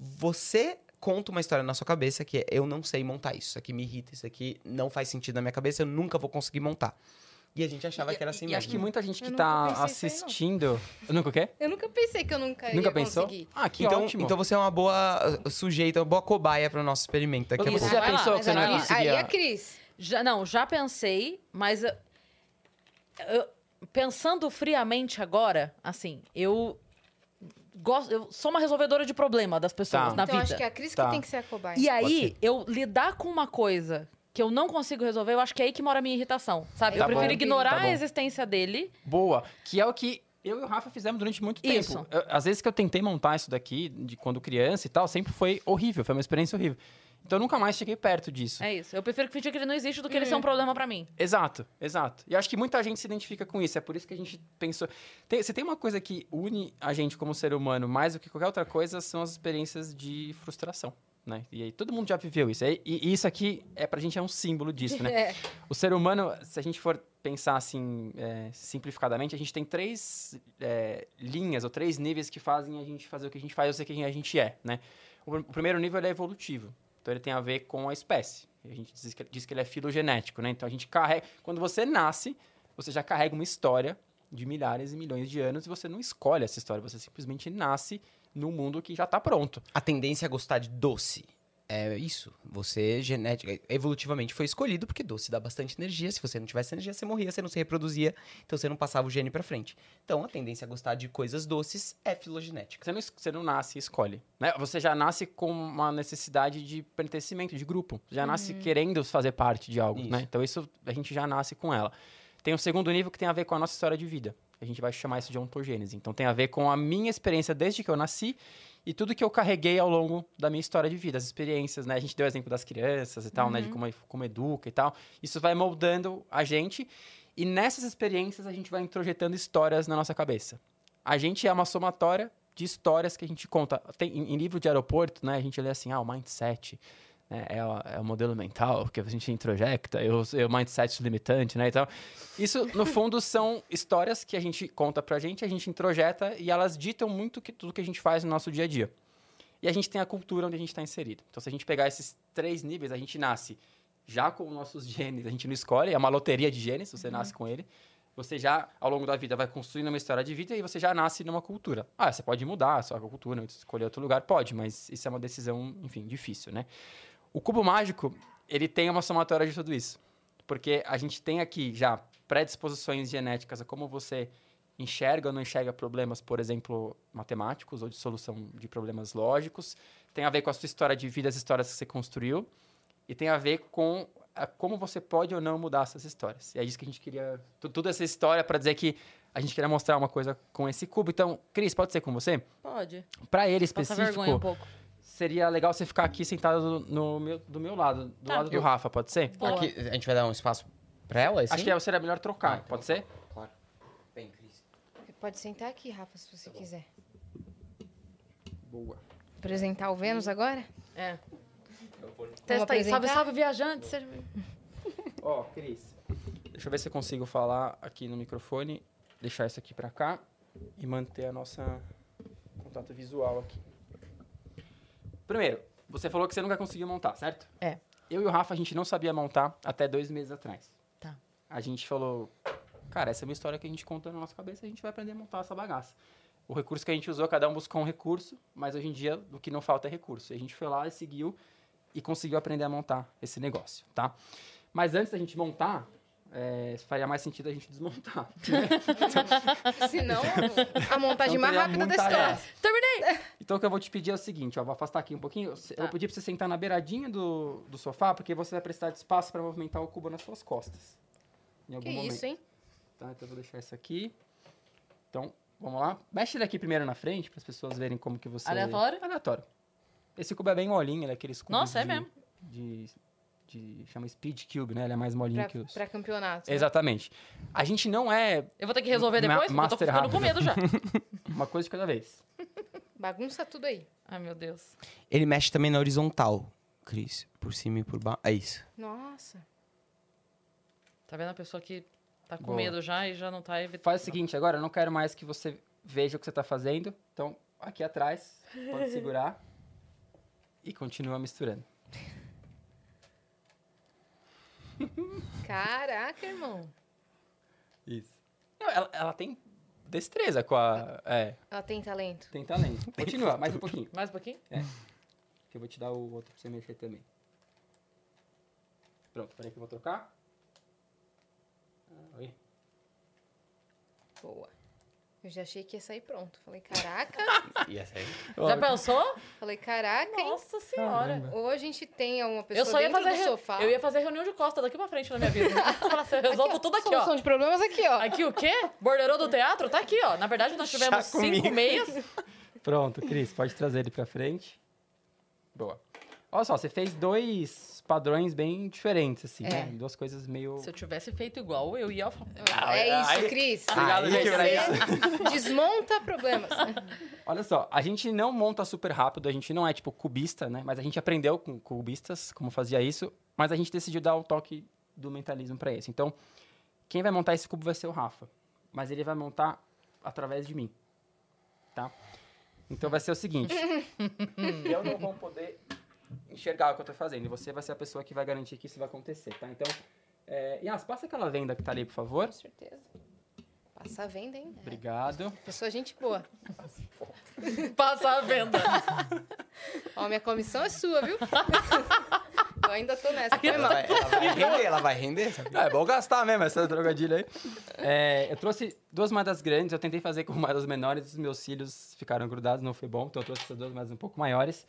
S5: você conta uma história na sua cabeça que é, eu não sei montar isso, isso aqui me irrita, isso aqui não faz sentido na minha cabeça, eu nunca vou conseguir montar. E a gente achava que era assim
S4: e
S5: mesmo.
S4: acho que muita gente
S2: Hum. Eu
S4: que
S2: nunca
S4: tá
S2: pensei isso
S4: assistindo. Nunca o quê?
S2: Eu nunca pensei que eu nunca,
S4: Nunca
S2: ia
S4: pensou?
S2: conseguir.
S4: Ah, que
S5: então,
S4: ótimo.
S5: então você é uma boa uh, sujeita, uma boa cobaia para o nosso experimento É daqui a
S4: então Você
S5: pouco.
S4: já
S3: Vai lá,
S4: pensou que
S2: Ah, Mas
S4: você
S2: a Cris,
S4: não ia
S2: aí é
S4: conseguir?
S2: a
S4: a-
S2: Cris.
S3: Já, não, já pensei, mas eu- eu- pensando friamente agora, assim, eu gosto, eu sou uma resolvedora de problema das pessoas
S4: Tá.
S3: na
S2: então
S3: vida.
S2: acho que é a Cris que
S4: Tá.
S2: tem que ser a cobaia.
S3: E aí, eu lidar com uma coisa que eu não consigo resolver, eu acho que é aí que mora a minha irritação, sabe?
S2: Tá
S3: eu prefiro
S2: bom.
S3: ignorar
S4: Tá bom.
S3: a existência dele.
S4: Boa. Que é o que eu e o Rafa fizemos durante muito tempo.
S3: Isso.
S4: Eu- às vezes que eu tentei montar isso daqui, de quando criança e tal, sempre foi horrível. Foi uma experiência horrível. Então eu nunca mais cheguei perto disso.
S3: É isso. Eu prefiro fingir que ele não existe do que ele ser um problema pra mim.
S4: Exato, exato. E acho que muita gente se identifica com isso. É por isso que a gente pensou. Tem, se tem uma coisa que une a gente como ser humano mais do que qualquer outra coisa, são as experiências de frustração. Né? E aí, todo mundo já viveu isso. E, e isso aqui, é pra gente, é um símbolo disso, né?
S2: É.
S4: O ser humano, se a gente for pensar assim, é, simplificadamente, a gente tem três é, linhas ou três níveis que fazem a gente fazer o que a gente faz ou ser quem a gente é, né? O, pr- o primeiro nível ele é evolutivo, então ele tem a ver com a espécie. A gente diz que, diz que ele é filogenético, né? Então a gente carrega... Quando você nasce, você já carrega uma história de milhares e milhões de anos e você não escolhe essa história, você simplesmente nasce num mundo que já está pronto.
S5: A tendência a gostar de doce. É isso. Você genética, evolutivamente foi escolhido porque doce dá bastante energia. Se você não tivesse energia, você morria, você não se reproduzia, então você não passava o gene pra frente. Então a tendência a gostar de coisas doces é filogenética.
S4: Você não, es- você não nasce e escolhe. Né? Você já nasce com uma necessidade de pertencimento, de grupo. Já nasce querendo fazer parte de algo.
S5: Isso.
S4: Né? Então, isso a gente já nasce com ela. Tem um segundo nível que tem a ver com a nossa história de vida. A gente vai chamar isso de ontogênese. Então, tem a ver com a minha experiência desde que eu nasci e tudo que eu carreguei ao longo da minha história de vida, as experiências, né? A gente deu o exemplo das crianças e tal, né? De como, como educa e tal. Isso vai moldando a gente. E nessas experiências, a gente vai introjetando histórias na nossa cabeça. A gente é uma somatória de histórias que a gente conta. Tem, em, em livro de aeroporto, né? A gente lê assim, ah, o mindset né, é, o- é o modelo mental que a gente introjecta, eu, eu mindset limitante, né? Então, isso, no fundo, são histórias que a gente conta pra gente, a gente introjeta e elas ditam muito que, tudo que a gente faz no nosso dia a dia. e a gente tem a cultura onde a gente está inserido. Então, se a gente pegar esses três níveis, a gente nasce já com os nossos genes, a gente não escolhe, é uma loteria de genes, você nasce com ele. Você já, ao longo da vida, vai construindo uma história de vida e você já nasce numa cultura. Ah, você pode mudar a sua cultura, escolher outro lugar, pode, mas isso é uma decisão, enfim, difícil, né? O cubo mágico, ele tem uma somatória de tudo isso. Porque a gente tem aqui já predisposições genéticas a como você enxerga ou não enxerga problemas, por exemplo, matemáticos ou de solução de problemas lógicos. Tem a ver com a sua história de vida, as histórias que você construiu. E tem a ver com a, como você pode ou não mudar essas histórias. E é isso que a gente queria. tu- Toda essa história para dizer que a gente queria mostrar uma coisa com esse cubo. Então, Cris, pode ser com você?
S3: Pode.
S4: Para ele
S3: Passa vergonha um
S4: específico,
S3: pouco.
S4: seria legal você ficar aqui sentado no meu, do meu lado, do
S3: Tá.
S4: lado do
S5: Eu-
S4: Rafa, pode ser?
S3: Boa.
S5: Aqui, a gente vai dar um espaço pra ela? Assim?
S4: Acho que é- seria melhor trocar,
S5: Ah,
S3: tá
S5: então
S4: pode ser?
S5: Claro. Bem, Cris.
S2: Pode sentar aqui, Rafa, se você quiser.
S4: Boa.
S2: Apresentar o Vênus
S4: Hum.
S2: agora?
S3: É.
S2: Vamos
S3: Testa aí.
S2: apresentar?
S3: Salve, salve, viajante. Seja...
S4: Ó, Cris. Deixa eu ver se eu consigo falar aqui no microfone, deixar isso aqui pra cá e manter a nossa contato visual aqui. Primeiro, você falou que você nunca conseguiu montar, certo?
S3: É.
S4: Eu e o Rafa, a gente não sabia montar até dois meses atrás.
S3: Tá.
S4: A gente falou, cara, essa é uma história que a gente conta na nossa cabeça, a gente vai aprender a montar essa bagaça. O recurso que a gente usou, cada um buscou um recurso, mas hoje em dia o que não falta é recurso. E a gente foi lá e seguiu e conseguiu aprender a montar esse negócio, tá? Mas antes da gente montar, é, faria mais sentido a gente desmontar.
S2: Senão, a montagem
S4: Então,
S2: mais
S4: teria
S2: rápida da
S4: muita
S2: história.
S4: graça. Então, o que eu vou te pedir é o seguinte, ó, vou afastar aqui um pouquinho. Eu se- Eu
S3: Tá.
S4: vou pedir pra você sentar na beiradinha do, do sofá, porque você vai precisar de espaço para movimentar o cubo nas suas costas. Em algum
S2: Que
S4: momento.
S2: isso, hein?
S4: Tá? Então, eu vou deixar isso aqui. Então, vamos lá. Mexe ele aqui primeiro na frente, para as pessoas verem como que você...
S3: Aleatório?
S4: Aleatório. Esse cubo é bem molinho, ele é aqueles cubos
S3: Nossa, é
S4: de-
S3: mesmo.
S4: De, de- Chama Speed Cube, né? Ele é mais molinho
S2: Pra,
S4: que os...
S2: pra campeonato. né?
S4: Exatamente. A gente não é
S3: Eu vou ter que resolver
S4: Ma-
S3: depois, porque
S4: master
S3: eu tô ficando com medo já.
S4: uma coisa de cada vez.
S2: Bagunça tudo aí.
S3: Ai, meu Deus.
S5: Ele mexe também na horizontal, Cris. Por cima e por baixo. É isso.
S2: Nossa.
S3: Tá vendo a pessoa que tá com
S4: Boa.
S3: medo já e já não tá evitando.
S4: Faz o seguinte, agora eu não quero mais que você veja o que você tá fazendo. Então, aqui atrás, pode segurar. E continua misturando.
S2: Caraca, irmão.
S4: Isso. Ela, ela tem destreza com a. É,
S2: Ela tem talento.
S4: tem talento. Continua, mais um pouquinho.
S3: Mais um pouquinho?
S4: Que eu vou te dar o outro pra você mexer também. Pronto, peraí que eu vou trocar. Ah, Oi.
S2: Boa. Eu já achei que ia sair pronto. Falei, caraca.
S5: E é essa aí?
S3: Já pensou?
S2: Falei, caraca, hein?
S3: Nossa senhora.
S2: Ou a gente tem uma pessoa
S3: Eu só ia
S2: dentro
S3: fazer.
S2: do
S3: re-
S2: sofá.
S3: Eu ia fazer reunião de costa daqui pra frente na minha vida. Nossa, eu resolvo
S2: ó,
S3: tudo aqui, ó. um
S2: Solução de problemas aqui, ó.
S3: Aqui o quê? Borderô do teatro? Tá aqui, ó. Na verdade, nós tivemos
S4: Já comigo.
S3: cinco meias.
S4: Pronto, Cris, pode trazer ele pra frente. Boa. Olha só, você fez dois padrões bem diferentes, assim,
S2: É.
S4: né? Duas coisas meio.
S3: Se eu tivesse feito igual, eu ia.
S2: é isso,
S4: aí-
S2: Cris.
S4: Obrigado,
S2: Você
S4: gente, era isso.
S2: Desmonta problemas.
S4: Olha só, a gente não monta super rápido, a gente não é tipo cubista, né? Mas a gente aprendeu com cubistas como fazia isso, mas a gente decidiu dar o toque do mentalismo para isso. Então, quem vai montar esse cubo vai ser o Rafa, mas ele vai montar através de mim, tá? Então vai ser o seguinte: eu não vou poder enxergar o que eu tô fazendo, e você vai ser a pessoa que vai garantir que isso vai acontecer, tá? Então, é... Yas, passa aquela venda que tá ali, por favor.
S2: Com certeza. Passa a venda, hein?
S4: Obrigado.
S2: Pessoa gente boa.
S3: Passar a venda.
S2: Ó, minha comissão é sua, viu? Eu ainda tô nessa. Foi
S5: Ela
S2: mal.
S5: vai, ela vai render, ela vai render. sabe?
S4: Ah, é bom gastar mesmo essa drogadilha aí. É, eu trouxe duas moedas grandes, eu tentei fazer com moedas menores, os meus cílios ficaram grudados, não foi bom, então eu trouxe essas duas moedas um pouco maiores.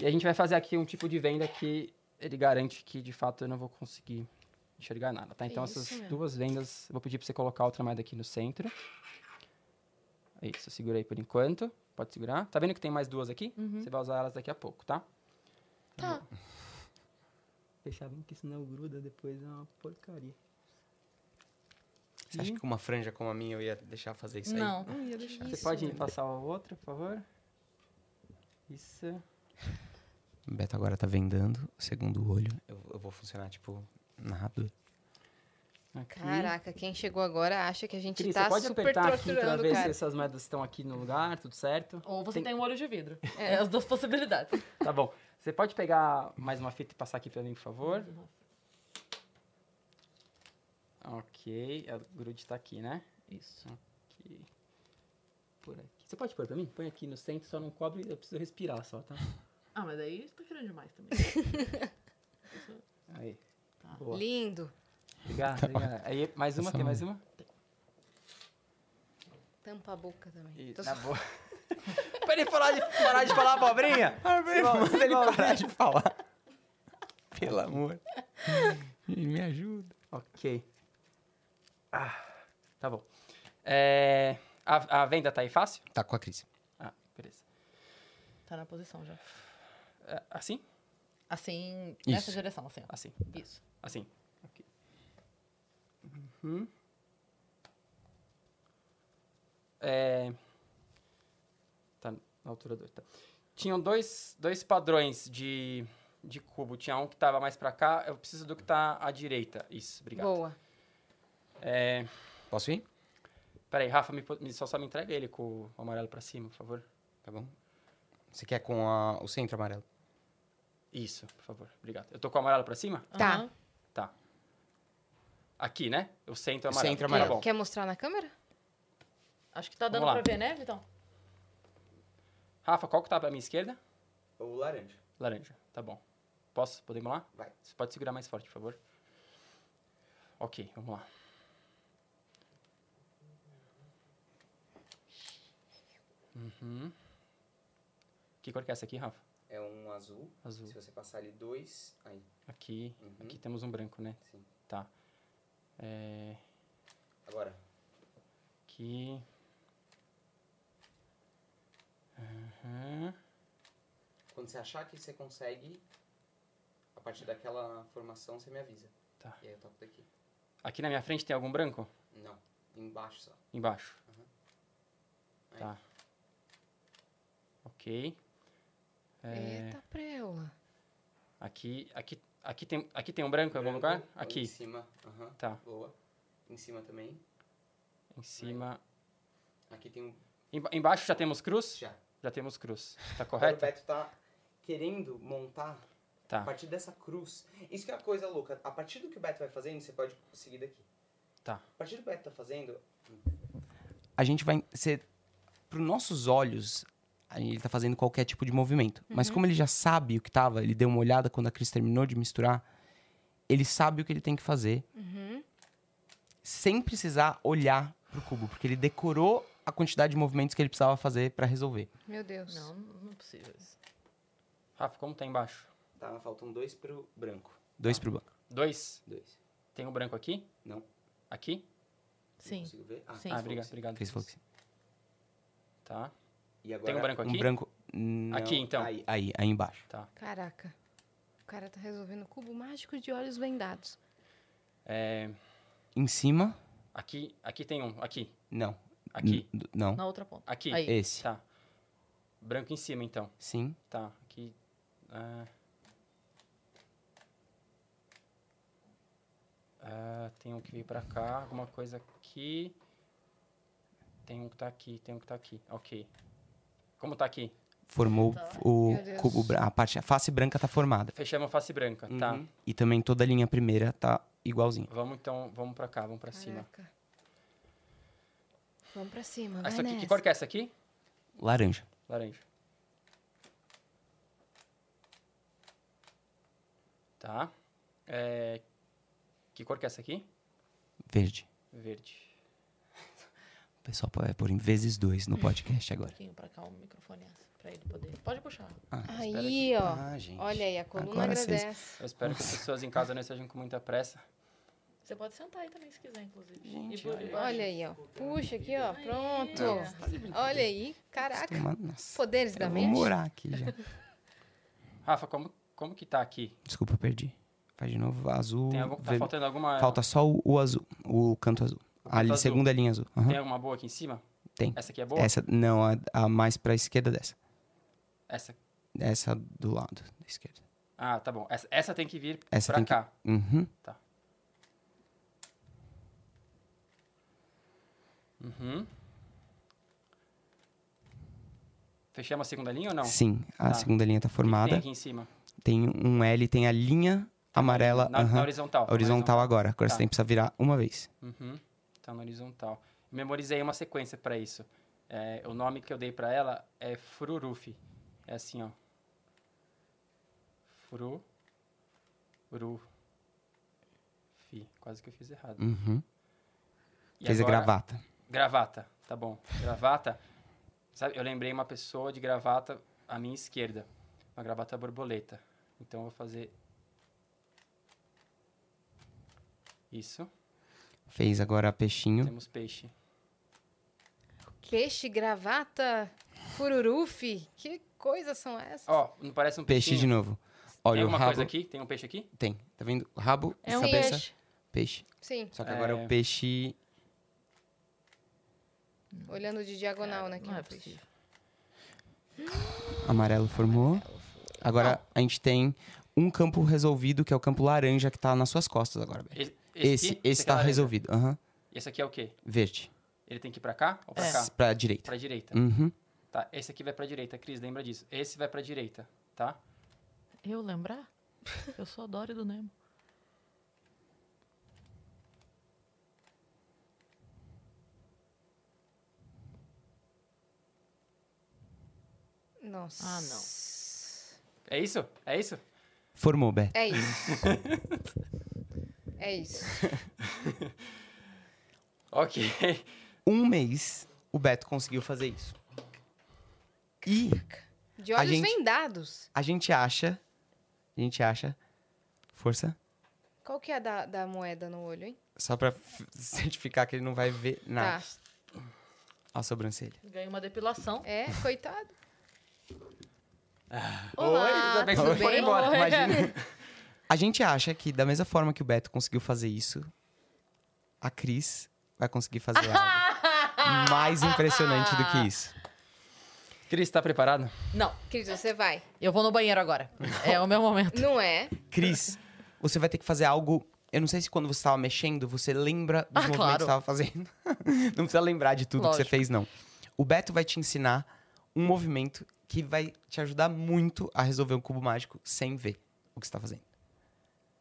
S4: E a gente vai fazer aqui um tipo de venda que ele garante que de fato eu não vou conseguir enxergar nada, tá? Então
S2: É Isso
S4: essas
S2: mesmo.
S4: duas vendas, eu vou pedir pra você colocar outra moeda aqui no centro. É Isso, segura aí por enquanto. Pode segurar. Tá vendo que tem mais duas aqui? Você vai usar elas daqui a pouco, tá?
S2: Uhum. Tá.
S4: Deixar bem que senão gruda depois é uma porcaria.
S5: Você acha que com uma franja como a minha eu ia deixar fazer isso aí?
S3: Não.
S4: Você pode passar a outra, por favor? Isso.
S5: O Beto agora tá vendando, segundo o olho. Eu, eu vou funcionar, tipo, narrador.
S4: Aqui.
S2: Caraca, quem chegou agora acha que a gente
S4: Cris,
S2: tá
S4: você pode
S2: super
S4: apertar aqui pra
S2: torturando,
S4: ver se é
S2: cara.
S4: essas moedas estão aqui no lugar, tudo certo?
S3: Ou você
S4: Tem-
S3: tem... um olho de vidro. É, as duas possibilidades.
S4: Tá bom. Você pode pegar mais uma fita e passar aqui pra mim, por favor? Ok. A grude tá aqui, né?
S3: Isso.
S4: Aqui. Por aqui. Você pode pôr pra mim? Põe aqui no centro, só não cobre. Eu preciso respirar só, tá?
S3: Ah, mas daí tá querendo demais também.
S4: Aí.
S2: Tá.
S4: Boa.
S2: Lindo.
S4: Obrigado, obrigado. Aí, mais uma? Tem mais uma?
S2: Tampa a boca também.
S4: E,
S2: Tô
S4: na
S2: só-
S4: boa. tá pra ele falar de, parar de falar abobrinha?
S5: Manda ele parar de falar. Pelo amor. Me, me ajuda.
S4: Ok. Ah, tá bom. É, a, a venda tá aí fácil?
S5: Tá com a Cris.
S4: Ah, beleza.
S3: Tá na posição já.
S4: É, assim?
S3: Assim,
S5: Isso.
S3: nessa direção, assim, ó.
S4: Assim.
S3: Isso.
S4: Assim. Ok. Uhum. É... Tá na altura 2, tá. Tinham dois, dois padrões de, de cubo. Tinha um que tava mais pra cá. Eu preciso do que tá à direita. Isso, obrigado.
S2: Boa.
S4: É...
S5: Posso ir?
S4: Peraí, Rafa, me, po- me- só, só me entrega ele com o amarelo pra cima, por favor.
S5: Tá bom. Você quer com a- o centro amarelo?
S4: Isso, por favor. Obrigado. Eu tô com o amarelo pra cima?
S2: Tá.
S3: Aham.
S4: Tá. Aqui, né? O centro amarelo.
S5: centro é
S4: Tá
S5: amarelo.
S4: bom.
S2: Quer mostrar na câmera?
S3: Acho que tá dando
S4: Vamos
S3: pra
S4: lá.
S3: ver, né, Vitão?
S4: Rafa, qual que tá pra minha esquerda?
S5: O laranja.
S4: Laranja, tá bom. Posso? Podemos lá?
S5: Vai.
S4: Você pode segurar mais forte, por favor. Ok, vamos lá. Uhum. Que cor que é essa aqui, Rafa?
S5: É um azul.
S4: Azul.
S5: você passar ali dois, aí.
S4: Aqui,
S5: Uhum.
S4: aqui temos um branco, né?
S5: Sim.
S4: Tá. É,
S5: Agora.
S4: aqui. Aham.
S5: Quando você achar que você consegue, a partir daquela formação, você me avisa.
S4: Tá.
S5: E aí eu toco daqui.
S4: Aqui na minha frente tem algum branco?
S5: Não. Embaixo só.
S4: Embaixo.
S5: Uhum. Aí.
S4: Tá. Ok. É,
S2: Eita, preula.
S4: Aqui, aqui, aqui tem, aqui tem um branco em algum lugar?
S5: Branco, ou Em
S4: Aqui.
S5: cima. Aham.
S4: Tá.
S5: Boa. Em cima também.
S4: Em cima.
S5: Aqui tem um
S4: Emba- embaixo já temos cruz?
S5: já.
S4: Já temos cruz. Tá
S5: Agora O
S4: correto?
S5: Beto tá querendo montar a
S4: Tá,
S5: partir dessa cruz. Isso que é uma coisa louca. A partir do que o Beto vai fazendo, você pode seguir daqui.
S4: tá.
S5: A partir do que o Beto tá fazendo. A gente vai. Ser, pros nossos olhos, a- ele tá fazendo qualquer tipo de movimento. Mas como ele já sabe o que tava, ele deu uma olhada quando a Cris terminou de misturar, ele sabe o que ele tem que fazer. Sem precisar olhar pro cubo, porque ele decorou a quantidade de movimentos que ele precisava fazer pra resolver.
S2: Meu Deus.
S3: Não, não é possível isso.
S4: Rafa, como tá embaixo?
S5: Tá, faltam dois pro branco. Dois pro branco.
S4: Dois.
S5: Dois.
S4: Tem um branco aqui?
S5: Não.
S4: Aqui?
S3: Sim.
S5: Consigo ver? Ah,
S3: Sim.
S4: Ah,
S5: Cris
S4: obrigado,
S5: falou que sim.
S4: obrigado.
S5: Cris falou que sim.
S4: Tá.
S5: E agora,
S4: um branco aqui?
S5: Um branco. não,
S4: Aqui, então.
S5: Aí, aí, aí embaixo.
S2: Caraca. O cara tá resolvendo o cubo mágico de olhos vendados.
S4: É,
S5: Em cima?
S4: aqui, aqui tem um. Aqui.
S5: Não.
S4: Aqui.
S5: N- não.
S3: Na outra ponta.
S4: Aqui.
S3: Aí.
S5: Esse.
S4: Tá. Branco em cima, então.
S5: Sim.
S4: Tá. Aqui. Ah. Ah, tem um que veio pra cá, alguma coisa aqui. Tem um que tá aqui, tem um que tá aqui. Ok. Como tá aqui?
S5: Formou
S3: Tá.
S5: o
S2: Meu Deus.
S5: cubo. bran- A parte, a face branca tá formada.
S4: Fechamos a face branca, tá?
S5: Uhum. E também toda a linha primeira tá igualzinha.
S4: Vamos então, vamos pra cá, vamos pra cima.
S2: Caraca. Vamos pra cima, vai
S4: Essa aqui, que
S2: nessa.
S4: cor que é essa aqui?
S5: Laranja.
S4: Laranja. Tá. É, Que cor que é essa aqui?
S5: Verde.
S4: Verde.
S5: O pessoal vai pôr em vezes dois no podcast
S3: Um
S5: agora.
S3: pouquinho pra cá, o microfone assim, pra ele poder. Pode puxar.
S2: Aí, ó.
S5: Ah, gente.
S2: Olha aí, a coluna
S5: Agora vocês-
S2: agradece.
S4: Eu espero que as pessoas em casa não estejam com muita pressa.
S3: Você pode sentar aí também se quiser, inclusive.
S5: Gente,
S3: E por- e
S2: Olha aí, ó. Puxa aqui, ó. Pronto.
S3: Nossa,
S4: tá
S2: Olha aí. Caraca.
S5: Toma- Nossa.
S2: Poderes da
S4: um
S5: Eu vou
S2: mente.
S5: morar aqui já.
S4: Rafa, como, como que tá aqui?
S5: Desculpa, eu perdi. Faz de novo. Azul.
S4: Tem algum, tá
S5: ver-
S4: faltando alguma.
S5: Hum, Falta só o, o azul. O canto azul. a li-
S4: azul.
S5: segunda linha azul. Aham.
S4: Tem alguma boa aqui em cima?
S5: Tem.
S4: Essa aqui é boa?
S5: Essa, não, a, a mais pra esquerda dessa.
S4: Essa.
S5: Essa do lado da esquerda.
S4: Ah, tá bom. Essa, essa tem que vir
S5: Essa
S4: pra
S5: tem que-
S4: cá.
S5: Uhum.
S4: Tá. Uhum. Fechamos a segunda linha ou não?
S5: Sim, a
S4: Tá.
S5: segunda linha tá
S4: Tem
S5: formada.
S4: aqui em cima.
S5: Tem um L, tem a linha amarela.
S4: Na, na
S5: aham,
S4: horizontal.
S5: horizontal, agora. Agora
S4: Tá.
S5: você tem que precisar virar uma vez.
S4: Uhum. Tá na horizontal. Memorizei uma sequência pra isso. É, o nome que eu dei pra ela é Frurufi. É assim, ó. Fru. Ru. Fi. Quase que eu fiz errado.
S5: Uhum.
S4: E
S5: Fez
S4: agora-
S5: a gravata.
S4: Gravata, tá bom. Gravata. Sabe, eu lembrei uma pessoa de gravata à minha esquerda. Uma gravata borboleta. Então eu vou fazer. Isso.
S5: Fez agora peixinho.
S4: Temos peixe.
S2: Peixe, gravata, fururufi. Que coisas são essas?
S4: Ó, não parece um
S5: Peixe de
S4: peixinho?
S5: novo.
S4: Tem
S5: Olha o
S4: alguma
S5: rabo.
S4: coisa aqui? Tem um peixe aqui?
S5: Tem. Tá vendo? Rabo,
S3: É um
S5: cabeça,
S3: peixe.
S5: peixe.
S2: Sim,
S5: Só que agora é
S4: É.
S5: o peixe.
S2: olhando de diagonal, né? que
S3: Não
S2: é
S3: é
S2: um peixe.
S3: possível.
S5: Amarelo formou. Agora a gente tem um campo resolvido, que é o campo laranja, que tá nas suas costas agora, Beth.
S4: Esse,
S5: Esse,
S4: aqui?
S5: esse
S4: aqui
S5: tá
S4: é laranja.
S5: resolvido. Aham.
S4: Esse aqui é o quê?
S5: Verde.
S4: Ele tem que ir pra cá ou pra
S3: É.
S4: cá?
S5: Pra direita.
S4: Pra direita.
S5: Uhum.
S4: Tá, esse aqui vai pra direita, Cris, lembra disso. Esse vai pra direita, tá?
S3: Eu lembrar? Eu sou a Dory do Nemo.
S2: Nossa.
S3: Ah, não.
S4: É isso? É isso?
S5: Formou, Beth.
S2: É isso. é isso.
S4: Ok.
S5: Um mês, o Beto conseguiu fazer isso. E
S2: De
S5: A
S2: olhos
S5: gente-
S2: vendados.
S5: a gente acha. A gente acha. Força.
S2: Qual que é a da, da moeda no olho, hein? Tá.
S5: Só pra f- certificar que ele não vai ver
S4: Tá.
S5: nada. A sobrancelha.
S3: Ganhei uma depilação.
S2: É, coitado.
S4: Oi,
S3: Olá,
S4: ainda bem que
S2: Ah, tudo
S4: você foi
S2: bem?
S4: embora.
S3: Oi.
S4: Imagina.
S5: A gente acha que, da mesma forma que o Beto conseguiu fazer isso, a Cris vai conseguir fazer algo mais impressionante do que isso.
S4: Cris, tá preparado?
S3: Não,
S2: Cris, você vai.
S3: eu vou no banheiro agora. É o meu momento.
S2: Não é?
S5: Cris, você vai ter que fazer algo. Eu não sei se quando você estava mexendo, você lembra dos
S3: Ah,
S5: movimentos
S3: claro.
S5: que você estava fazendo. não precisa lembrar de tudo que
S3: Lógico.
S5: você fez, não. O Beto vai te ensinar um movimento que vai te ajudar muito a resolver um cubo mágico sem ver o que você está fazendo.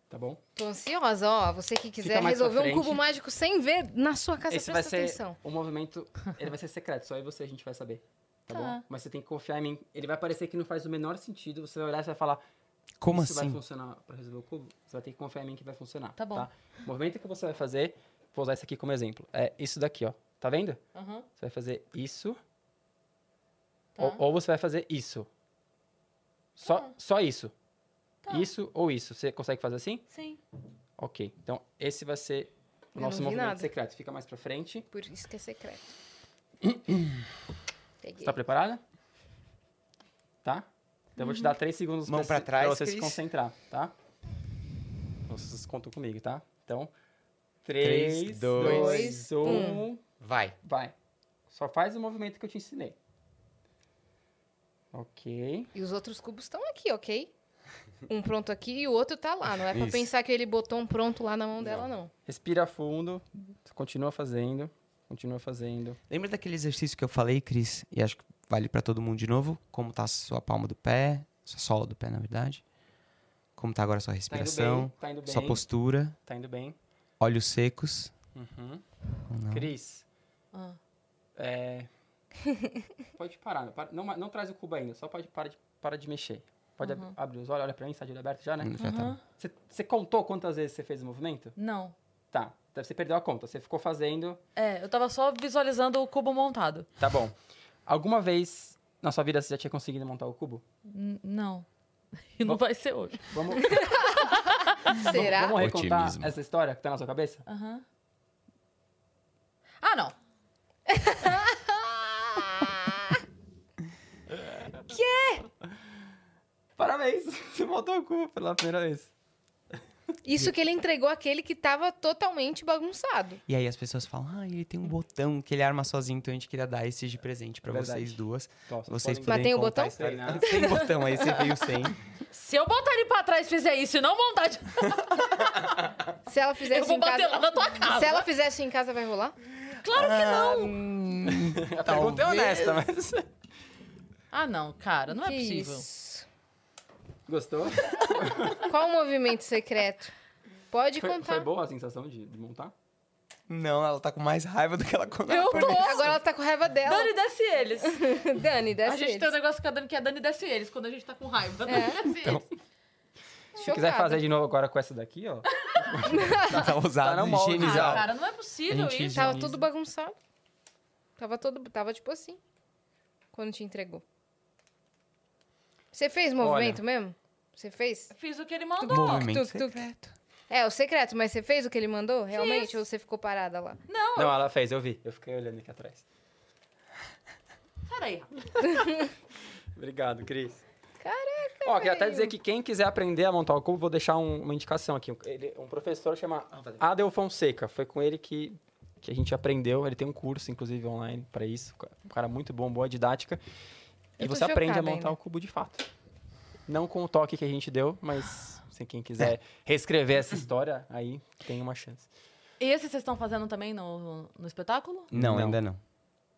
S4: Tá bom?
S2: Tô ansiosa, ó. Você que quiser
S4: mais pra
S2: resolver um
S4: frente.
S2: cubo mágico sem ver na sua casa,
S4: Esse vai
S2: presta
S4: ser
S2: atenção.
S4: o movimento. Ele vai ser secreto, só aí você a gente vai saber. Tá,
S3: Tá.
S4: bom? Mas você tem que confiar em mim. Ele vai parecer que não faz o menor sentido. Você vai olhar e você vai falar.
S5: Como
S4: isso vai
S5: assim?
S4: funcionar pra resolver o cubo? Você vai ter que confiar em mim que vai funcionar.
S3: Tá bom.
S4: O movimento que você vai fazer, vou usar isso aqui como exemplo. É isso daqui, ó. Tá vendo?
S3: Aham.
S4: Você vai fazer isso.
S3: Tá.
S4: Ou, ou você vai fazer isso. Só, só isso.
S3: Tá.
S4: Isso ou isso. Você consegue fazer assim?
S3: Sim.
S4: Ok. Então, esse vai ser o
S2: Eu
S4: nosso
S2: não vi
S4: movimento
S2: nada.
S4: secreto. Fica mais pra frente.
S2: Por isso que é secreto. Peguei.
S4: Você tá preparada? Tá? Então eu vou te dar três segundos
S5: Mão
S4: pra,
S5: pra
S4: se-
S5: trás,
S4: pra você se
S5: Cris.
S4: concentrar, tá? Então, Vocês contam comigo, tá? Então,
S5: Três,
S4: 3,
S5: dois,
S4: 2, 1,
S5: Vai.
S4: vai. Só faz o movimento que eu te ensinei. Ok.
S2: E os outros cubos estão aqui, ok? Um pronto aqui e o outro tá lá. Não é pra
S5: Isso.
S2: pensar que ele botou um pronto lá na mão dela, não.
S4: Respira fundo. Continua fazendo. Continua fazendo.
S5: Lembra daquele exercício que eu falei, Cris? E acho que vale pra todo mundo de novo? Como tá a sua palma do pé, sua sola do pé, na verdade? Como tá agora a sua
S4: Tá indo
S5: respiração,
S4: bem. Tá indo bem.
S5: sua postura,
S4: Tá indo bem.
S5: olhos secos.
S4: Uhum.
S5: Ou não?
S4: Cris,
S3: Ah.
S4: É. pode parar. para- não, ma- não traz o cubo ainda, só pode para de, para de mexer. Pode ab- abrir os olhos, olha pra mim, está de olho aberto já, né?
S5: Hum, Já tá.
S3: Aham.
S4: Você você contou quantas vezes você fez o movimento?
S3: Não.
S4: Tá. Então Você perdeu a conta, você ficou fazendo.
S3: É, eu tava só visualizando o cubo montado.
S4: Tá bom. Alguma vez na sua vida você já tinha conseguido montar o cubo?
S3: N- não. E não vai ser hoje.
S4: Vamos,
S2: Será?
S4: vamos recontar
S5: Otimismo.
S4: essa história que tá na sua cabeça?
S3: Aham. Ah, não.
S4: Parabéns! Você montou o cubo pela primeira vez.
S2: Isso que ele entregou aquele que tava totalmente bagunçado.
S5: E aí as pessoas falam, ah, ele tem um botão que ele arma sozinho, então a gente queria dar esse de presente pra
S4: Verdade.
S5: vocês duas.
S4: Nossa,
S5: Vocês
S4: podem-
S2: Mas tem
S5: poderem
S2: o
S5: contar a
S2: botão?
S5: história-
S4: Tem, né?
S5: Sem botão, aí você veio sem.
S3: Se eu botar ele pra trás e fizer isso e não montar, de...
S2: Se ela fizesse
S3: eu vou
S2: em
S3: bater
S2: casa.
S3: lá na tua Assim, casa.
S2: Se ela fizesse em casa, vai rolar?
S3: Claro
S5: Ah.
S3: que não!
S4: Ah, A pergunta é honesta, mas.
S3: Ah, não, cara, não é
S2: Que
S3: possível.
S2: isso.
S4: Gostou?
S2: Qual o movimento secreto? Pode
S4: Foi,
S2: contar.
S4: foi boa a sensação de, de montar?
S5: Não, ela tá com mais raiva do que ela quando
S3: Eu
S5: ela
S3: tô.
S5: perguntou.
S2: Agora ela tá com raiva dela.
S3: Dani, desce eles.
S2: Dani,
S3: A
S2: desce
S3: gente tem um negócio com a Dani que é Dani desce eles, quando a gente tá com raiva. Dani desce eles.
S4: Se quiser fazer de novo agora com essa daqui, ó.
S5: Tá
S4: Tá
S5: ousada,
S4: no molde.
S3: Ah,
S4: bizarro.
S5: higienizada.
S2: tá.
S3: cara, não é possível
S5: A gente-
S3: isso.
S2: Tava
S4: Isso.
S2: tudo bagunçado. Tava todo, tava tipo assim. Quando te entregou. Você fez movimento mesmo? Você fez?
S3: Fiz o que ele mandou.
S5: Movimento
S2: Tuc, tuc.
S5: secreto.
S2: É, o secreto, mas você fez o que ele mandou? Realmente? Ou você ficou parada lá?
S4: Não, ela fez, eu vi. Eu fiquei olhando aqui atrás.
S3: Peraí, rapaz.
S4: Obrigado, Cris.
S2: Caraca,
S4: Ó, queria até
S2: velho.
S4: dizer que quem quiser aprender a montar o cubo, vou deixar um- uma indicação aqui. Um- Ele, um professor chama Adel Fonseca. Foi com ele que, que a gente aprendeu. Ele tem um curso, inclusive, online pra isso. Um cara muito bom, boa didática. E
S2: Eu tô
S4: você aprende a
S2: chocada
S4: montar
S2: ainda.
S4: o cubo de fato. Não com o toque que a gente deu, mas se quem quiser reescrever essa história, aí tem uma chance.
S3: E esse vocês estão fazendo também no, no espetáculo?
S5: Não,
S4: Não.
S5: ainda não.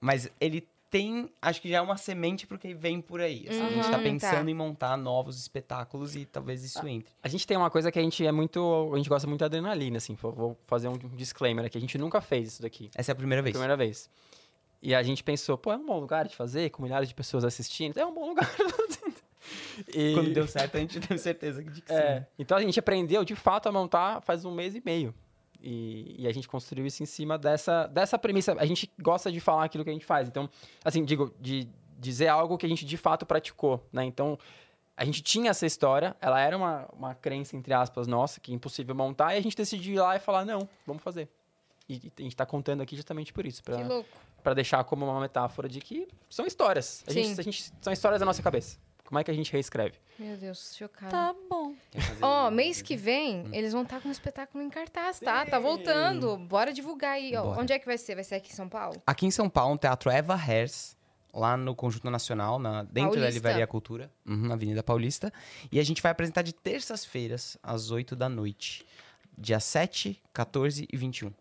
S5: Mas ele tem, acho que já é uma semente porque vem por aí. assim. a gente
S2: Uhum,
S5: tá
S2: tá.
S5: pensando em montar novos espetáculos e talvez isso entre.
S4: A gente tem uma coisa que a gente é muito. A gente gosta muito de adrenalina, assim. Vou- Vou fazer um disclaimer aqui. A gente nunca fez isso daqui.
S5: Essa é a primeira vez.
S4: Primeira vez. E a gente pensou, pô, é um bom lugar de fazer, com milhares de pessoas assistindo, é um bom lugar. e,
S5: Quando deu certo, a gente teve certeza de que
S4: é,
S5: sim.
S4: Então a gente aprendeu de fato a montar faz um mês e meio. E, e a gente construiu isso em cima dessa, dessa premissa. A gente gosta de falar aquilo que a gente faz. Então, assim, digo, de dizer algo que a gente de fato praticou, né? Então, a gente tinha essa história, ela era uma, uma crença, entre aspas, nossa, que é impossível montar, e a gente decidiu ir lá e falar, não, vamos fazer. E, e a gente tá contando aqui justamente por isso. Pra,
S2: Que louco.
S4: Pra deixar como uma metáfora de que são histórias. A
S2: Sim.
S4: gente, a gente- são histórias da nossa cabeça. Como é que a gente reescreve?
S2: Meu Deus, chocada.
S3: Tá bom.
S2: Ó, mês que vem,
S4: Hum.
S2: eles vão estar com um espetáculo em cartaz, tá? Tá voltando. Bora divulgar aí, ó.
S5: Bora.
S2: Onde é que vai ser? Vai ser aqui em São Paulo?
S5: Aqui em São Paulo, no Teatro Eva Hers, lá no Conjunto Nacional, na, dentro da
S2: Paulista.
S5: Livraria Cultura, uhum, na Avenida Paulista. E a gente vai apresentar de terças-feiras, às 8 da noite. Dia 7, 14 e 21.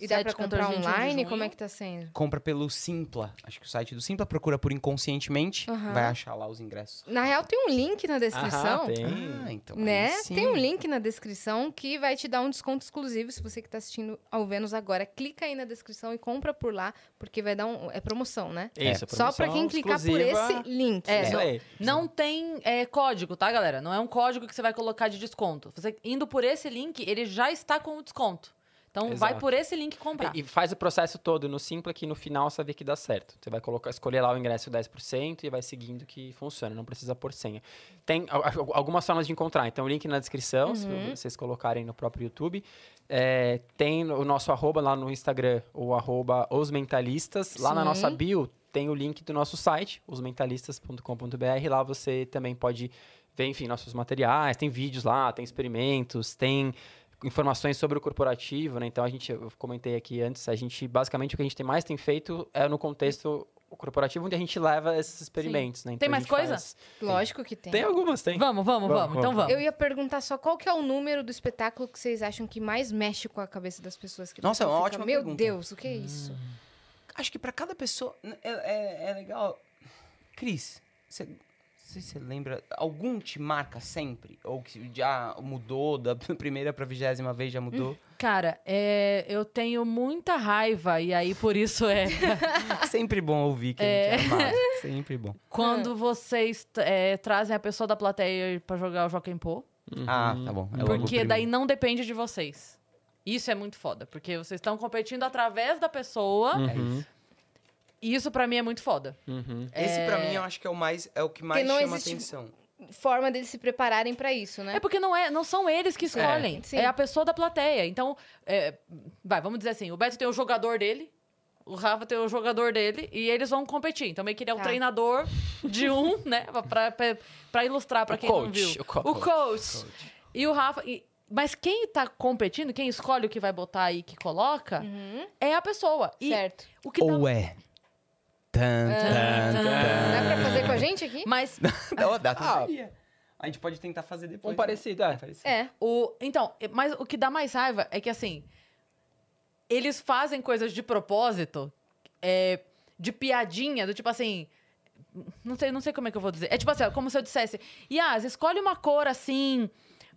S2: E dá
S3: 7,
S2: pra comprar
S3: 14, 21 de
S2: online?
S3: junho.
S2: Como é que tá sendo?
S5: Compra pelo Simpla. Acho que o site do Simpla procura por inconscientemente,
S2: Aham.
S5: vai achar lá os ingressos.
S2: Na real, tem um link na descrição.
S4: Ah, tem.
S5: Ah, então. aí
S2: Né?
S5: sim.
S2: Tem um link na descrição que vai te dar um desconto exclusivo se você que tá assistindo ao Vênus agora. Clica aí na descrição e compra por lá, porque vai dar um. É promoção, né?
S4: Isso,
S2: Só pra quem clicar por esse link.
S3: É,
S4: É,
S3: só-
S4: aí.
S3: Não tem é, código, tá, galera? Não é um código que você vai colocar de desconto. Você indo por esse link, ele já está com o desconto. Então vai
S4: Exato.
S3: por esse link comprar.
S4: É, E e faz o processo todo no Simpla que no final você vê que dá certo. Você vai colocar, escolher lá o ingresso 10% e vai seguindo que funciona, não precisa pôr senha. Tem al- al- algumas formas de encontrar, então o link na descrição, se
S2: Uhum.
S4: vocês colocarem no próprio YouTube. É, tem no- o nosso arroba lá no Instagram, o arroba Os Mentalistas. Lá na
S2: Sim.
S4: nossa bio tem o link do nosso site, osmentalistas.com.br. Lá você também pode ver, enfim, nossos materiais, tem vídeos lá, tem experimentos, tem informações sobre o corporativo, né? Então a gente, eu comentei aqui antes, a gente basicamente o que a gente tem mais tem feito é no contexto corporativo onde a gente leva esses experimentos, né? Então,
S3: Tem
S4: a
S3: mais
S4: gente
S3: coisa?
S4: faz-
S2: Lógico que tem.
S4: Tem algumas, tem.
S3: Vamos, vamos, vamos.
S4: Vamos,
S3: Então
S4: vamos.
S3: vamos.
S2: Eu ia perguntar só qual que é o número do espetáculo que vocês acham que mais mexe com a cabeça das pessoas. Que o
S5: Nossa, é
S2: pessoal
S5: uma
S2: fica,
S5: ótima
S2: Meu
S5: pergunta."
S2: Deus, o que é isso?
S5: Acho que pra cada pessoa. n- É, é- é legal. Cris, você. Não sei se você lembra, algum te marca sempre? Ou que já mudou da primeira pra vigésima vez, já mudou?
S3: Cara, é, eu tenho muita raiva e aí por isso é
S2: Uhum.
S5: sempre bom ouvir que a gente é amado. Sempre bom.
S3: quando vocês é, trazem a pessoa da plateia pra jogar o Joaquim Pô.
S4: Uhum.
S5: Ah, tá bom. É logo o
S3: Porque
S5: primeiro.
S3: daí não depende de vocês. Isso é muito foda, porque vocês estão competindo através da pessoa.
S4: Uhum,
S3: E isso pra mim é muito foda.
S4: uhum.
S5: Esse pra mim eu acho que é o mais é o que mais
S2: não
S5: chama
S2: existe-
S5: atenção.
S2: Forma deles se prepararem pra isso, né?
S3: É porque não, é, não são eles que escolhem.
S2: sim.
S3: É, a pessoa da plateia. Então, é, vai, vamos dizer assim: o Beto tem o jogador dele, o Rafa tem o jogador dele, e eles vão competir. Então, meio que ele é o
S2: Tá.
S3: treinador de um, né? Pra, pra, pra ilustrar, pra
S4: O
S3: quem não
S4: coach,
S3: viu.
S4: o co-
S3: coach. E o Rafa. e- mas quem tá competindo, quem escolhe o que vai botar e que coloca, é a pessoa. E
S2: Uhum. Certo.
S3: o que dá...
S5: Ou é. Tan,
S2: É.
S5: tan,
S2: Dá pra fazer com a gente aqui?
S3: Mas
S5: tan. Ó, dá
S4: Ah.
S5: teoria. A gente pode tentar fazer depois.
S4: Um parecido, é.
S5: Parecido.
S2: É.
S3: O, então, mas o que dá mais raiva é que assim. eles fazem coisas de propósito, é, de piadinha, do tipo assim. Não sei, não sei como é que eu vou dizer. É tipo assim, ó, como se eu dissesse, Yas, escolhe uma cor assim,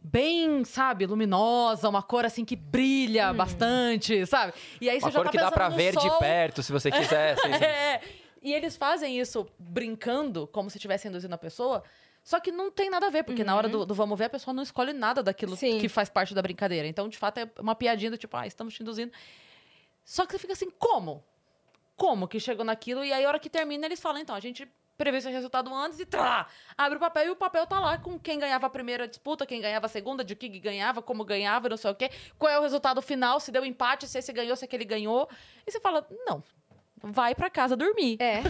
S3: bem, sabe, luminosa, uma cor assim que brilha bastante, sabe? E aí
S4: Hum. Uma
S3: você já
S4: cor
S3: tá
S4: que dá
S3: pensando
S4: pra
S3: no
S4: ver de
S3: sol.
S4: perto, se você quiser. assim, assim.
S3: É. E eles fazem isso brincando, como se estivesse induzindo a pessoa. Só que não tem nada a ver, porque na hora do, do vamos ver, a pessoa não escolhe nada daquilo
S2: Sim.
S3: que faz parte da brincadeira. Então, de fato, é uma piadinha do tipo, ah, estamos te induzindo. Só que você fica assim, como? Como que chegou naquilo? E aí, a hora que termina, eles falam, então, a gente prevê esse resultado antes e trá! Abre o papel e o papel tá lá com quem ganhava a primeira disputa, quem ganhava a segunda, de que ganhava, como ganhava, não sei o quê. Qual é o resultado final, se deu empate, se esse ganhou, se aquele ganhou. E você fala, não, vai pra casa dormir.
S2: É.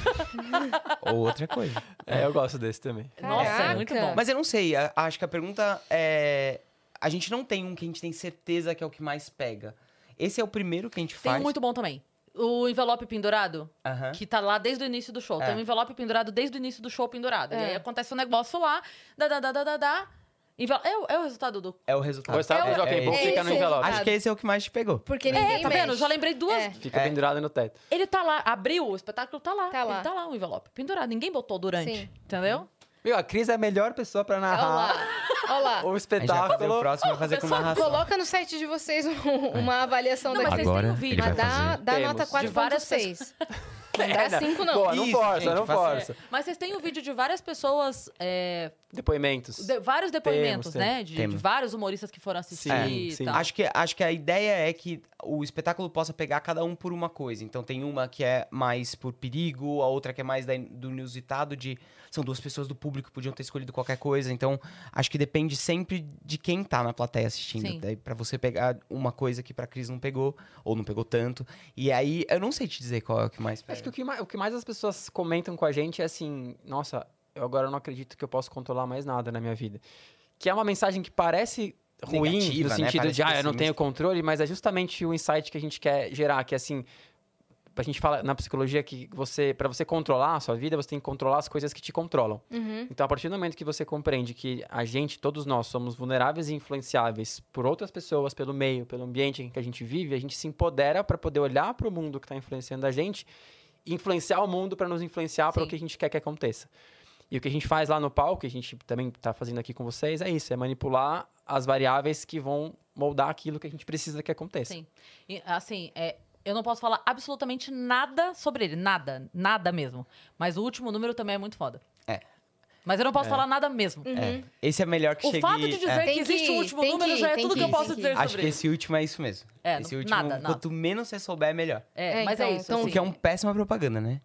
S5: Ou outra coisa.
S4: É, eu gosto desse também.
S3: Nossa, é muito
S2: Caraca.
S3: bom.
S5: Mas eu não sei, a- acho que a pergunta é. A gente não tem um que a gente tem certeza que é o que mais pega. Esse é o primeiro que a gente
S3: Tem
S5: faz.
S3: um muito bom também. O envelope pendurado,
S2: É?
S5: Aham.
S3: que tá lá desde o início do show.
S5: É.
S3: Tem um envelope pendurado desde o início do show pendurado. E
S2: É.
S3: aí acontece um negócio lá, dá, dá, dá, dá, dá, dá. Envel- É, o- é o resultado do...
S5: É o resultado.
S4: Gostava?
S5: é,
S4: ok,
S5: é
S4: bom,
S5: esse.
S4: fica no
S2: esse.
S4: envelope.
S5: Acho que esse é o que mais te pegou.
S2: Porque
S3: É,
S2: ninguém
S3: tá vendo? Eu
S2: mexe.
S3: já lembrei duas.
S2: É.
S4: Fica pendurado no teto.
S3: Ele tá lá, abriu o espetáculo, tá lá.
S2: Tá lá.
S3: Ele tá lá, o envelope pendurado. Ninguém botou durante,
S2: Sim.
S3: entendeu?
S4: Meu, a Cris é a melhor pessoa pra
S2: Olha lá.
S4: narrar Tá,
S2: Olha lá.
S4: o
S5: A gente vai fazer o
S4: espetáculo.
S5: próximo, vai fazer com
S3: pessoal,
S5: narração.
S2: Coloca no site de vocês um- uma avaliação
S3: Não,
S2: da
S3: mas vocês
S6: Então Agora
S3: têm o vídeo.
S6: ele vai
S2: Mas dá, dá
S4: Temos.
S2: nota
S4: De
S2: 4.6. Não
S5: É,
S2: dá 5, não.
S4: Boa, não
S5: Isso,
S4: força,
S5: gente,
S4: não
S5: faça-
S4: força.
S3: Mas vocês têm o vídeo de várias pessoas, é,
S4: Depoimentos.
S3: de- vários depoimentos,
S4: temos.
S3: né? De, de
S5: Temos.
S3: vários humoristas que foram assistir
S4: Sim,
S3: e
S4: sim.
S3: tal.
S5: Acho que, acho que a ideia é que o espetáculo possa pegar cada um por uma coisa. Então tem uma que é mais por perigo, a outra que é mais da- do inusitado de são duas pessoas do público que podiam ter escolhido qualquer coisa. Então acho que depende sempre de quem tá na plateia assistindo.
S3: Sim.
S5: Daí para você pegar uma coisa que pra Cris não pegou ou não pegou tanto. E aí eu não sei te dizer qual é o que mais
S4: Acho que
S5: pega.
S4: o que, mais, o que mais as pessoas comentam com a gente é assim: nossa, eu agora não acredito que eu posso controlar mais nada na minha vida. Que é uma mensagem que parece ruim,
S5: Negativa,
S4: no
S5: né?
S4: sentido
S5: Parece
S4: de, ah, eu não
S5: pessimista."
S4: tenho controle, mas é justamente o insight que a gente quer gerar, que é assim. A gente fala na psicologia que você, para você controlar a sua vida, você tem que controlar as coisas que te controlam.
S2: Uhum.
S4: Então, a partir do momento que você compreende que a gente, todos nós, somos vulneráveis e influenciáveis por outras pessoas, pelo meio, pelo ambiente em que a gente vive, a gente se empodera para poder olhar para o mundo que está influenciando a gente, e influenciar o mundo para nos influenciar para o
S3: Sim.
S4: que a gente quer que aconteça. E o que a gente faz lá no palco, que a gente também está fazendo aqui com vocês, é isso: é manipular as variáveis que vão moldar aquilo que a gente precisa que aconteça.
S3: Sim. E, assim, é, eu não posso falar absolutamente nada sobre ele. Nada. Nada mesmo. Mas o último número também é muito foda.
S5: É.
S3: Mas eu não posso falar nada mesmo.
S5: É. Esse é melhor que
S3: O
S5: chegue.
S3: fato de
S5: é.
S3: dizer
S2: Hum. Tem
S3: que existe
S2: que-
S3: o último
S2: tem
S3: número
S2: que-
S3: já é
S2: tem
S3: tudo que,
S2: que-
S3: eu posso
S2: tem que-
S3: dizer
S5: Acho
S3: sobre
S5: que
S3: isso.
S5: esse último é isso mesmo.
S3: É,
S5: esse
S3: não-
S5: último,
S3: nada, nada.
S5: quanto menos você souber, é melhor.
S3: É,
S2: É,
S3: mas é
S2: então,
S3: isso.
S2: então-
S5: O
S3: assim.
S5: que é uma péssima propaganda, né?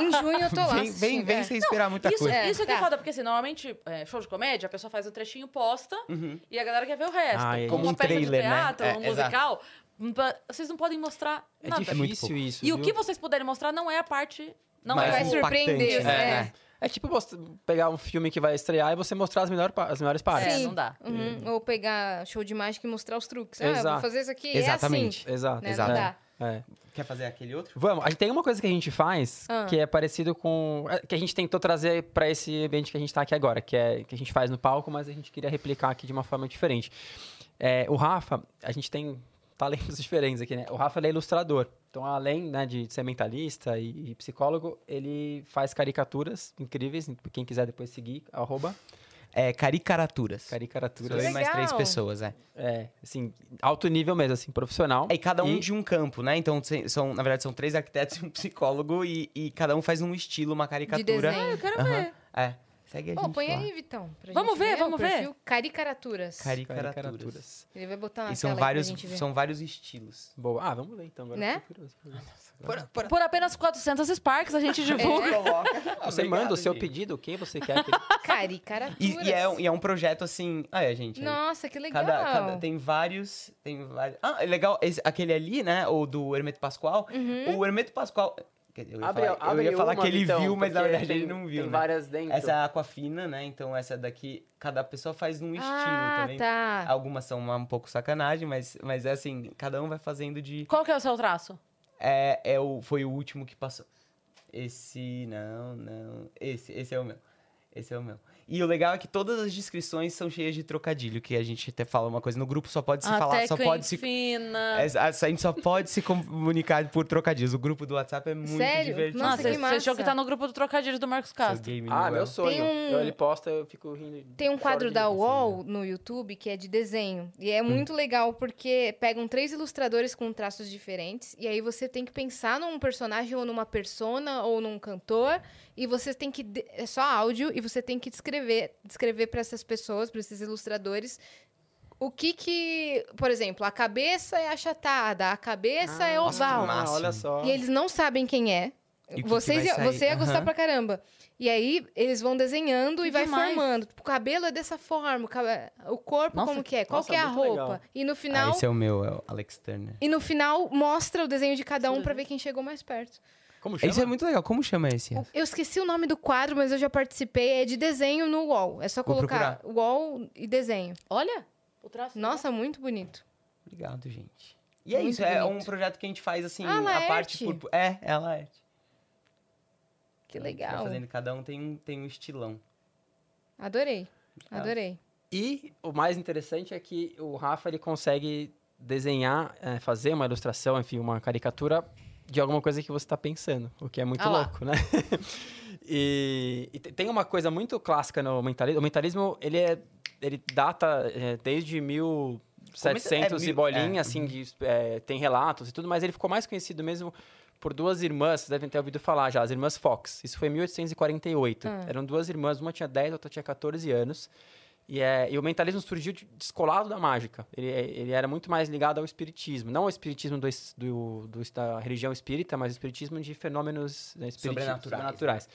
S2: Em junho eu tô lá.
S5: Vem, vem,
S2: assistindo,
S5: vem
S2: é.
S5: sem esperar muita
S3: isso,
S5: coisa.
S2: é-
S3: isso que é
S2: tá.
S3: foda, porque assim, normalmente, é, show de comédia, a pessoa faz um trechinho, posta,
S5: Uhum.
S3: e a galera quer ver o resto.
S4: Ah, é
S3: Como
S4: isso.
S3: uma
S5: Um
S3: peça
S5: trailer,
S3: de
S5: né?
S3: teatro,
S5: É,
S3: um
S5: exato.
S3: musical. um pa- Vocês não podem mostrar
S4: É
S3: nada.
S5: muito
S4: difícil
S5: pouco.
S4: isso.
S3: E o
S4: viu?
S3: que vocês puderem mostrar não é a parte. Não
S5: Mas
S3: é
S2: Vai
S3: o-
S5: um
S2: surpreender,
S5: impactante,
S2: é.
S5: né?
S4: É tipo most- pegar um filme que vai estrear e você mostrar as, melhor, pa- as melhores partes.
S3: É, não dá.
S2: Uhum. Ou pegar show de mágica e mostrar os truques. Ah, eu vou
S4: Exato.
S2: fazer isso aqui.
S5: Exatamente.
S4: Exato.
S2: É assim. Né?
S5: Exato.
S2: Não dá.
S4: É.
S5: Quer fazer aquele outro?
S4: Vamos, a gente tem uma coisa que a gente faz
S2: Ah.
S4: que é parecido com. é, que a gente tentou trazer pra esse ambiente que a gente tá aqui agora, que é que a gente faz no palco, mas a gente queria replicar aqui de uma forma diferente. É, o Rafa, a gente tem talentos diferentes aqui, né? O Rafa ele é ilustrador. Então, além né, de ser mentalista e, e psicólogo, ele faz caricaturas incríveis. Quem quiser depois seguir, arroba
S5: É, caricaturas. Sou
S4: caricaturas.
S5: eu e mais
S2: Legal.
S5: três pessoas, é.
S4: É, assim, alto nível mesmo, assim, profissional.
S5: É, e cada um
S4: E-
S5: de um campo, né? Então, se- são, na verdade, são três arquitetos e um psicólogo e, e cada um faz um estilo, uma
S2: De
S5: caricatura. Ah,
S2: desenho. Ah,
S5: Aham, É. Segue a
S2: Pô,
S5: gente
S2: põe
S5: lá.
S2: aí, Vitão. pra gente
S3: Vamos ver, vamos
S2: o
S3: ver.
S2: perfil Caricaturas.
S5: Caricaturas.
S4: Caricaturas.
S2: Ele vai botar na
S5: E são
S2: tela aí pra
S5: vários,
S2: gente ver.
S5: são vários estilos.
S4: Boa. Ah, vamos ler então agora.
S2: Né?
S4: eu fiquei curioso.
S3: Por apenas 400 Sparks, a gente divulga.
S5: Coloca.
S4: Você manda o seu pedido, quem você quer que.
S2: Caricaturas.
S5: E, e é, um- e é um projeto assim. Ah, é, gente. aí.
S2: Nossa, que legal.
S5: Cada, cada- tem vários, tem vários. Ah, é legal, esse- aquele ali, né? O do Hermeto Pascoal.
S2: Uhum.
S5: O Hermeto Pascoal. quer dizer, Eu ia falar, eu ia falar que ele viu, mas na verdade ele não viu.
S4: então, Tem
S5: né?
S4: várias dentro.
S5: Essa é a aquafina, né? Então essa daqui, cada pessoa faz um estilo
S2: ah,
S5: também.
S2: tá.
S5: Algumas são uma- um pouco sacanagem, mas, mas é assim, cada um vai fazendo de.
S3: Qual que é o seu traço?
S5: É, é o, foi o último que passou. Esse, não, não. Esse, esse é o meu. Esse é o meu. E o legal é que todas as descrições são cheias de trocadilho, que a gente até fala uma coisa no grupo, só pode se falar, só pode se.
S3: fina.
S5: É, A gente só pode se comunicar por trocadilhos. O grupo do WhatsApp é muito
S2: Sério?
S5: divertido.
S2: Nossa,
S3: Nossa,
S2: que
S3: você
S2: massa.
S3: achou que tá no grupo do Trocadilhos do Marcos
S5: Seu
S3: Castro.
S5: game
S4: Ah,
S5: não é-
S4: meu sonho.
S2: um-
S4: Eu- ele posta, eu fico rindo.
S2: Tem um
S4: choro
S2: quadro
S4: de
S2: da
S4: rir, assim,
S2: UOL no YouTube que é de desenho. E é muito legal porque pegam três ilustradores com traços diferentes. E aí você tem que pensar num personagem ou numa persona ou num cantor. E você tem que. de- É só áudio e você tem que descrever, descrever para essas pessoas, para esses ilustradores. O que que. Por exemplo, a cabeça é achatada, a cabeça é
S5: nossa,
S2: oval.
S5: que
S4: Ah, olha
S5: máximo.
S4: só.
S2: E eles não sabem quem é.
S5: E o que que
S2: Vocês,
S5: vai
S2: ia-
S5: sair?
S2: você ia gostar
S5: Aham.
S2: pra caramba. E aí, eles vão desenhando e vai
S3: Demais.
S2: formando. Tipo, o cabelo é dessa forma, o, cabe- o corpo
S3: Nossa,
S2: como que é, qual
S4: nossa,
S2: que é a
S4: muito
S2: roupa.
S4: legal.
S2: E no
S5: Ah,
S2: final,
S5: esse é o meu, é o Alex Turner.
S2: e no final mostra o desenho de cada um
S3: Sim.
S2: pra ver quem chegou mais perto.
S4: Como chama?
S5: Isso é muito legal. Como chama esse?
S2: O- Eu esqueci o nome do quadro, mas eu já participei, é de desenho no UOL. É só
S5: Vou
S2: colocar UOL e desenho.
S3: Olha, o traço.
S2: Nossa, muito bonito.
S5: Obrigado, gente. E é
S2: Muito
S5: isso, é
S2: bonito.
S5: um projeto que a gente faz assim,
S2: Ah,
S5: a
S2: Laerte.
S5: parte por. É, é a Laerte.
S2: Que
S5: A gente vai
S2: legal.
S5: Fazendo, cada um tem um, tem um estilão.
S2: Adorei.
S5: Obrigado.
S2: Adorei.
S4: E o mais interessante é que o Rafa ele consegue desenhar, eh, fazer uma ilustração, enfim, uma caricatura de alguma coisa que você está pensando, o que é muito
S3: Ah lá.
S4: louco, né? e e te- tem uma coisa muito clássica no mentalismo. O mentalismo ele é, ele data eh, desde 1700
S5: É,
S4: e
S5: mil-
S4: bolinha,
S5: é.
S4: assim, de, eh, tem relatos e tudo, mas ele ficou mais conhecido mesmo por duas irmãs, vocês devem ter ouvido falar já, as irmãs Fox. Isso foi em 1848.
S5: Hum.
S2: Ah.
S4: Eram duas irmãs, uma tinha 10, outra tinha 14 anos. E, é, e o mentalismo surgiu de- descolado da mágica. Ele, é- ele era muito mais ligado ao espiritismo. Não ao espiritismo do, es- do- do- da religião espírita, mas ao espiritismo de fenômenos né, espiriti-
S5: Sobrenaturais,
S4: sobrenaturais.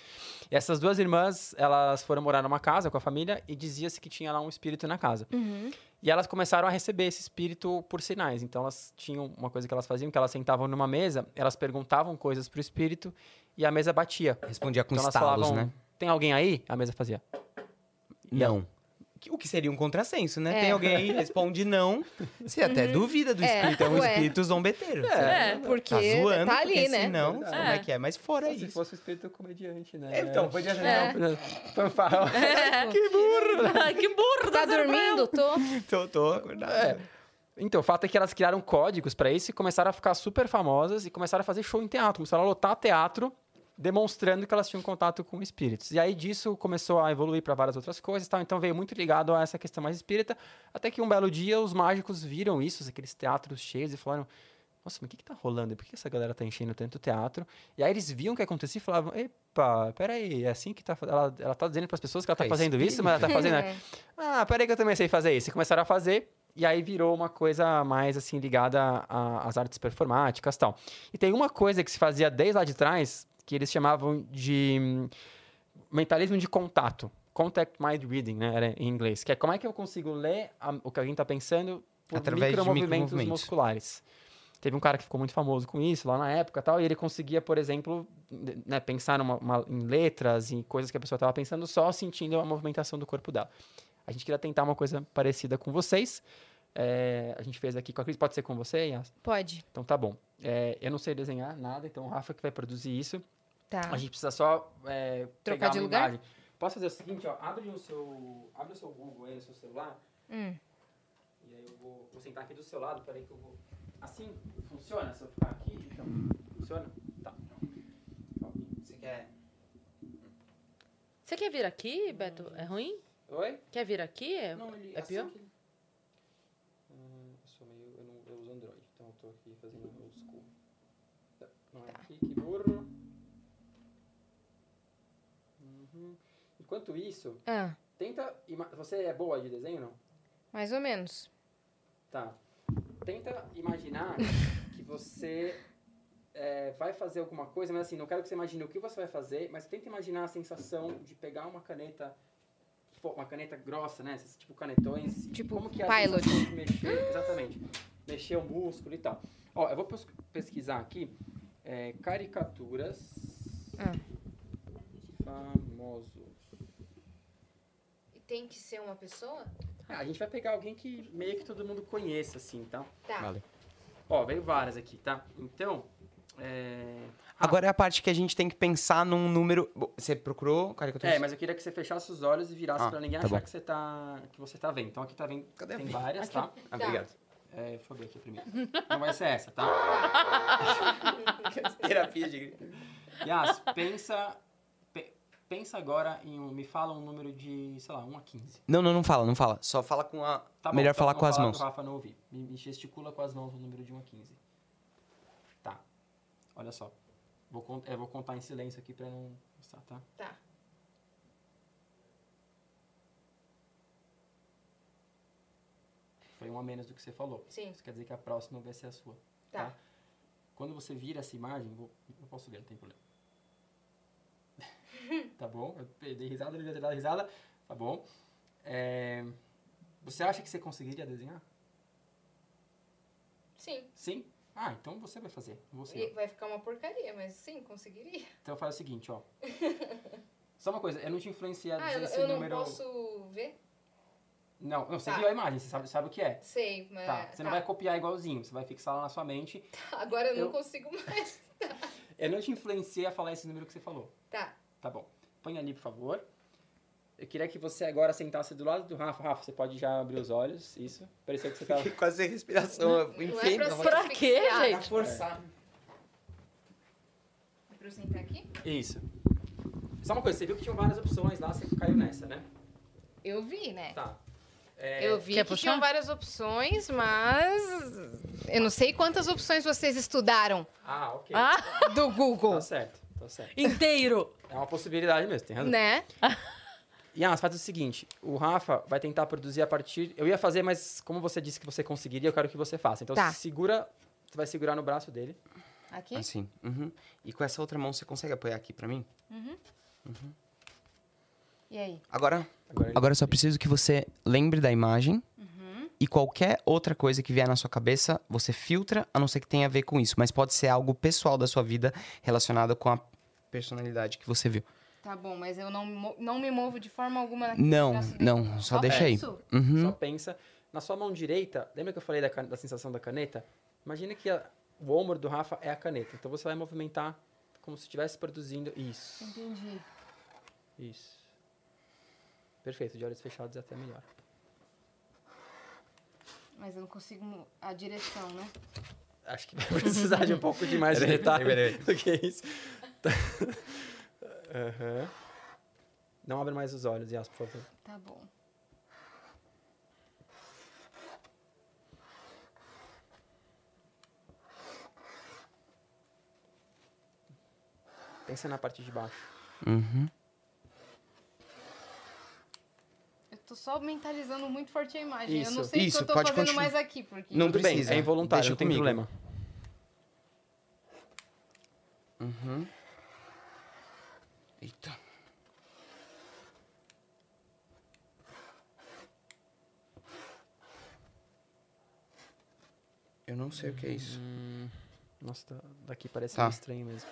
S4: E essas duas irmãs, elas foram morar numa casa com a família e dizia-se que tinha lá um espírito na casa.
S2: Uhum.
S4: E elas começaram a receber esse espírito por sinais. Então elas tinham uma coisa que elas faziam, que elas sentavam numa mesa, elas perguntavam coisas pro espírito e a mesa batia.
S5: Respondia com
S4: então elas
S5: Um estalos,
S4: falavam,
S5: né?
S4: tem alguém aí? A mesa fazia.
S5: Não. O que seria um contrassenso, né?
S2: É.
S5: Tem alguém aí, responde não. Você até duvida do
S2: É,
S5: espírito, é, um
S2: ué.
S5: espírito zombeteiro.
S3: É,
S5: Você
S2: porque
S5: tá zoando,
S2: tá ali,
S5: porque
S2: né?
S5: senão,
S4: Verdade.
S5: como é
S3: É.
S5: que é? Mas fora
S4: Se
S5: isso.
S4: fosse o espírito comediante, né?
S5: É, então, podia ser
S2: É.
S4: Fanfarrão.
S3: que burro! que burro!
S2: Tá
S3: Zero
S2: dormindo? Tô.
S5: Tô, tô acordado.
S4: É. Então, o fato é que elas criaram códigos pra isso e começaram a ficar super famosas e começaram a fazer show em teatro, começaram a lotar teatro, demonstrando que elas tinham contato com espíritos. E aí disso começou a evoluir pra várias outras coisas, e tal. Então veio muito ligado a essa questão mais espírita, até que um belo dia os mágicos viram isso, aqueles teatros cheios e falaram: "Nossa, mas o que que tá rolando? E Por que essa galera tá enchendo tanto teatro?" E aí eles viam o que acontecia e falavam: "Epa, peraí, é assim que tá fa- ela, ela tá dizendo pras pessoas que ela tá
S5: É
S4: fazendo isso, mas ela tá fazendo
S2: É,
S4: ah, peraí que eu também sei fazer isso. E começaram a fazer, e aí virou uma coisa mais, assim, ligada a- às artes performáticas e tal. E tem uma coisa que se fazia desde lá de trás, que eles chamavam de hum, mentalismo de contato. Contact Mind Reading, né? Era em inglês. Que é como é que eu consigo ler a- o que alguém tá pensando por
S5: Através de
S4: micromovimentos
S5: micromovimentos.
S4: musculares. Teve um cara que ficou muito famoso com isso lá na época e tal, e ele conseguia, por exemplo, n- né, pensar numa- uma- em letras e coisas que a pessoa estava pensando só sentindo a movimentação do corpo dela. A gente queria tentar uma coisa parecida com vocês. É, a gente fez aqui com a Cris. Pode ser com você, Yas?
S2: Pode.
S4: Então tá bom. É, eu não sei desenhar nada, então o Rafa que vai produzir isso.
S2: Tá.
S4: A gente precisa só é, pegar
S2: de
S4: uma
S2: lugar?
S4: imagem. Posso fazer o seguinte, ó. Abre o seu, abre o seu Google aí, o seu celular.
S2: Hum.
S4: E aí eu vou, vou sentar aqui do seu lado, peraí que eu vou... Assim? Funciona? Se eu ficar aqui, então... Funciona? Tá. Ó, Você quer...
S3: Você quer vir aqui, Beto? É ruim?
S4: Oi?
S3: Quer vir aqui? É-
S4: Não, ele...
S3: é
S4: assim
S3: pior?
S4: que ele- Hum, eu sou meio... Eu, não, eu uso Android, então eu tô aqui fazendo old school. Tá, Não é aqui, que burro. Uhum. Enquanto isso,
S2: Ah,
S4: tenta... ima- Você é boa de desenho, não?
S2: mais ou menos.
S4: Tá. Tenta imaginar que você é, vai fazer alguma coisa, mas assim, não quero que você imagine o que você vai fazer, mas tenta imaginar a sensação de pegar uma caneta, fo- uma caneta grossa, né? Esses tipo canetões. e
S2: Tipo,
S4: como que é a
S2: pilot.
S4: sensação de mexer, exatamente. Mexer o músculo e tal. Ó, eu vou pes- pesquisar aqui é, caricaturas
S2: Ah.
S4: famosos.
S2: E tem que ser uma pessoa?
S4: Ah, a gente vai pegar alguém que meio que todo mundo conheça, assim, tá?
S2: Tá.
S5: Vale.
S4: Ó, veio várias aqui, tá? Então, é...
S5: Agora é a parte que a gente tem que pensar num número. Bom, Você procurou caricaturas?
S4: É, mas eu queria que você fechasse os olhos e virasse
S5: Ah,
S4: pra ninguém
S5: tá
S4: achar
S5: bom.
S4: que você, tá, que você tá vendo. Então aqui tá vendo.
S5: Cadê a
S4: tem
S5: minha?
S4: várias, tá?
S5: Ah, obrigado.
S4: É, deixa eu ver aqui primeiro. Não vai ser essa, tá?
S5: Terapia de.
S4: Yas, pensa. pe- pensa agora em um. Me fala um número de, sei lá, 1 a 15.
S5: Não, não, não fala, não fala. Só fala com a.
S4: Tá bom,
S5: Melhor
S4: então
S5: falar
S4: eu
S5: com
S4: vou
S5: as
S4: falar
S5: mãos.
S4: pro Rafa não ouvir. Me, me gesticula com as mãos o número de 1 a 15. Tá. Olha só. Vou, con- é, vou contar em silêncio aqui pra não mostrar, tá?
S2: Tá.
S4: Foi um a menos do que você falou.
S2: Sim.
S4: Isso quer dizer que a próxima vai ser a sua.
S2: Tá.
S4: Quando você vira essa imagem, vou- eu posso ler, não tem problema. tá bom? Eu dei risada, devia ter dado risada. Tá bom. É, Você acha que você conseguiria desenhar?
S2: Sim.
S4: Sim? Ah, então você vai fazer. não Você.
S2: E vai ficar uma porcaria, mas sim, conseguiria.
S4: Então faz o seguinte, ó. Só uma coisa, eu não te influenciei a
S2: Ah,
S4: dizer
S2: eu,
S4: Tá, esse
S2: eu não
S4: número.
S2: posso ver?
S4: Não, não, você
S2: Tá.
S4: viu a imagem, você sabe, sabe o que é.
S2: Sei, mas.
S4: Tá. Você não vai copiar igualzinho, você vai fixar lá na sua mente.
S2: Agora eu não
S4: Eu-
S2: consigo mais.
S4: Eu não te influenciei a falar esse número que você falou.
S2: Tá.
S4: Tá bom. Põe ali, por favor. Eu queria que você agora sentasse do lado do Rafa. Rafa, você pode já abrir os olhos. Isso. Pareceu que você tava.
S5: Quase sem respiração. eu
S2: Não
S5: enfiei
S2: é pra
S5: na-
S2: ser
S3: Pra quê,
S2: asfixiada.
S3: gente?
S5: forçar.
S2: É pra eu sentar aqui?
S4: Isso. Só uma coisa, você viu que tinham várias opções lá, você caiu nessa, né?
S2: Eu vi, né?
S4: Tá. É,
S2: Eu vi
S3: Quer
S2: que
S3: puxar?
S2: tinham várias opções, mas eu não sei quantas opções vocês estudaram
S4: Ah, ok.
S3: Ah,
S2: do Google,
S4: Tá certo, tá certo.
S3: inteiro.
S4: É uma possibilidade mesmo, tem razão.
S2: né?
S4: Yas, faz o seguinte: o Rafa vai tentar produzir a partir. Eu ia fazer, mas como você disse que você conseguiria, eu quero que você faça. Então
S2: Tá.
S4: segura. Você vai segurar no braço dele.
S2: Aqui?
S5: Assim. uhum. E com essa outra mão você consegue apoiar aqui pra mim?
S2: E aí?
S5: Agora,
S4: Agora ele-
S5: agora eu só preciso que você lembre da imagem.
S2: Uhum.
S5: E qualquer outra coisa que vier na sua cabeça, você filtra, a não ser que tenha a ver com isso. Mas pode ser algo pessoal da sua vida relacionado com a personalidade que você viu.
S2: Tá bom, mas eu não, mo- não me movo de forma alguma naquele
S5: Não,
S2: braço dele.
S5: não, só deixa aí.
S2: isso?
S5: Uhum.
S4: Só pensa. Na sua mão direita, lembra que eu falei da, can- da sensação da caneta? Imagina que a- o ombro do Rafa é a caneta. Então você vai movimentar como se estivesse produzindo. Isso.
S2: Entendi.
S4: Isso. Perfeito, de olhos fechados é até melhor.
S2: Mas eu não consigo mo- a direção, né?
S4: Acho que vai precisar de um pouco de mais de
S5: Peraí,
S4: detalhe
S5: peraí,
S4: do que isso. Tá. Aham. Não abre mais os olhos, Yas, por favor.
S2: Tá bom.
S4: Pensa na parte de baixo.
S5: Uhum.
S2: Eu tô só mentalizando muito forte a imagem. eu não
S4: Isso,
S2: sei o
S5: isso,
S2: que eu tô
S5: pode
S2: fazendo
S5: continuar.
S2: mais aqui, porque.
S5: Não
S4: Tudo
S5: precisa,
S4: bem, é involuntário,
S5: deixa
S4: não tem
S5: comigo.
S4: problema.
S5: Eita. Eu não sei o que é isso.
S4: Hum, nossa, tá- daqui parece
S5: Tá.
S4: meio estranho mesmo.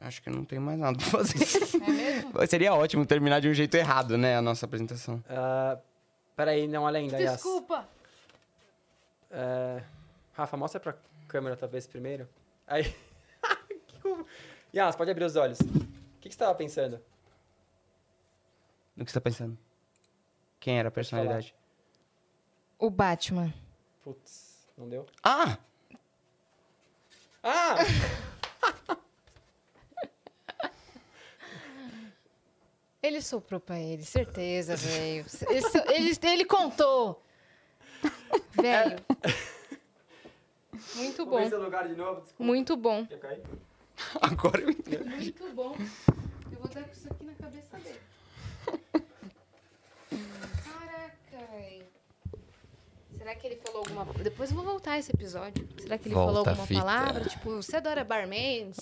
S5: Acho que eu não tenho mais nada pra fazer.
S2: É mesmo?
S5: Seria ótimo terminar de um jeito errado, né? A nossa apresentação.
S4: Ah, peraí, não olha ainda, Yas.
S2: Desculpa.
S4: É, Rafa, mostra pra câmera talvez primeiro. Aí. que como... Yas, pode abrir os olhos. O que, que você tava pensando?
S5: No que você tá pensando? Quem era a personalidade?
S2: O Batman.
S4: Putz, não deu?
S5: Ah!
S4: Ah!
S2: Ele soprou pra ele, certeza, velho. Ele, so- ele, ele contou. Velho. Muito
S4: Vou ver
S2: bom.
S4: seu lugar de novo, desculpa.
S2: Muito bom.
S4: Eu caí.
S5: Agora eu entendi.
S2: Muito bom. Eu vou dar com isso aqui na cabeça dele. Caraca, velho. Será que ele falou alguma Depois eu vou voltar esse episódio. Será que ele falou
S5: Volta a
S2: alguma
S5: fita.
S2: palavra? Tipo, você adora barmaids?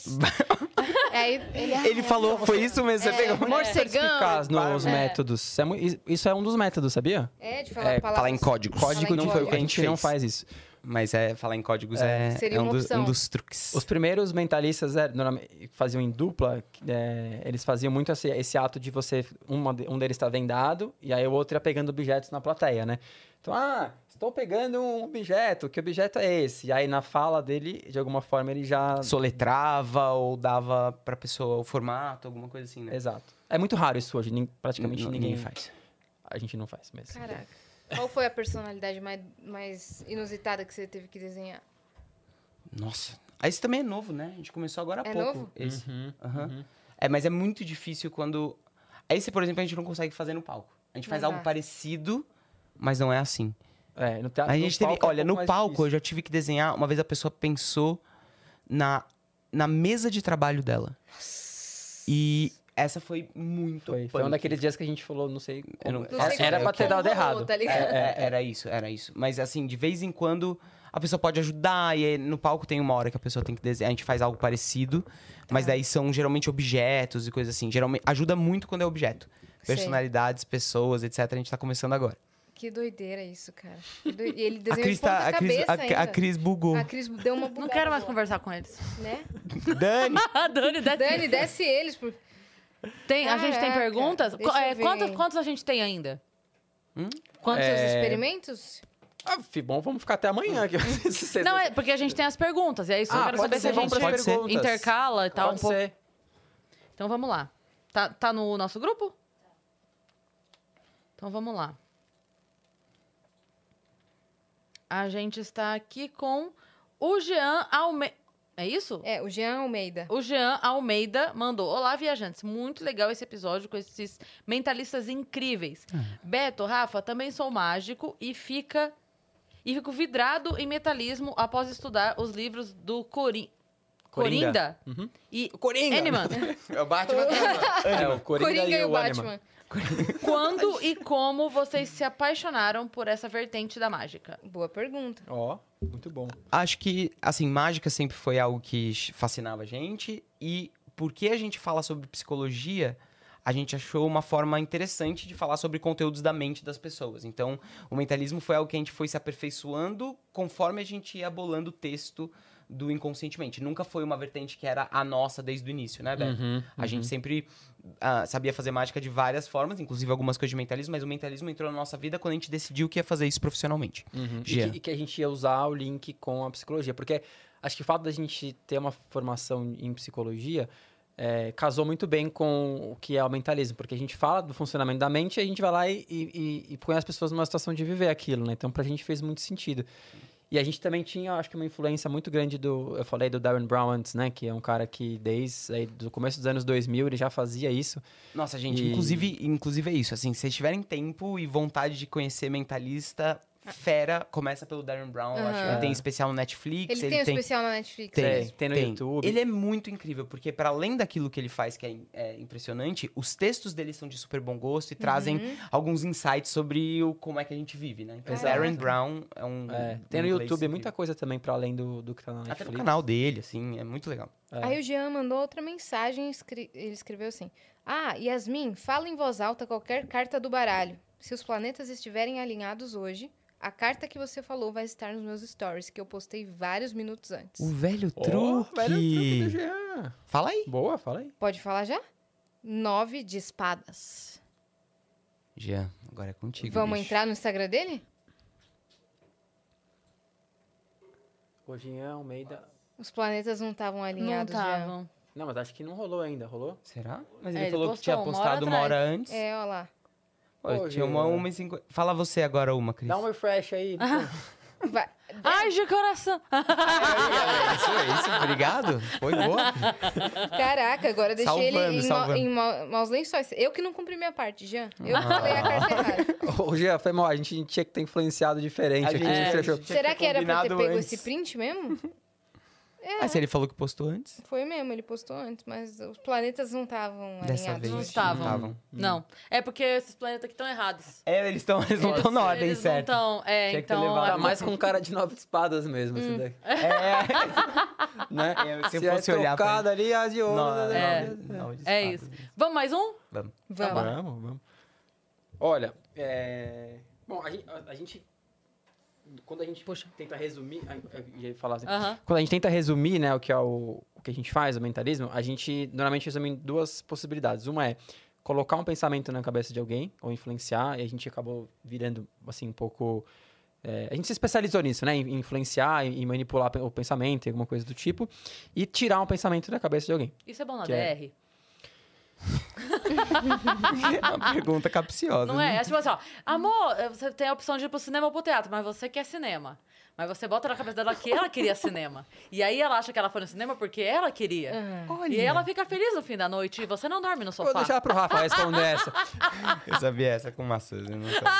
S2: Aí ele, ah,
S5: Ele
S2: é,
S5: falou, foi isso mesmo? Você
S2: É,
S5: pegou
S2: é. Morcegão.
S4: nos
S3: É.
S2: né?
S4: métodos. É mu- is- Isso é um dos métodos, sabia?
S2: É, de falar
S4: É,
S2: palavras.
S5: falar em códigos.
S2: Falar
S4: Código
S2: em
S4: não foi o que a gente não
S5: fez.
S4: faz isso.
S5: Mas é, falar em códigos é, é,
S2: Seria
S5: um,
S2: uma
S5: dos,
S2: opção.
S5: um dos truques.
S4: Os primeiros mentalistas é, normalmente, faziam em dupla, é, eles faziam muito esse, esse ato de tá você, uma de- um deles está vendado, e aí o outro ia pegando objetos na plateia, né? Então, ah, Estou pegando um objeto, que objeto é esse? E aí, na fala dele, de alguma forma, ele já.
S5: Soletrava ou dava pra pessoa o formato, alguma coisa assim, né?
S4: Exato. É muito raro isso hoje, nin- praticamente
S5: N-
S4: ninguém
S5: faz.
S4: A gente não faz mesmo.
S2: Caraca. Qual foi a personalidade mais, mais inusitada que você teve que desenhar?
S5: Nossa. Ah, esse também é novo, né? A gente começou agora há
S2: É
S5: pouco.
S2: novo?
S5: Esse.
S4: Uhum,
S5: Aham. É, mas é muito difícil quando. Esse, por exemplo, a gente não consegue fazer no palco. A gente
S2: Não
S5: faz
S2: dá.
S5: algo parecido, mas não é assim.
S4: É, no teatro.
S5: A
S4: no
S5: gente teve,
S4: palco é um
S5: olha,
S4: pouco
S5: no
S4: mais
S5: palco eu
S4: difícil.
S5: já tive que desenhar. Uma vez a pessoa pensou na, na mesa de trabalho dela. E essa foi muito.
S4: Foi, foi um
S5: punk.
S4: daqueles dias que a gente falou, não sei.
S5: Eu não-
S4: como-
S5: Não sei
S4: era
S2: é
S5: como
S4: pra
S5: é. que
S4: ter dado
S2: rolou,
S4: errado.
S2: Tá ligado?
S5: É, é, era isso, era isso. Mas assim, de vez em quando a pessoa pode ajudar, e aí no palco tem uma hora que a pessoa tem que desenhar, a gente faz algo parecido,
S2: Tá.
S5: mas daí são geralmente objetos e coisas assim. Geralmente ajuda muito quando é objeto.
S2: Sei.
S5: Personalidades, pessoas, etc. A gente tá começando agora.
S2: Que doideira isso, cara. Que doi- E ele
S5: A
S2: desenhou
S5: Cris,
S2: de ponta
S5: tá, a, Cris,
S2: cabeça
S5: a,
S2: ainda.
S5: a Cris bugou.
S2: A Cris deu uma bugada.
S3: Não quero mais
S2: lá,
S3: conversar com eles.
S2: Né?
S5: Dani!
S3: Ah, Dani, desce.
S2: Dani, desce eles. Por...
S3: Tem, a gente tem
S2: Caraca,
S3: perguntas?
S2: deixa
S3: Qu- é,
S2: eu ver.
S3: quantos, quantos a gente tem ainda?
S2: Quantos seus
S4: É.
S2: experimentos?
S4: Ah, fi, bom, vamos ficar até amanhã. Que vocês
S3: Não, é porque a gente tem as perguntas. E é isso que eu
S4: Ah,
S3: quero
S4: pode ser,
S3: saber se a gente
S4: vamos pras
S5: Pode ser.
S4: perguntas.
S3: intercala e tal.
S4: Pode
S3: um pouco.
S4: ser.
S3: Então vamos lá. Tá, tá no nosso grupo? Então vamos lá. A gente está aqui com o Jean Almeida. É isso?
S2: É, o Jean Almeida.
S3: O Jean Almeida mandou: Olá, viajantes. Muito legal esse episódio com esses mentalistas incríveis.
S5: É.
S3: Beto, Rafa, também sou mágico e fica. E fico vidrado em metalismo após estudar os livros do Corin...
S4: Corinda.
S3: Corinda.
S4: Uhum.
S3: E
S4: Coringa!
S3: Animan.
S5: É o Batman.
S4: É, o Coringa, e o Batman.
S3: Quando e como vocês se apaixonaram por essa vertente da mágica?
S2: Boa pergunta.
S4: Ó, muito bom.
S5: acho que, assim, mágica sempre foi algo que ch- fascinava a gente. E porque a gente fala sobre psicologia, a gente achou uma forma interessante de falar sobre conteúdos da mente das pessoas. Então, o mentalismo foi algo que a gente foi se aperfeiçoando conforme a gente ia bolando o texto do inconscientemente. Nunca foi uma vertente que era a nossa desde o
S4: É
S5: início, né, Beto?
S4: Uhum, Hum,
S5: A gente sempre ah, sabia fazer mágica de várias formas, inclusive algumas coisas de mentalismo, mas o mentalismo entrou na nossa vida quando a gente decidiu que ia fazer isso profissionalmente.
S4: E que-
S5: Gia.
S4: E, que, a gente ia usar o link com a psicologia. Porque acho que o fato da gente ter uma formação em psicologia é, casou muito bem com o que é o mentalismo. Porque a gente fala do funcionamento da mente e a gente vai lá e, e, e- e põe as pessoas numa situação de viver aquilo, né? Então, pra gente fez muito sentido. E a gente também tinha, acho que, uma influência muito grande do. Eu falei do Darren Brown antes, né? Que é um cara que desde aí, do começo dos anos 2000 ele já fazia isso.
S5: Nossa, gente,
S4: E-
S5: inclusive, inclusive é isso. Assim, se vocês tiverem tempo e vontade de conhecer mentalista, fera, começa pelo Darren Brown. eu acho que ele
S4: Aham.
S5: tem especial no Netflix.
S2: Ele, tem um especial na Netflix.
S5: Tem,
S4: Tem, tem no YouTube.
S5: Ele é muito incrível, porque para além daquilo que ele faz, que é, im- é impressionante, os textos dele são de super bom gosto e trazem
S2: Uhum.
S5: alguns insights sobre o, como é que a gente vive, né? Então,
S2: Exato.
S5: Darren Brown é um.
S4: É, tem no
S5: um inglês
S4: YouTube
S5: incrível.
S4: muita coisa também pra além do, do que tá na
S5: Até
S4: Netflix.
S5: no canal dele, assim, é muito legal.
S2: Aí o Jean mandou outra mensagem, escre- ele escreveu assim: Ah, Yasmin, fala em voz alta qualquer carta do baralho. Se os planetas estiverem alinhados hoje, a carta que você falou vai estar nos meus stories, que eu postei vários minutos antes.
S5: O velho
S4: Ó,
S5: truque.
S4: velho truque do Jean.
S5: Fala aí.
S4: Boa, fala aí.
S2: Pode falar já? Nove de espadas.
S5: Jean, agora é contigo.
S2: Vamos
S5: bicho.
S2: entrar no Instagram dele?
S4: O Jean Almeida.
S2: Os planetas não estavam alinhados,
S3: Não tá,
S2: Jean.
S3: tavam.
S4: Não, mas acho que não rolou ainda, rolou?
S5: Será? Mas
S3: É,
S5: ele
S3: ele
S5: falou que
S3: postou
S5: tinha
S3: uma hora
S5: postado uma hora, antes.
S2: É, olha lá.
S5: Pô,
S4: Ô,
S5: tinha uma
S4: Gina.
S5: 1 e 50. Fala você agora uma, Cris.
S4: Dá um refresh aí.
S2: Vai.
S3: Ai, de coração! Ah,
S5: isso, É isso, obrigado. Foi boa.
S2: Caraca, agora eu deixei
S5: Salvando,
S2: ele em, mau-
S5: salvando. Ah.
S2: em mau- maus lençóis. Eu que não cumpri minha parte, Jean. Eu que falei a carta errada.
S4: Ô, Jean, foi mal. A gente tinha que ter influenciado diferente
S5: A
S4: aqui.
S5: gente-
S4: a gente
S5: é,
S4: achou-
S5: a gente- Tinha que
S2: Será
S5: ter
S2: que era pra ter
S5: combinado
S2: pego
S5: antes.
S2: esse print mesmo?
S3: É.
S5: Ah, se ele falou que postou antes?
S2: Foi mesmo, ele postou antes, mas os planetas não estavam
S5: Dessa
S2: alinhados.
S5: vez.
S3: Não é
S5: não
S3: estavam.
S5: estavam.
S3: Não. É porque esses planetas aqui estão errados.
S5: É, eles, tão, eles não
S3: Eles-
S5: estão na ordem
S3: eles
S5: certa.
S3: Não estão. É,
S5: Tinha que ter
S3: então.
S5: levado
S3: é
S4: Tá mais com cara de nove espadas mesmo, esse daqui. Né?
S5: É, se
S4: Se,
S5: eu fosse
S4: é
S5: olhar pra
S4: trocado ali, as de ouro.
S5: Não,
S4: né?
S5: é,
S3: É.
S5: não, Tá eles
S3: É
S5: falam.
S3: isso. Vamos mais um?
S5: Vamos.
S2: Vamos.
S4: Vamos, vamos. Olha, é... Bom, a gente... a- a gente- Quando a gente tenta resumir... Ai, eu ia falar assim.
S3: Aham.
S4: Quando a gente tenta resumir, né, o que é o, o que a gente faz, o mentalismo, a gente normalmente resume em duas possibilidades. Uma é colocar um pensamento na cabeça de alguém ou influenciar, e a gente acabou virando assim um pouco É, a gente se especializou nisso, né? Em influenciar e manipular pe- o pensamento, e alguma coisa do tipo, e tirar um pensamento da cabeça de alguém.
S3: Isso é bom na
S4: Que é-
S3: DR?
S5: É uma pergunta capciosa.
S3: Não é? É tipo assim, ó. Amor, eh, você tem a opção de ir pro cinema ou pro teatro, mas você quer cinema. Mas você bota na cabeça dela que ela queria cinema. E aí ela acha que ela foi no cinema porque ela queria.
S2: É.
S5: Olha.
S3: E ela fica feliz no fim da noite e você não dorme no
S4: Vou
S3: sofá.
S4: deixar pro Rafa responder essa.
S5: Eu sabia essa com maçãs, eu não sabia.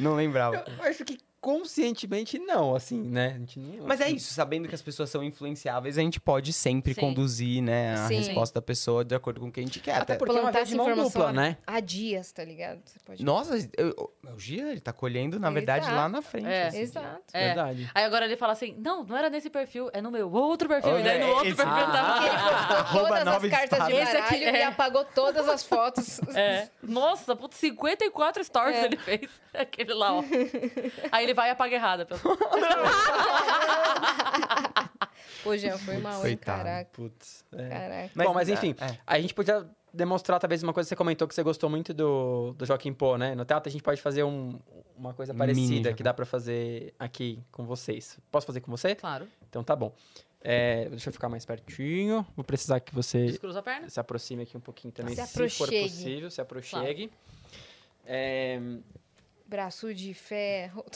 S5: não lembrava.
S4: Eu acho que conscientemente não, assim, né? A gente não-
S5: Mas é isso, sabendo que as pessoas são influenciáveis, a gente pode sempre
S3: Sim.
S5: conduzir, né, a
S2: Sim.
S5: resposta da pessoa de acordo com o que a gente quer.
S4: Até
S5: Até-
S4: porque é uma
S2: Ah. Plantar
S4: vez
S2: essa
S4: de mão
S2: informação
S4: dupla, né?
S2: Há dias, tá ligado? Você pode...
S5: Nossa, eu- eu- o Gia, ele tá colhendo, na
S2: Ele
S5: verdade,
S2: tá.
S5: lá na frente.
S3: É.
S5: assim.
S2: Exato.
S3: É.
S4: Verdade.
S3: Aí agora ele fala assim: não, não era nesse perfil, é no meu outro perfil. e daí no
S5: Olha,
S3: outro
S5: esse-
S3: perfil ele tá
S2: Porque ele
S3: tava.
S2: postou
S5: Arroba
S2: todas
S5: nova
S2: as cartas de
S5: espada.
S2: baralho
S3: Esse aqui é.
S2: e apagou todas as fotos.
S3: É. Nossa, puto, 54 stories
S2: Ah. É.
S3: ele fez. Aquele lá, ó. Aí ele vai e apaga errada. pessoal.
S2: Pô, Jean, foi mal, hein?
S5: Coitado.
S2: Caraca,
S4: Putz. é.
S2: caraca.
S4: Bom, mas enfim,
S5: é, é.
S4: a gente podia demonstrar talvez uma coisa que você comentou que você gostou muito do, do Joaquim Pô, né? No teatro a gente pode fazer um- uma coisa
S5: Mini
S4: parecida
S5: Joaquim.
S4: que dá pra fazer aqui com vocês. Posso fazer com você?
S3: Claro.
S4: Então tá bom. É, deixa eu ficar mais pertinho. Vou precisar que você
S3: Descruza a perna.
S4: se aproxime aqui um pouquinho também,
S2: Se
S4: se, for
S2: aproxegue.
S4: possível, se aproxegue. É,
S2: Braço de ferro.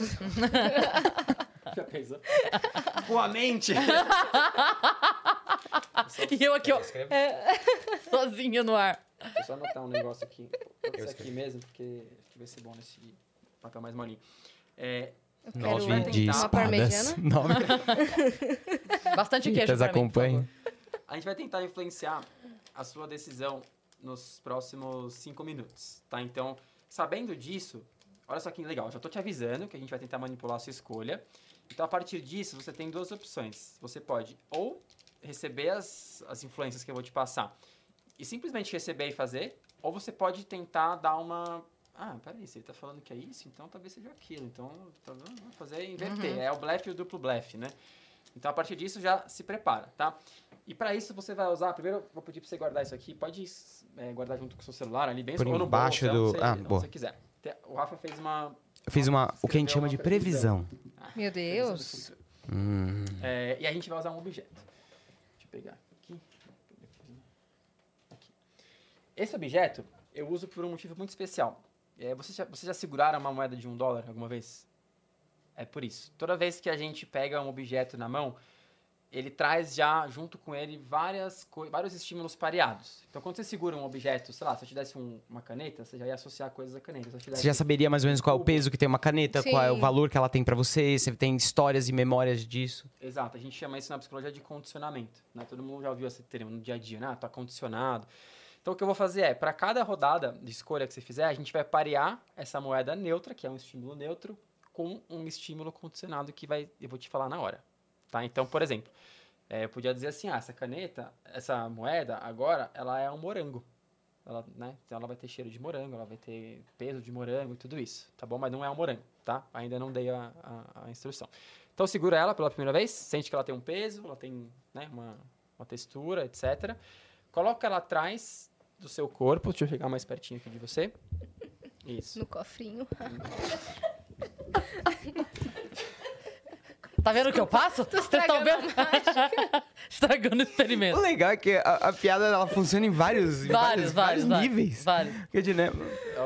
S4: já pensou?
S5: Com a mente.
S3: E eu aqui, ó, é, sozinha no ar.
S4: Deixa eu só anotar um negócio aqui. Pode ser aqui
S5: escrevo.
S4: mesmo, porque acho que vai ser bom nesse papel mais molinho. É,
S2: Eu
S4: Nove
S2: quero
S4: de
S2: uma parmegiana.
S5: Nove
S3: Bastante queijo
S5: fitas
S3: pra mim, por favor.
S5: acompanhem.
S4: A gente vai tentar influenciar a sua decisão nos próximos cinco minutos, tá? Então, sabendo disso, olha só que legal, já tô te avisando que a gente vai tentar manipular a sua escolha. Então, a partir disso, você tem duas opções. Você pode ou receber as, as influências que eu vou te passar e simplesmente receber e fazer, ou você pode tentar dar uma. Ah, peraí, se ele tá falando que é isso, então talvez seja aquilo. Então, tá- vamos fazer
S5: Uhum.
S4: inverter. É o blefe e o duplo blefe, né? Então, a partir disso, já se prepara, tá? E pra isso você vai usar, primeiro eu vou pedir pra você guardar isso aqui, pode é, guardar junto com o seu celular ali bem
S5: Por
S4: ou no
S5: embaixo
S4: bolso,
S5: do-
S4: onde você-
S5: ah,
S4: onde
S5: boa.
S4: você quiser. Te- O Rafa fez uma...
S5: Eu fiz uma, o que a
S4: Escreveu
S5: gente chama
S4: uma
S5: de
S4: previsão.
S5: previsão.
S2: Meu Deus.
S5: Hum.
S4: É, e a gente vai usar um objeto. Deixa eu pegar aqui. Aqui. Esse objeto eu uso por um motivo muito especial. É, vocês, já, vocês já seguraram uma moeda de um dólar alguma vez? É por isso. Toda vez que a gente pega um objeto na mão, ele traz já junto com ele várias coi- vários estímulos pareados. Então, quando você segura um objeto, sei lá, se eu te desse um- uma caneta, você já ia associar coisas à caneta. Se eu te
S5: Você
S4: desse-
S5: já saberia mais ou menos qual é o peso que tem uma caneta, qual é o
S2: Sim.
S5: valor que ela tem pra você, você tem histórias e memórias disso.
S4: Exato, a gente chama isso na psicologia de condicionamento. Né? Todo mundo já ouviu esse termo no dia a dia, né? Ah, tá condicionado. Então o que eu vou fazer é, para cada rodada de escolha que você fizer, a gente vai parear essa moeda neutra, que é um estímulo neutro, com um estímulo condicionado que vai, eu vou te falar na hora. Tá? Então, por exemplo, eh, eu podia dizer assim, ah, essa caneta, essa moeda agora, ela é um morango. Ela, né? Então ela vai ter cheiro de morango, ela vai ter peso de morango e tudo isso, tá bom? Mas não é um morango, tá? Ainda não dei a, a- a instrução. Então segura ela pela primeira vez, sente que ela tem um peso, ela tem né, uma, uma textura, etc. Coloca ela atrás do seu corpo, deixa eu chegar mais pertinho aqui de você. Isso.
S2: No cofrinho.
S3: Tá vendo o que eu passo? Vocês estão
S2: estragando
S3: vendo? Estragando o experimento.
S5: O legal é que a, a piada ela funciona em vários, em
S3: Vários, vários, vários.
S5: níveis. né,
S3: Vários.
S5: Que dinâmica.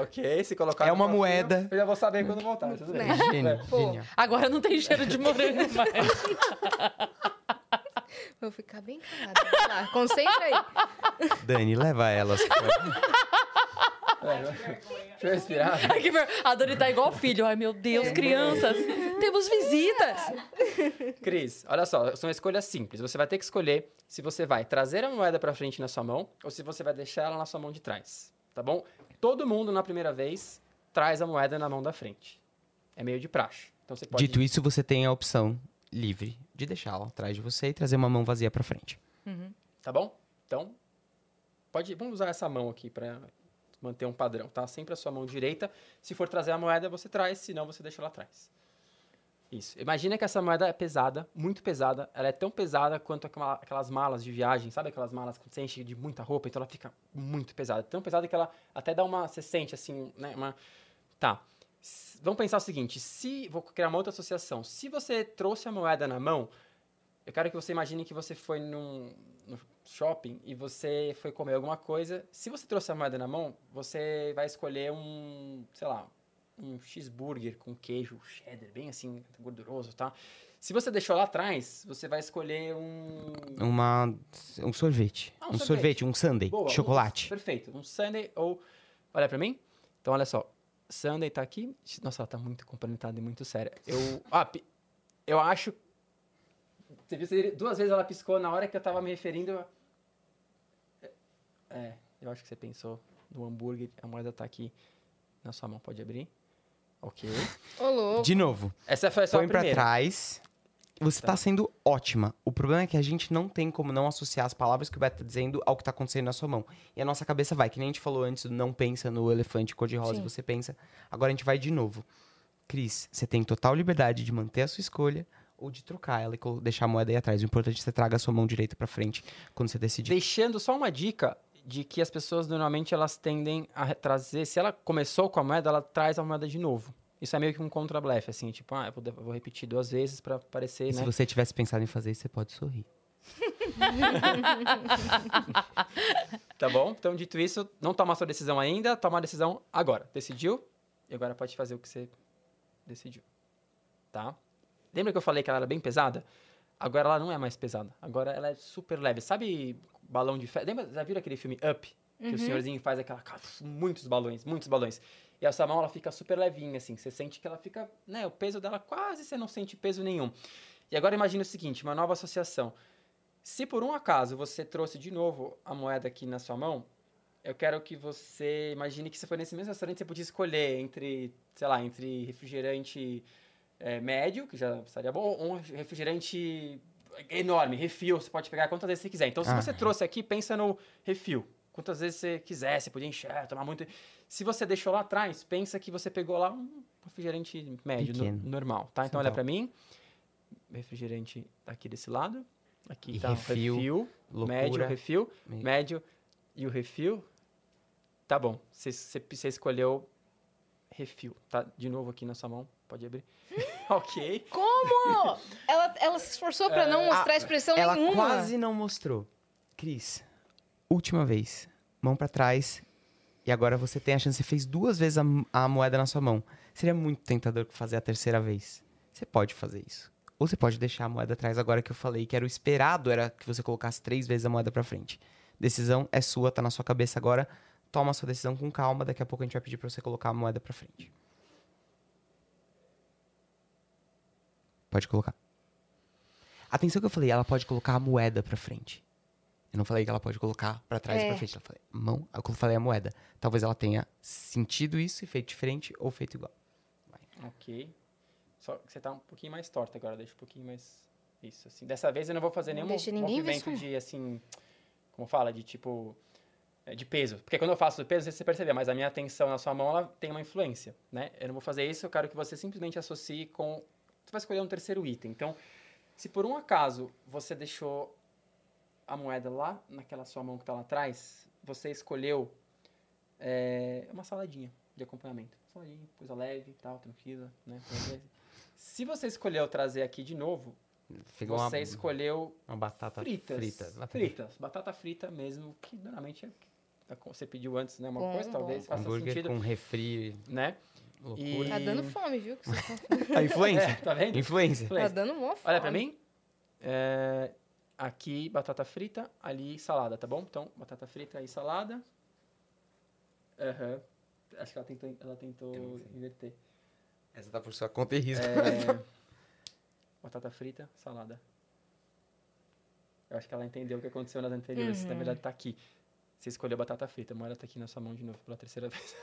S4: Ok, se colocar.
S5: É
S4: no
S5: uma
S4: cofinho,
S5: moeda.
S4: Eu já vou saber quando voltar. tudo bem.
S5: Gênio,
S2: É. Pô.
S5: gênio.
S3: Agora não tem cheiro de morango mais.
S2: Vou ficar bem calada. Vai lá, Concentra aí.
S5: Dani, leva elas.
S4: Deixa eu respirar.
S3: Ai, que ver- A Dani tá igual filho. Ai, meu Deus, crianças. Temos visitas.
S4: Cris, olha só, são escolhas simples. Você vai ter que escolher se você vai trazer a moeda pra frente na sua mão ou se você vai deixar ela na sua mão de trás, tá bom? Todo mundo na primeira vez traz a moeda na mão da frente. É meio de praxe. Então você pode
S5: Dito isso, você tem a opção livre de deixá-la atrás de você e trazer uma mão vazia pra frente.
S4: Tá bom? Então, pode, vamos usar essa mão aqui para manter um padrão, tá? Sempre a sua mão direita. Se for trazer a moeda, você traz, se não, você deixa ela atrás. Isso. Imagina que essa moeda é pesada, muito pesada. Ela é tão pesada quanto aquela- aquelas malas de viagem, sabe? Aquelas malas que você enche de muita roupa, então ela fica muito pesada. Tão pesada que ela até dá uma. Você sente assim, né? Uma. Tá. s- vamos pensar o seguinte: se. Vou criar uma outra associação. Se você trouxe a moeda na mão, eu quero que você imagine que você foi num, no shopping e você foi comer alguma coisa. Se você trouxe a moeda na mão, você vai escolher um, sei lá, um cheeseburger com queijo cheddar, bem assim, gorduroso, tá? Se você deixou lá atrás, você vai escolher um.
S5: Uma, um sorvete.
S4: Ah, um
S5: um sorvete,
S4: sorvete,
S5: um sundae,
S4: Boa, um-
S5: chocolate.
S4: perfeito. Um Sunday ou. Olha pra mim. Então, olha só. Sunday tá aqui. Nossa, ela tá muito complementada e muito séria. Eu. Ah, pi- eu acho. Você viu, você- duas vezes ela piscou na hora que eu tava me referindo. a- É, eu acho que você pensou no hambúrguer. A moeda tá aqui na sua mão. Pode abrir. Ok.
S2: Ô, louco.
S5: De novo,
S4: Essa foi só a
S5: põe pra
S4: primeira.
S5: trás. Você tá.
S4: Tá.
S5: sendo ótima. O problema é que a gente não tem como não associar as palavras que o Beto tá dizendo ao que tá acontecendo na sua mão. E a nossa cabeça vai, que nem a gente falou antes, do não pensa no elefante cor-de-rosa,
S2: Sim.
S5: você pensa. Agora a gente vai de novo. Cris, você tem total liberdade de manter a sua escolha ou de trocar ela e colo- deixar a moeda aí atrás. O importante é que você traga a sua mão direita pra frente quando você decidir.
S4: Deixando só uma dica de que as pessoas normalmente elas tendem a trazer, se ela começou com a moeda, ela traz a moeda de novo. Isso é meio que um contra-blefe, assim, tipo, ah, eu vou, de- vou repetir duas vezes pra parecer,
S5: E se
S4: né?
S5: você tivesse pensado em fazer isso, você pode sorrir.
S4: Tá bom? Então, dito isso, não toma sua decisão ainda, toma a decisão agora. Decidiu? E agora pode fazer o que você decidiu. Tá? Lembra que eu falei que ela era bem pesada? Agora ela não é mais pesada. Agora ela é super leve. Sabe balão de festa? Lembra? Já viram aquele filme Up? Que o senhorzinho faz aquela. ca- Muitos balões, muitos balões. E essa mão ela fica super levinha, assim. Você sente que ela fica. né? O peso dela quase você não sente peso nenhum. E agora imagina o seguinte: uma nova associação. Se por um acaso você trouxe de novo a moeda aqui na sua mão, eu quero que você imagine que você foi nesse mesmo restaurante, você podia escolher entre, sei lá, entre refrigerante eh, médio, que já estaria bom, ou um refrigerante enorme, refil, você pode pegar quantas vezes você quiser. Então, se
S5: Ah.
S4: você trouxe aqui, pensa no refil. Quantas vezes você quiser, você podia encher, tomar muito. Se você deixou lá atrás, pensa que você pegou lá um refrigerante médio, no-
S5: Pequeno.
S4: normal, tá? Então,
S5: Sim,
S4: olha
S5: tá.
S4: pra mim. Refrigerante aqui desse lado. Aqui
S5: E
S4: tá
S5: refil.
S4: o refil.
S5: Loucura.
S4: Médio, refil,
S5: Me-
S4: médio e o refil. Tá bom. Você escolheu refil. Tá de novo aqui na sua mão. Pode abrir. ok.
S2: Como? Ela, ela se esforçou pra
S4: É,
S2: não mostrar expressão
S5: Ela
S2: nenhuma.
S5: quase não mostrou. Cris, última vez. Mão pra trás. E agora você tem a chance. Você fez duas vezes a, a moeda na sua mão. Seria muito tentador fazer a terceira vez. Você pode fazer isso. Ou você pode deixar a moeda atrás agora que eu falei que era o esperado era que você colocasse três vezes a moeda pra frente. Decisão é sua, tá na sua cabeça agora. Toma a sua decisão com calma. Daqui a pouco a gente vai pedir pra você colocar a moeda pra frente. Pode colocar. Atenção que eu falei, ela pode colocar a moeda pra frente. Eu não falei que ela pode colocar pra trás e
S2: É.
S5: pra frente. Ela falei, mão, eu falei a moeda. Talvez ela tenha sentido isso e feito diferente ou feito igual.
S4: Ok. Só que você tá um pouquinho mais torta agora. Deixa um pouquinho mais... Isso, assim. Dessa vez eu não vou fazer
S2: Não
S4: nenhum
S2: deixa ninguém ver
S4: movimento
S2: sua
S4: de, assim... Como fala? De tipo... é, De peso. Porque quando eu faço peso, você percebeu. Mas a minha atenção na sua mão, ela tem uma influência, né? Eu não vou fazer isso. Eu quero que você simplesmente associe com... Você vai escolher um terceiro item. Então, Se por um acaso você deixou a moeda lá naquela sua mão que tá lá atrás, você escolheu é, uma saladinha de acompanhamento. Saladinha, coisa leve e tal, tranquila, né? Coisa- Se você escolheu trazer aqui de novo,
S5: Pegou
S4: você
S5: uma,
S4: escolheu
S5: uma batata
S4: fritas.
S5: frita. Batata-
S4: Fritas, batata frita mesmo, que normalmente é- é como você pediu antes, né? Uma
S2: Bom,
S4: coisa,
S2: bom.
S4: talvez faça
S5: Hambúrguer
S4: sentido,
S5: com refri.
S4: né?
S5: Loucura.
S2: Tá
S4: E-
S2: dando fome, viu? que vocês tão-
S4: É,
S5: A influência.
S4: tá vendo?
S5: influência.
S2: Tá dando mó fome.
S4: Olha pra mim. É, aqui, batata frita. Ali, salada, tá bom? Então, batata frita e salada. Aham. Acho que ela tentou, ela tentou
S5: Eu não sei.
S4: inverter.
S5: Essa tá por sua conta e risco.
S4: É, batata frita, salada. Eu acho que ela entendeu o que aconteceu nas anteriores.
S3: Uhum.
S4: Na verdade, tá aqui. Você escolheu batata frita. Agora tá aqui na sua mão de novo pela terceira vez.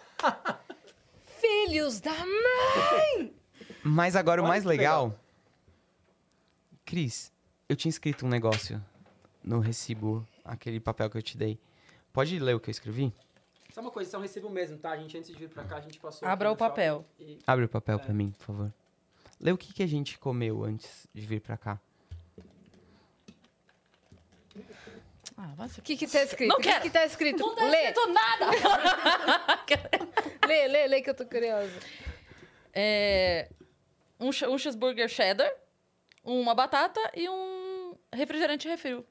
S2: Filhos da mãe!
S5: Mas agora o
S4: Olha
S5: mais
S4: que
S5: legal. Cris, eu tinha escrito um negócio no recibo, aquele papel que eu te dei. Pode ler o que eu escrevi?
S4: Só uma coisa, só recebo mesmo, tá? A gente, antes de vir pra cá, a gente passou...
S3: Abra
S4: aqui
S3: o
S4: no
S3: papel.
S4: shopping E...
S5: Abre o papel
S4: É.
S5: pra mim, por favor. Lê o que, que a gente comeu antes de vir pra cá.
S3: Ah, vai se...
S2: O que que tá escrito?
S3: Não
S2: O que
S3: quero.
S2: que tá escrito?
S3: Não tá
S2: lê,
S3: escrito nada!
S2: lê, lê, lê que eu tô curiosa.
S3: é, um, che- um cheeseburger cheddar, uma batata e um refrigerante refil.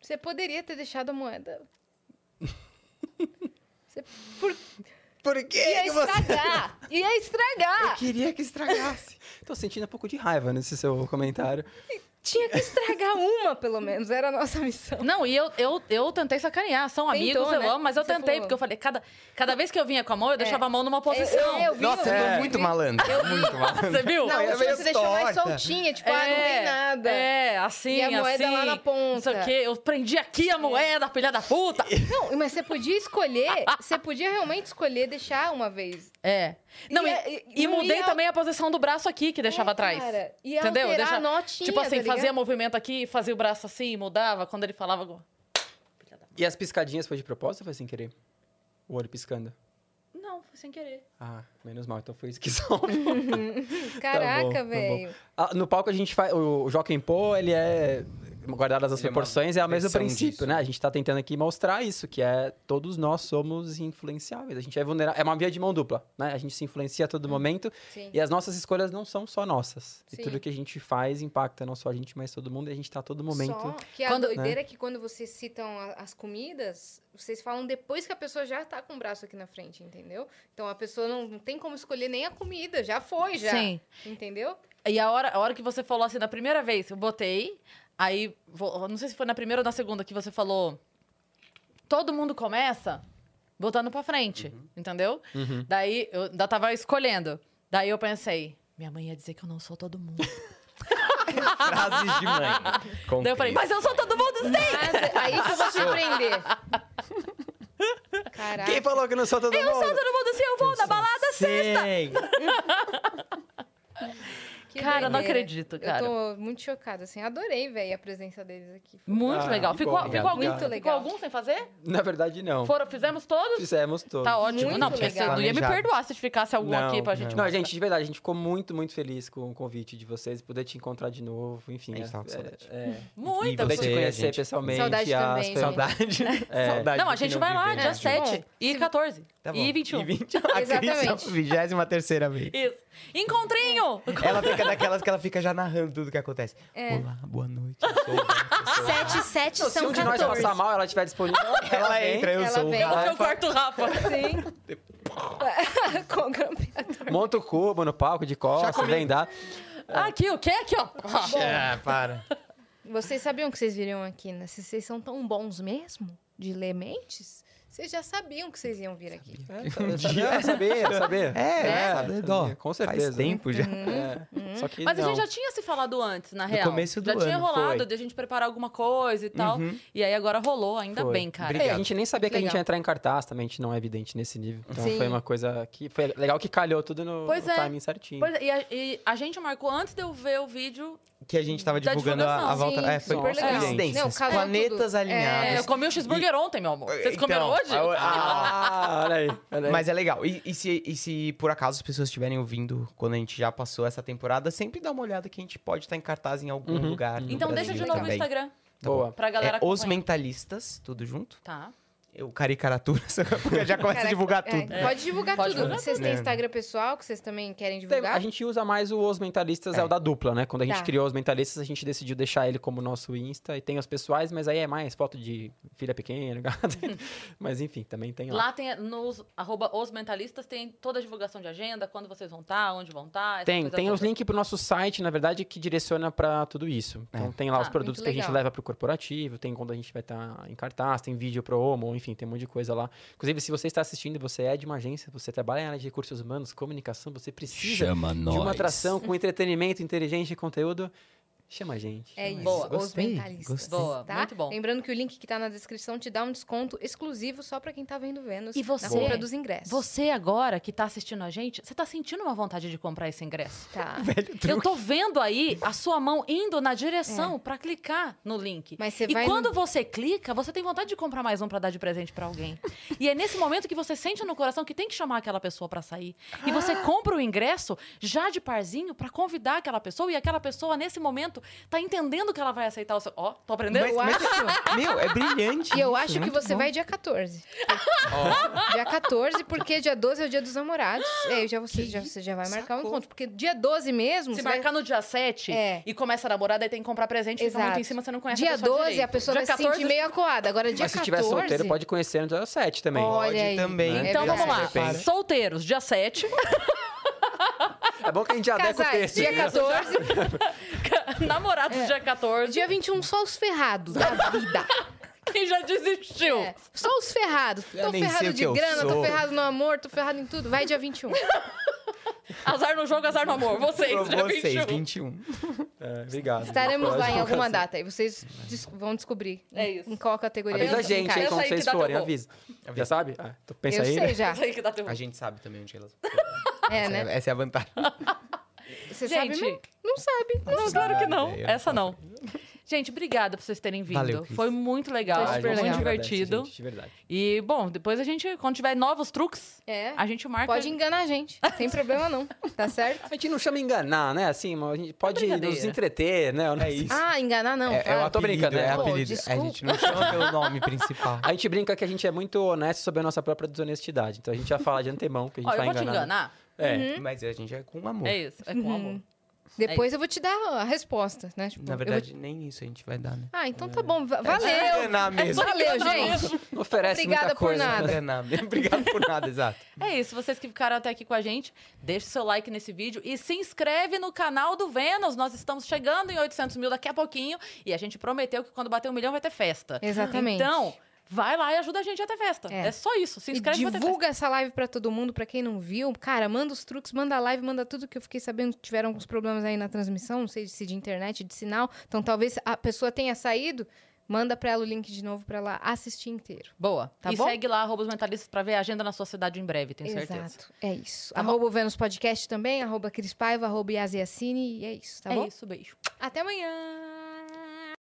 S2: Você poderia ter deixado a moeda. Você, por,
S5: Por que,
S4: É
S2: ia
S5: que você...
S2: estragar! Ia estragar!
S5: Queria que estragasse.
S4: Tô sentindo um pouco de raiva nesse seu comentário.
S2: Tinha que estragar uma, pelo menos. Era a nossa missão.
S3: Não, e eu, eu, eu tentei sacanear. São
S2: Tentou,
S3: amigos, eu
S2: né?
S3: amo, mas eu
S2: Você
S3: tentei,
S2: falou.
S3: porque eu falei, cada, cada vez que eu vinha com a mão, eu deixava a mão numa posição.
S2: É, eu vi,
S5: Nossa,
S2: eu
S5: você
S2: vi.
S5: foi muito malandro. Muito malandro.
S3: Você viu?
S2: Não,
S5: Não,
S2: eu
S5: é meio
S2: você deixou mais
S5: torta.
S2: soltinha, tipo, ah, não tem nada.
S3: É, assim,
S2: E a moeda
S3: assim,
S2: lá na ponta. É.
S3: Não sei o quê. Eu prendi aqui a moeda, filha da puta.
S2: Não, mas você podia escolher, você podia realmente escolher deixar uma vez.
S3: É. Não,
S2: E
S3: e,
S2: a- e-
S3: e
S2: não
S3: mudei
S2: ia-
S3: também a posição do braço aqui, que deixava
S2: É,
S3: atrás.
S2: cara, ia
S3: entendeu?
S2: alterar a notinha,
S3: tipo assim,
S2: tá ligado?
S3: fazia movimento aqui, fazia o braço assim, mudava. Quando ele falava...
S4: E as piscadinhas foi de propósito ou foi sem querer? O olho piscando.
S3: Não, foi sem querer.
S4: Ah, menos mal, então foi isso que salvou.
S2: Caraca,
S4: bom, tá bom.
S2: velho.
S4: Ah, no palco a gente faz. O Joaquim Pô, ele é. Guardadas as
S5: Ele é uma
S4: proporções, é, o mesmo
S5: versão
S4: princípio,
S5: disso,
S4: né?
S5: né?
S4: A gente tá tentando aqui mostrar isso, que é todos nós somos influenciáveis. A gente é vulnerável. É uma via de mão dupla, né? A gente se influencia a todo momento
S2: Sim.
S4: e as nossas escolhas não são só nossas.
S2: Sim.
S4: E tudo que a gente faz impacta não só a gente, mas todo mundo. E a gente tá a todo momento.
S2: Só que a
S3: Quando-
S2: doideira é que quando vocês citam a- as comidas, vocês falam depois que a pessoa já tá com o braço aqui na frente, entendeu? Então a pessoa não, não tem como escolher nem a comida, já foi, já.
S3: Sim.
S2: Entendeu?
S3: E a hora, a hora que você falou assim, na primeira vez, eu botei. Aí, vou- não sei se foi na primeira ou na segunda que você falou. Todo mundo começa botando pra frente, entendeu? Daí, eu ainda tava escolhendo. Daí eu pensei, minha mãe ia dizer que eu não sou todo mundo.
S5: Frases de mãe.
S3: Daí eu falei, mas eu sou todo mundo, sim!
S2: Mas é aí que eu vou surpreender. Caraca.
S4: Quem falou que não sou todo
S3: Eu
S4: mundo?
S3: sou todo mundo, sim, eu vou na balada, sim!
S2: que
S3: Cara, não
S2: doideira.
S3: acredito, cara.
S2: Eu tô muito chocada, assim. Adorei, velho, a presença deles aqui.
S3: Muito
S4: Ah,
S3: legal.
S4: que
S3: Ficou,
S4: bom,
S3: ficou
S4: obrigado,
S3: algum,
S2: obrigado.
S3: ficou
S2: Legal.
S3: algum sem fazer?
S4: Na verdade, não.
S3: Foram, fizemos todos?
S4: Fizemos todos.
S3: Tá ótimo.
S2: Muito
S3: não, porque
S2: legal.
S3: você não ia me
S5: Planejado.
S3: perdoar se ficasse algum aqui pra
S5: É,
S3: gente.
S4: Não,
S3: mostrar.
S5: tá
S4: gente, de verdade, a gente ficou muito, muito feliz com o convite de vocês, poder te encontrar de novo, enfim.
S5: A gente
S4: é-
S5: tava com
S4: é-
S5: saudade.
S4: é,
S3: Muito,
S4: poder te
S5: Você,
S4: conhecer
S5: gente.
S4: pessoalmente.
S2: Saudade
S4: as
S2: também, né?
S4: pessoas-
S5: Saudade.
S4: É.
S5: Saudade.
S3: Não, a
S5: do
S3: gente
S5: que
S3: vai lá,
S5: vive,
S3: dia
S5: né?
S3: 7 e
S2: Se-
S3: 14
S5: Tá bom.
S3: e 21.
S5: E 20. A
S2: Exatamente.
S5: 21 terceira vez.
S3: Isso. Encontrinho! é
S5: Ela fica daquelas que ela fica já narrando tudo que acontece.
S2: É.
S5: Olá, boa noite. Eu sou o Beto, eu sou o Beto.
S2: 7 e 7
S4: Se um de nós passar mal, ela estiver disponível,
S5: Ela
S4: vem.
S5: entra, eu
S2: Ela
S5: sou o
S2: vem.
S3: O seu
S5: Rafa.
S3: quarto Rafa.
S2: Sim. Com grampeador.
S4: Monta o cubo no palco de
S5: Já
S4: costas,
S5: comi.
S4: vem dar.
S3: Aqui, o quê? Aqui, ó.
S5: Ah, para.
S2: Vocês sabiam que vocês viriam aqui, né? Se vocês são tão bons mesmo de ler mentes, vocês já sabiam que vocês iam vir aqui.
S4: Sabia, sabia, sabia.
S5: É,
S4: É,
S5: sabe, dó.
S4: com certeza.
S5: Faz tempo já.
S4: É, Só que
S3: Uhum, Mas a
S4: não.
S3: gente já tinha se falado antes, na real.
S5: começo do
S3: já tinha
S5: ano,
S3: rolado
S5: foi. Uhum.
S3: de a gente preparar alguma coisa e tal. E aí agora rolou, ainda
S4: Foi.
S3: bem, cara.
S4: É, a gente nem sabia que a gente
S2: Legal.
S4: ia entrar em cartaz também, a gente não é evidente nesse nível. Então
S2: Sim.
S4: foi uma coisa que. Foi legal que calhou tudo no,
S3: Pois
S4: no
S3: é.
S4: timing certinho.
S3: Pois é, e, a, e a gente marcou antes de eu ver o vídeo.
S5: Que a gente tava
S3: Da
S5: divulgando a, a
S3: divulgação,
S5: volta.
S2: sim,
S5: É, foi
S4: super
S5: por
S4: legal.
S2: Não,
S5: coincidências.
S2: casou
S5: Planetas
S2: tudo.
S3: É,
S5: alinhados.
S3: eu comi o cheeseburger ontem, meu amor. Vocês comeram
S5: Ah, Então,
S3: hoje?
S5: eu-
S4: Ah, olha aí. Olha aí.
S5: Mas é legal. E, e se, e se por acaso as pessoas estiverem ouvindo quando a gente já passou essa temporada, sempre dá uma olhada que a gente pode estar em cartaz em algum
S4: Uhum.
S5: lugar. no
S3: então deixa
S5: Brasil
S3: de novo o
S5: também.
S3: Instagram
S4: Boa.
S3: pra galera
S5: É, os
S3: acompanhar.
S5: mentalistas, tudo junto.
S3: Tá.
S5: Eu caricatura, porque eu já começa a
S2: Caraca,
S5: divulgar
S2: é,
S5: tudo.
S2: Pode divulgar
S3: Pode
S2: tudo.
S3: divulgar
S2: vocês têm
S5: tudo.
S2: Instagram pessoal que vocês também querem
S4: Tem-
S2: divulgar?
S4: a gente usa mais o Os Mentalistas, é,
S5: É.
S4: o da dupla, né? Quando a gente
S2: Tá.
S4: criou Os Mentalistas, a gente decidiu deixar ele como nosso Insta. E tem os pessoais, mas aí é mais foto de filha pequena, gato.
S3: Hum.
S4: mas enfim, também tem lá.
S3: Lá tem, nos arroba os mentalistas, tem toda a divulgação de agenda, quando vocês vão estar, onde vão estar. essa
S4: Tem,
S3: coisa
S4: tem
S3: toda.
S4: os links pro nosso site, na verdade, que direciona pra tudo isso. Então tem lá
S3: Ah,
S4: os produtos
S2: muito
S4: que a gente
S2: legal.
S4: leva pro corporativo, tem quando a gente vai estar em cartaz, tem vídeo promo, enfim, tem um monte de coisa lá. Inclusive, se você está assistindo e você é de uma agência, você trabalha na área de recursos humanos, comunicação, você precisa de uma atração com entretenimento inteligente e conteúdo, chama a gente.
S2: É isso.
S3: Boa.
S2: os
S5: Gostei,
S2: mentalistas.
S5: gostei.
S3: Boa,
S2: tá?
S3: muito bom.
S2: Lembrando que o link que tá na descrição te dá um desconto exclusivo só pra quem tá vendo Vênus
S3: E você?
S2: na compra dos ingressos.
S3: Você agora que tá assistindo a gente, você tá sentindo uma vontade de comprar esse ingresso?
S2: Tá.
S3: Eu tô vendo aí a sua mão indo na direção pra clicar no link.
S2: Mas você
S3: e
S2: vai
S3: quando
S2: no-
S3: É. você clica, você tem vontade de comprar mais um pra dar de presente pra alguém. e é nesse momento que você sente no coração que tem que chamar aquela pessoa pra sair. Ah! E você compra o ingresso já de parzinho pra convidar aquela pessoa e aquela pessoa nesse momento tá entendendo que ela vai aceitar o seu. Ó, tô aprendendo?
S2: Eu
S5: mas-
S2: acho.
S5: Meu, é brilhante.
S2: E eu
S5: isso,
S2: acho que
S5: muito
S2: você
S5: bom.
S2: vai dia 14. Dia 14, porque dia 12 é o dia dos namorados. É, eu já, você, já, você já vai marcar um
S5: sacou.
S2: encontro. Porque dia 12 mesmo.
S3: Se
S2: Hum, você vai-
S3: marcar no dia 7
S2: É.
S3: e começa a namorar, daí tem que comprar presente,
S2: Exato.
S3: fica muito em cima, você não conhece
S2: dia
S3: a pessoa
S2: 12,
S3: direito.
S2: a pessoa
S3: dia
S2: vai se sentir meio acuada. Agora, dia
S4: Mas se
S2: 14.
S4: tiver solteiro, pode conhecer no dia 7 também.
S2: Olha
S5: Pode
S2: aí.
S5: também.
S2: É
S3: Então vamos lá.
S2: verdade.
S5: Depende.
S3: Solteiros, dia 7.
S4: É bom que a gente já o
S2: Casais,
S4: texto.
S2: dia
S4: né?
S2: 14.
S3: Namorados, dia 14.
S2: É. Dia 21, só os ferrados da vida.
S3: Quem já desistiu?
S2: É, só os ferrados.
S5: Eu
S2: Tô
S5: nem sei
S2: ferrado
S5: o que
S2: de
S5: eu
S2: grana, tô
S5: sou.
S2: ferrado no amor, tô ferrado em tudo. Vai dia 21.
S3: Azar no jogo, azar no amor. Vocês,
S5: Pra
S3: dia 21.
S5: vocês, 21.
S4: É, obrigado.
S2: Estaremos
S4: Uma
S2: lá em
S4: coisa.
S2: alguma data. E vocês des- vão descobrir
S3: É isso.
S2: em qual categoria
S4: Avisa a
S2: elas
S4: gente aí
S2: encaixam.
S3: Pensa
S4: quando
S3: aí que
S4: vocês
S3: data eu
S4: forem,
S3: vou.
S4: avisa. Já sabe? Ah, tu pensa
S2: Eu
S4: aí,
S2: sei
S4: né?
S2: já.
S3: Sei que dá terror.
S5: A gente sabe também onde elas
S2: É,
S5: Essa
S2: né?
S5: Essa é a vantagem.
S2: Você
S3: Gente,
S2: sabe? Não, não sabe.
S3: não, claro que não.
S5: Eu não
S3: Essa não. Gente, obrigada por vocês terem vindo.
S5: Valeu, Cris.
S3: Foi muito legal,
S2: Foi
S3: foi
S2: super
S3: muito
S2: legal.
S4: Agradece,
S3: divertido.
S4: Ah, gente, de verdade.
S3: E, bom, depois a gente, quando tiver novos truques,
S2: É.
S3: a gente marca.
S2: Pode enganar a gente. Não tem problema não. Tá certo?
S4: A gente não chama enganar, né? Assim, mas a gente pode
S3: É brincadeira.
S4: nos entreter, né?
S5: É isso.
S2: Ah, enganar não.
S5: É, é o
S2: claro.
S4: tô brincando,
S5: apelido,
S4: né?
S5: é
S2: Pô,
S5: apelido. a
S2: desculpa.
S5: gente não chama pelo nome principal.
S4: A gente brinca que a gente é muito honesto sobre a nossa própria desonestidade. Então a gente já fala de antemão que a gente
S3: Ó, eu
S4: vai
S3: vou te
S4: enganar.
S3: enganar.
S4: É.
S5: Mas a gente é com amor.
S3: É isso, é com amor.
S2: Depois eu vou te dar a resposta, né? Tipo,
S5: Na
S2: eu vou
S5: verdade, nem isso a gente vai dar, né?
S2: te- Ah, então tá bom. Va- Valeu.
S5: Enganar mesmo.
S3: É,
S2: Valeu, gente.
S4: Não oferece
S2: Obrigada
S4: muita
S2: por
S4: coisa. né?
S2: nada.
S5: Enganar mesmo. Obrigado por nada, exato.
S3: É isso, vocês que ficaram até aqui com a gente, deixe seu like nesse vídeo e se inscreve no canal do Vênus. Nós estamos chegando em 800 mil daqui a pouquinho e a gente prometeu que quando bater um milhão vai ter festa.
S2: Exatamente.
S3: Então, vai lá e ajuda a gente a ter festa.
S2: É.
S3: É, só isso, se
S2: E
S3: inscreve pra ter festa.
S2: divulga essa live pra todo mundo, pra quem não viu. Cara, manda os truques, manda a live, manda tudo que eu fiquei sabendo que tiveram alguns problemas aí na transmissão, não sei se de internet, de sinal. Então talvez a pessoa tenha saído, manda pra ela o link de novo pra ela assistir inteiro.
S3: Boa,
S2: tá
S3: e
S2: bom?
S3: segue lá, arroba os mentalistas, pra ver a agenda na sua cidade em breve, tenho certeza.
S2: Exato. É isso. Arroba o Vênus Podcast também, arroba Cris Paiva, arroba Yasiacine, e é isso, tá
S3: é
S2: bom?
S3: isso, beijo.
S2: Até amanhã!